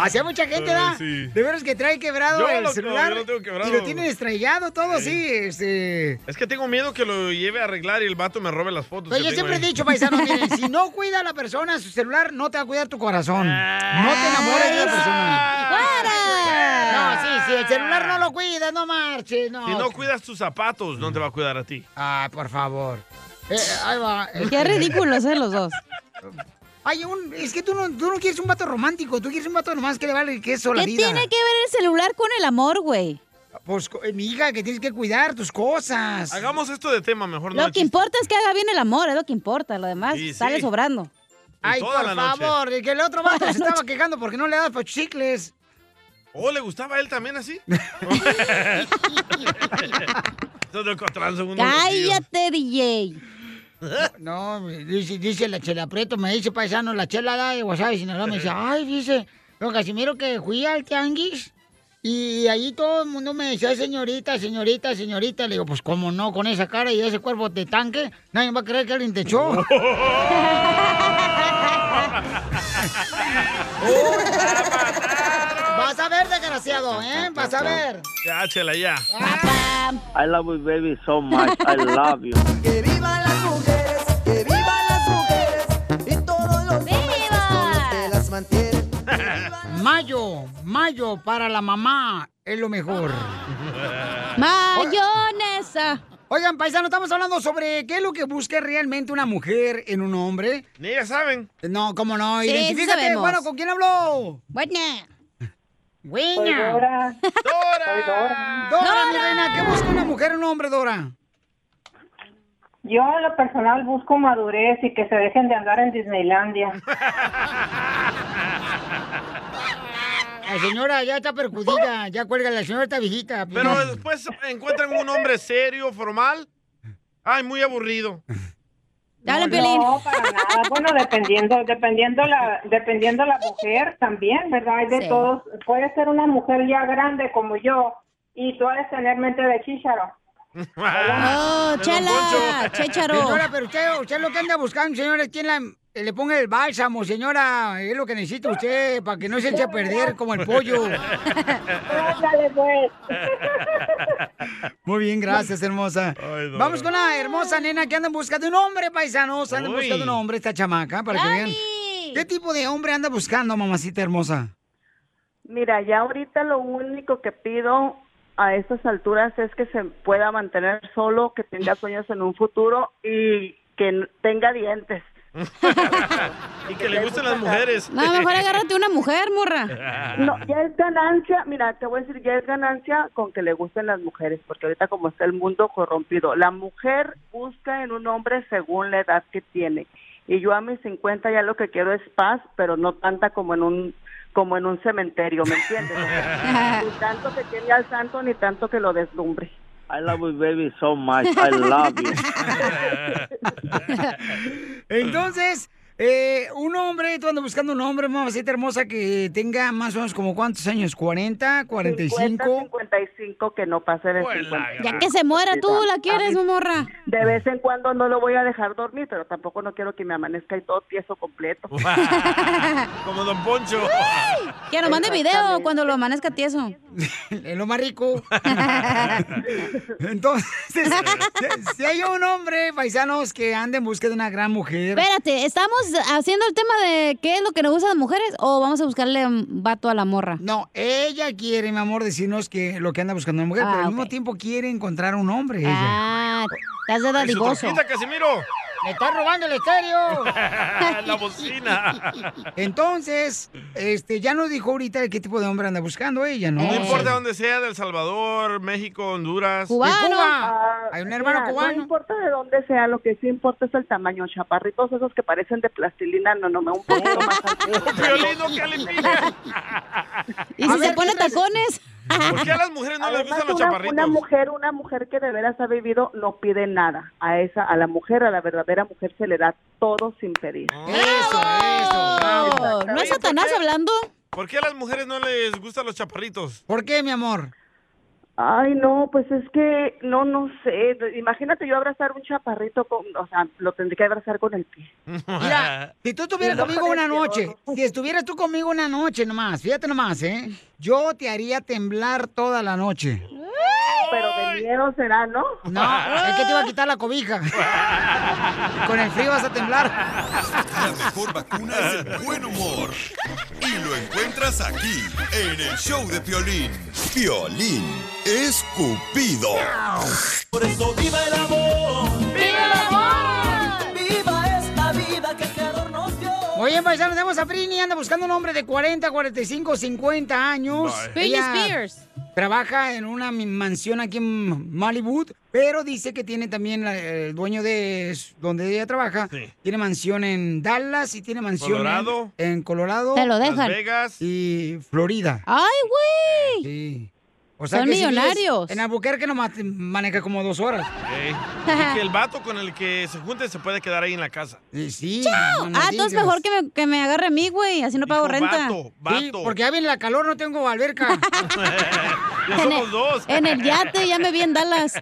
[SPEAKER 3] Hacía Ah. mucha gente, ¿verdad?
[SPEAKER 4] Ay, sí.
[SPEAKER 3] De veras que trae quebrado
[SPEAKER 4] Yo
[SPEAKER 3] el
[SPEAKER 4] lo-
[SPEAKER 3] celular.
[SPEAKER 4] yo lo tengo quebrado.
[SPEAKER 3] Y lo tienen estrellado todo así, este...
[SPEAKER 4] Es que tengo miedo que lo lleve a arreglar y el vato me robe las fotos.
[SPEAKER 3] Pero
[SPEAKER 4] que
[SPEAKER 3] Pues yo
[SPEAKER 4] tengo
[SPEAKER 3] siempre he
[SPEAKER 4] ahí.
[SPEAKER 3] dicho, paisano, miren, si no cuida a la persona su celular, no te va a cuidar tu corazón. No
[SPEAKER 4] Ah.
[SPEAKER 3] te enamores de la persona. No, sí, sí, el celular no lo cuida, no marches, no.
[SPEAKER 4] Si no cuidas tus zapatos, no te va a cuidar a ti.
[SPEAKER 3] Ah, por favor. Eh, ahí va.
[SPEAKER 2] Qué ridículos, ¿eh? Los dos.
[SPEAKER 3] Ay, un- es que tú no, tú no quieres un vato romántico, tú quieres un vato nomás que le vale el queso a la
[SPEAKER 2] ¿Qué
[SPEAKER 3] vida.
[SPEAKER 2] tiene que ver el celular con el amor, güey?
[SPEAKER 3] Pues, co- eh, mi hija, que tienes que cuidar tus cosas.
[SPEAKER 4] Hagamos esto de tema, mejor no.
[SPEAKER 2] Lo que importa es que haga bien el amor, es lo que importa. Lo demás
[SPEAKER 4] Sí, sí.
[SPEAKER 2] sale sobrando.
[SPEAKER 3] Ay,
[SPEAKER 4] toda
[SPEAKER 3] por
[SPEAKER 4] la noche.
[SPEAKER 3] favor, y que el otro vato se estaba quejando porque no le das pa' chicles.
[SPEAKER 4] ¿O Oh, le gustaba a él también así? Esto lo encontrarán segundo.
[SPEAKER 2] Cállate, DJ.
[SPEAKER 3] No, me dice, dice la chela Prieto, me dice paisano, la chela da de WhatsApp y Sinaloa, me dice, ay, dice, don Casimiro que fui al tianguis y ahí todo el mundo me decía, señorita, señorita, señorita. Le digo, pues cómo no, con esa cara y ese cuerpo de tanque, nadie va a creer que alguien te echó. Vas a ver, desgraciado, ¿eh? Vas a ver.
[SPEAKER 4] Ya, chela, ya.
[SPEAKER 29] I love you, baby, so much. I love you.
[SPEAKER 3] Mayo, mayo para la mamá es lo mejor.
[SPEAKER 2] Mayonesa.
[SPEAKER 3] Oigan, paisano, estamos hablando sobre qué es lo que busca realmente una mujer en un hombre.
[SPEAKER 4] Ni ellas saben.
[SPEAKER 3] No, cómo no.
[SPEAKER 2] Sí, sí
[SPEAKER 3] Identifícate,
[SPEAKER 2] sabemos.
[SPEAKER 3] bueno, ¿con quién habló?
[SPEAKER 2] Buena.
[SPEAKER 3] Buena.
[SPEAKER 2] Dora.
[SPEAKER 4] Dora.
[SPEAKER 3] Dora. mi reina, ¿qué busca una mujer en un hombre, Dora?
[SPEAKER 26] Yo en lo personal busco madurez y que se dejen de andar en Disneylandia.
[SPEAKER 3] La señora ya está percudida, ya cuelga, la señora está viejita. pues.
[SPEAKER 4] Pero después encuentran un hombre serio, formal. Ay, muy aburrido.
[SPEAKER 26] Dale, No, para nada. Bueno, dependiendo, dependiendo la, dependiendo la mujer también, ¿verdad? Hay de
[SPEAKER 2] Sí.
[SPEAKER 26] todos. Puede ser una mujer ya grande como yo y tú eres tener mente de chícharo.
[SPEAKER 2] Oh, chela, chécharo.
[SPEAKER 3] Señora, pero usted, usted lo que anda buscando, señora, es quien la- eh, le ponga el bálsamo, señora. Es lo que necesita usted para que no se eche a perder como el pollo.
[SPEAKER 26] Ándale, pues.
[SPEAKER 3] Muy bien, gracias, hermosa. Vamos con la hermosa nena que anda en busca de un hombre, paisanos. Anda en busca de un hombre, esta chamaca, para que vean. ¿Qué tipo de hombre anda buscando, mamacita hermosa?
[SPEAKER 17] Mira, ya ahorita lo único que pido a estas alturas es que se pueda mantener solo, que tenga sueños en un futuro y que n- tenga dientes.
[SPEAKER 4] y que le gusten las mujeres.
[SPEAKER 2] No, mejor agárrate una mujer, morra.
[SPEAKER 17] No, ya es ganancia, mira, te voy a decir, ya es ganancia con que le gusten las mujeres, porque ahorita como está el mundo corrompido, la mujer busca en un hombre según la edad que tiene. Y yo a mis 50 ya lo que quiero es paz, pero no tanta como en un como en un cementerio, ¿me entiendes? ni tanto que tiene al santo ni tanto que lo deslumbre.
[SPEAKER 29] I love you, baby, so much. I love you.
[SPEAKER 3] Entonces, eh, un hombre, tú andas buscando un hombre, mamacita hermosa, que tenga más o menos como cuántos años, 40, 45.
[SPEAKER 17] 55 que no pase de 50.
[SPEAKER 2] Ya que se muera, tú la quieres, morra.
[SPEAKER 17] De vez en cuando no lo voy a dejar dormir, pero tampoco no quiero que me amanezca y todo tieso completo.
[SPEAKER 4] Como Don Poncho.
[SPEAKER 2] Que nos mande video cuando lo amanezca tieso.
[SPEAKER 3] es lo más rico. Entonces, si- si hay un hombre, paisanos, que anda en busca de una gran mujer.
[SPEAKER 2] Espérate, ¿estamos haciendo el tema de qué es lo que nos gustan las mujeres o vamos a buscarle un vato a la morra?
[SPEAKER 3] No, ella quiere, mi amor, decirnos que lo que anda buscando una mujer,
[SPEAKER 2] Ah,
[SPEAKER 3] pero al
[SPEAKER 2] ok.
[SPEAKER 3] mismo tiempo quiere encontrar un hombre.
[SPEAKER 2] Ah, te has de
[SPEAKER 3] ella.
[SPEAKER 2] dadivoso.
[SPEAKER 4] Casimiro!
[SPEAKER 3] ¡Me está robando el estéreo!
[SPEAKER 4] la bocina.
[SPEAKER 3] Entonces, este, ya nos dijo ahorita qué tipo de hombre anda buscando ella, ¿no?
[SPEAKER 4] No
[SPEAKER 2] eh.
[SPEAKER 4] importa dónde sea, del Salvador, México, Honduras.
[SPEAKER 17] Ah,
[SPEAKER 3] Hay un
[SPEAKER 17] mira, No importa de dónde sea, lo que sí importa es el tamaño. Chaparritos esos que parecen de plastilina, no, no, me un poquito más
[SPEAKER 4] Piolino, ¿qué le pide?
[SPEAKER 2] ¿Y si se pone tacones?
[SPEAKER 4] ¿Por qué a las mujeres no les
[SPEAKER 17] Además,
[SPEAKER 4] gustan los
[SPEAKER 17] una,
[SPEAKER 4] chaparritos?
[SPEAKER 17] Una mujer, una mujer que de veras ha vivido no pide nada. A esa, a la mujer, a la verdadera mujer se le da todo sin pedir.
[SPEAKER 4] Ah.
[SPEAKER 2] Oh, ¿No es Satanás hablando?
[SPEAKER 4] ¿Por qué a las mujeres no les gustan los chaparritos?
[SPEAKER 3] ¿Por qué, mi amor?
[SPEAKER 17] Ay, no, pues es que, no, no sé. Imagínate yo abrazar un chaparrito con, o sea, lo tendría que abrazar con el pie.
[SPEAKER 3] Mira, si tú estuvieras
[SPEAKER 17] No,
[SPEAKER 3] conmigo una
[SPEAKER 17] precioso.
[SPEAKER 3] noche, si estuvieras tú conmigo una noche nomás, fíjate nomás, ¿eh? Yo te haría temblar toda la noche.
[SPEAKER 17] Pero de miedo será, ¿no?
[SPEAKER 3] No, es que te iba a quitar la cobija. Con el frío vas a temblar.
[SPEAKER 7] La mejor vacuna es el buen humor. Y lo encuentras aquí, en el show de Piolín. Piolín Escupido.
[SPEAKER 13] Por eso viva el amor.
[SPEAKER 3] ¡Viva el amor!
[SPEAKER 13] Viva esta vida que el creador nos dio.
[SPEAKER 3] Oye, paisanos, tenemos a Brini, anda buscando un hombre de 40, 45, 50 años.
[SPEAKER 13] Bye.
[SPEAKER 2] Britney
[SPEAKER 3] Ella
[SPEAKER 2] Spears.
[SPEAKER 3] Trabaja en una mi- mansión aquí en Malibu, pero dice que tiene también la- el dueño de s- donde ella trabaja. Tiene mansión en Dallas y tiene mansión en-
[SPEAKER 4] Colorado.
[SPEAKER 3] En, Colorado.
[SPEAKER 2] Te lo dejan. Las
[SPEAKER 4] Vegas.
[SPEAKER 3] Y Florida.
[SPEAKER 2] ¡Ay, güey!
[SPEAKER 3] Sí. O
[SPEAKER 2] Son
[SPEAKER 3] que si vives
[SPEAKER 2] millonarios.
[SPEAKER 3] en Albuquerque nomás te maneja como dos horas.
[SPEAKER 4] Ey, y que el vato con el que se junte se puede quedar ahí en la casa.
[SPEAKER 3] Sí.
[SPEAKER 2] Ah, entonces mejor que me, que me agarre a mí, güey. Así no pago renta.
[SPEAKER 4] vato, vato. Sí, porque
[SPEAKER 3] ya viene la calor, no tengo alberca.
[SPEAKER 4] Ya
[SPEAKER 2] En
[SPEAKER 4] somos
[SPEAKER 2] el-
[SPEAKER 4] dos.
[SPEAKER 2] En el yate, ya me vi en Dallas.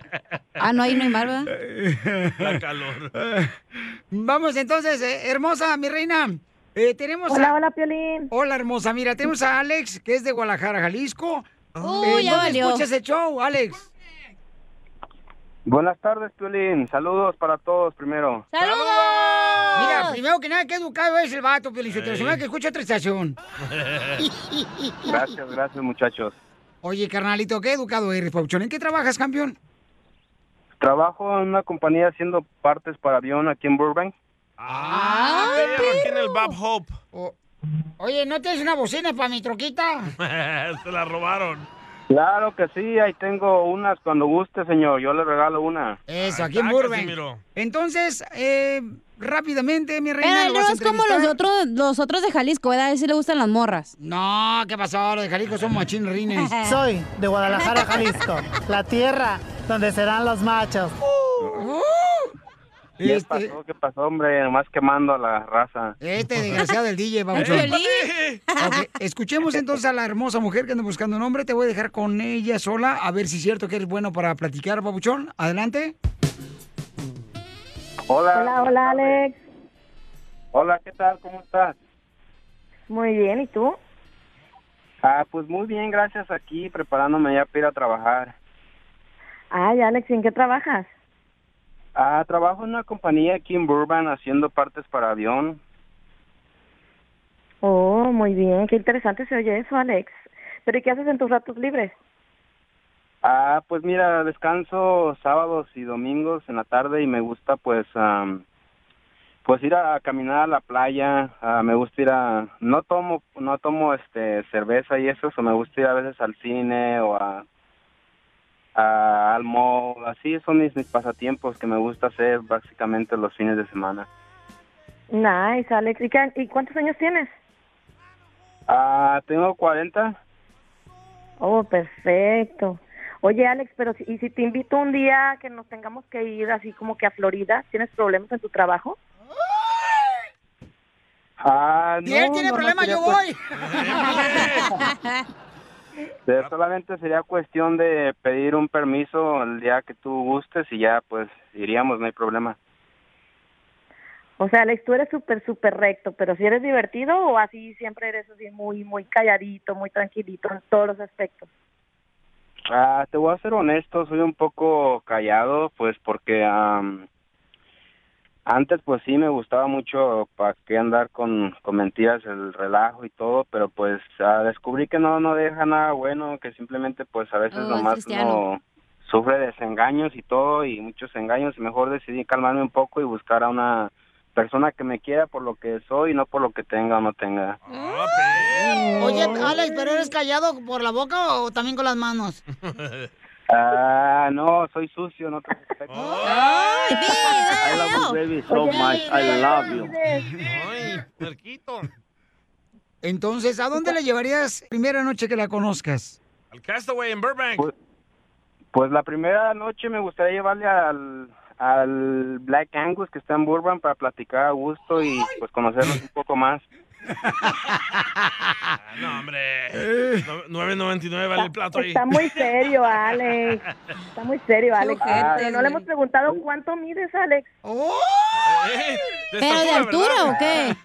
[SPEAKER 2] Ah, no, ahí no hay mar, ¿verdad?
[SPEAKER 4] La calor.
[SPEAKER 3] Vamos entonces, eh, hermosa, mi reina. Eh, tenemos
[SPEAKER 30] Hola,
[SPEAKER 3] hola, Piolín. Hola, hermosa. Mira, tenemos a Alex, que es de Guadalajara, Jalisco. Eh,
[SPEAKER 30] Uy, ya
[SPEAKER 3] ¿dónde
[SPEAKER 30] valió.
[SPEAKER 3] escuchas el show, Alex?
[SPEAKER 30] Buenas tardes, Piolín. Saludos para todos primero.
[SPEAKER 3] ¡Saludos! Mira, primero que nada, qué educado es el vato, Piolín. Sotelo. Se me hace que escucha otra estación.
[SPEAKER 30] Gracias, gracias, muchachos.
[SPEAKER 3] Oye, carnalito, qué educado eres, Pauchón. ¿En qué trabajas, campeón?
[SPEAKER 30] Trabajo en una compañía haciendo partes para avión aquí en Burbank.
[SPEAKER 3] Ah,
[SPEAKER 4] perro, aquí en el Bob Hope.
[SPEAKER 3] Oye, ¿no tienes una bocina para mi troquita?
[SPEAKER 4] se la robaron.
[SPEAKER 30] Claro que sí, ahí tengo unas cuando guste, señor. Yo le regalo una.
[SPEAKER 3] Eso, aquí en Burbank. Entonces, eh, rápidamente, mi reina.
[SPEAKER 2] Pero él
[SPEAKER 3] lo vas
[SPEAKER 2] no
[SPEAKER 3] a
[SPEAKER 2] es como los
[SPEAKER 3] entrevistar.
[SPEAKER 2] otros, los otros de Jalisco, ¿verdad? A él sí le gustan las morras.
[SPEAKER 3] No, ¿qué pasó? Los de Jalisco son machinrines.
[SPEAKER 20] Soy de Guadalajara, Jalisco, la tierra donde serán los machos.
[SPEAKER 3] Uh.
[SPEAKER 30] ¿Qué pasó? ¿Qué pasó, hombre? Nomás quemando a la raza.
[SPEAKER 3] Este desgraciado del DJ, vamos.
[SPEAKER 30] ¡Eh,
[SPEAKER 3] escuchemos entonces a la hermosa mujer que anda buscando un hombre. Te voy a dejar con ella sola, a ver si es cierto que eres bueno para platicar, papuchón. Adelante.
[SPEAKER 28] Ah,
[SPEAKER 30] Hola.
[SPEAKER 3] Hola,
[SPEAKER 30] hola,
[SPEAKER 28] pues.
[SPEAKER 3] Alex.
[SPEAKER 30] Hola, ¿qué tal? ¿Cómo estás?
[SPEAKER 28] Muy bien, ¿y tú?
[SPEAKER 30] Ah, pues muy bien, gracias. Aquí preparándome ya para ir a trabajar.
[SPEAKER 28] Ay, Alex, ¿en qué trabajas?
[SPEAKER 30] Ah, trabajo en una compañía aquí en Burbank haciendo partes para avión.
[SPEAKER 28] Oh, muy bien, qué interesante se oye eso, Alex. ¿Pero y qué haces en tus ratos libres?
[SPEAKER 30] Ah, pues mira, descanso sábados y domingos en la tarde y me gusta pues am, pues ir a caminar a la playa, ah, me gusta ir a no tomo no tomo este cerveza y eso, o me gusta ir a veces al cine o a, a- al mall, así son mis, mis pasatiempos que me gusta hacer básicamente los fines de semana.
[SPEAKER 28] Nice, Alex. ¿Y, qué- y cuántos años tienes?
[SPEAKER 30] Ah, tengo 40.
[SPEAKER 28] Oh, perfecto. Oye, Alex, pero si, ¿y si te invito un día que nos tengamos que ir así como que a Florida? ¿Tienes problemas en tu trabajo?
[SPEAKER 30] Ah,
[SPEAKER 28] Si él tiene problema,
[SPEAKER 30] sería
[SPEAKER 28] yo
[SPEAKER 30] cuest-
[SPEAKER 28] voy.
[SPEAKER 30] Eh, solamente sería cuestión de pedir un permiso el día que tú gustes y ya pues iríamos, no hay problema.
[SPEAKER 28] O sea, Alex, tú eres súper, súper recto, pero si eres divertido o así siempre eres así muy, muy calladito, muy tranquilito en todos los aspectos.
[SPEAKER 30] Ah, te voy a ser honesto, soy un poco callado, pues porque am, antes pues sí me gustaba mucho para qué andar con, con mentiras, el relajo y todo, pero pues ah, descubrí que no no deja nada bueno, que simplemente pues a veces
[SPEAKER 31] Oh, es
[SPEAKER 30] nomás
[SPEAKER 31] cristiano.
[SPEAKER 30] uno sufre desengaños y todo y muchos engaños y mejor decidí calmarme un poco y buscar a una persona que me quiera por lo que soy, no por lo que tenga o no tenga.
[SPEAKER 3] Oye, Alex, ¿pero eres callado por la boca o también con las manos?
[SPEAKER 30] Ah, no, soy sucio, no te respeto. I love you, baby, so
[SPEAKER 3] Oye,
[SPEAKER 30] much. I love you.
[SPEAKER 3] Entonces, ¿a dónde la llevarías primera noche que la conozcas?
[SPEAKER 30] Al Castaway en Burbank. Pues, pues la primera noche me gustaría llevarle al, al Black Angus que está en Burbank para platicar a gusto y pues conocerlos un poco más.
[SPEAKER 4] No, hombre. No- 9.99 vale el plato Ah, ahí.
[SPEAKER 28] Está muy serio, Alex. Está muy serio, Alex.
[SPEAKER 4] ojete,
[SPEAKER 28] Pero no le hemos preguntado cuánto mides, Alex.
[SPEAKER 4] eh, de
[SPEAKER 28] ¿Pero de altura o qué?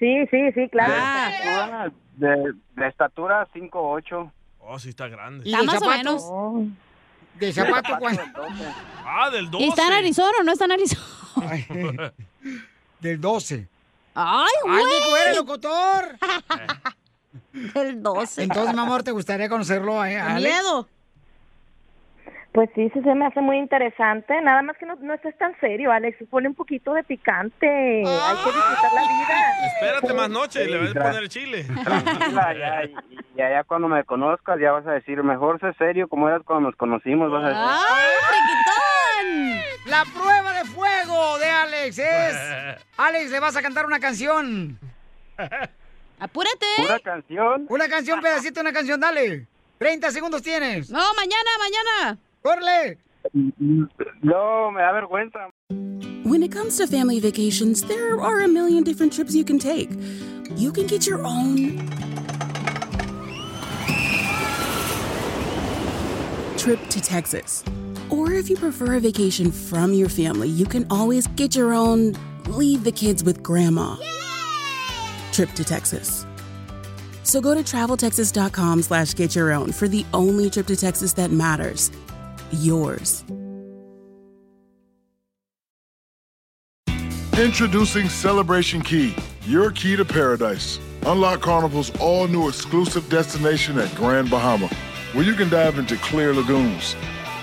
[SPEAKER 28] Sí, sí, sí, claro.
[SPEAKER 30] Ah, De, de estatura 5'8".
[SPEAKER 4] Oh, sí, está grande.
[SPEAKER 2] ¿Y Está de más o zapatos? menos.
[SPEAKER 3] ¿De zapato cuánto?
[SPEAKER 4] Ah, del 12.
[SPEAKER 2] ¿Y está en Arizona o no está en Arizona?
[SPEAKER 3] Del 12.
[SPEAKER 2] ¡Ay, güey!
[SPEAKER 3] ¡Ay, Nico, eres locutor!
[SPEAKER 2] Del 12.
[SPEAKER 3] Entonces, mi amor, ¿te gustaría conocerlo a, a Alex?
[SPEAKER 28] Pues sí, sí, se me hace muy interesante. Nada más que no, no estés tan serio, Alex. Ponle un poquito de picante. Hay que disfrutar la vida.
[SPEAKER 4] Espérate más noche, le voy a
[SPEAKER 30] Gra-
[SPEAKER 4] poner el chile.
[SPEAKER 30] Tranquila, ya, Y allá cuando me conozcas ya vas a decir, mejor sé serio como eras cuando nos conocimos, vas a
[SPEAKER 2] Ah.
[SPEAKER 30] decir.
[SPEAKER 3] ¡Ay, La prueba de fuego de Alex es... Alex, le vas a cantar una canción.
[SPEAKER 2] ¡Apúrate!
[SPEAKER 30] ¿Una canción?
[SPEAKER 3] Una canción, pedacito, una canción, dale. 30 segundos tienes.
[SPEAKER 2] No, mañana, mañana.
[SPEAKER 3] ¡Corre!
[SPEAKER 30] No, me da vergüenza.
[SPEAKER 1] When it comes to family vacations, there are a million different trips you can take. You can get your own trip to Texas. Or if you prefer a vacation from your family, you can always get your own leave the kids with grandma trip to Texas. So go to traveltexas.com slash get your own for the only trip to Texas that matters. Yours.
[SPEAKER 19] Introducing Celebration Key, your key to paradise. Unlock Carnival's all new exclusive destination at Grand Bahama, where you can dive into clear lagoons,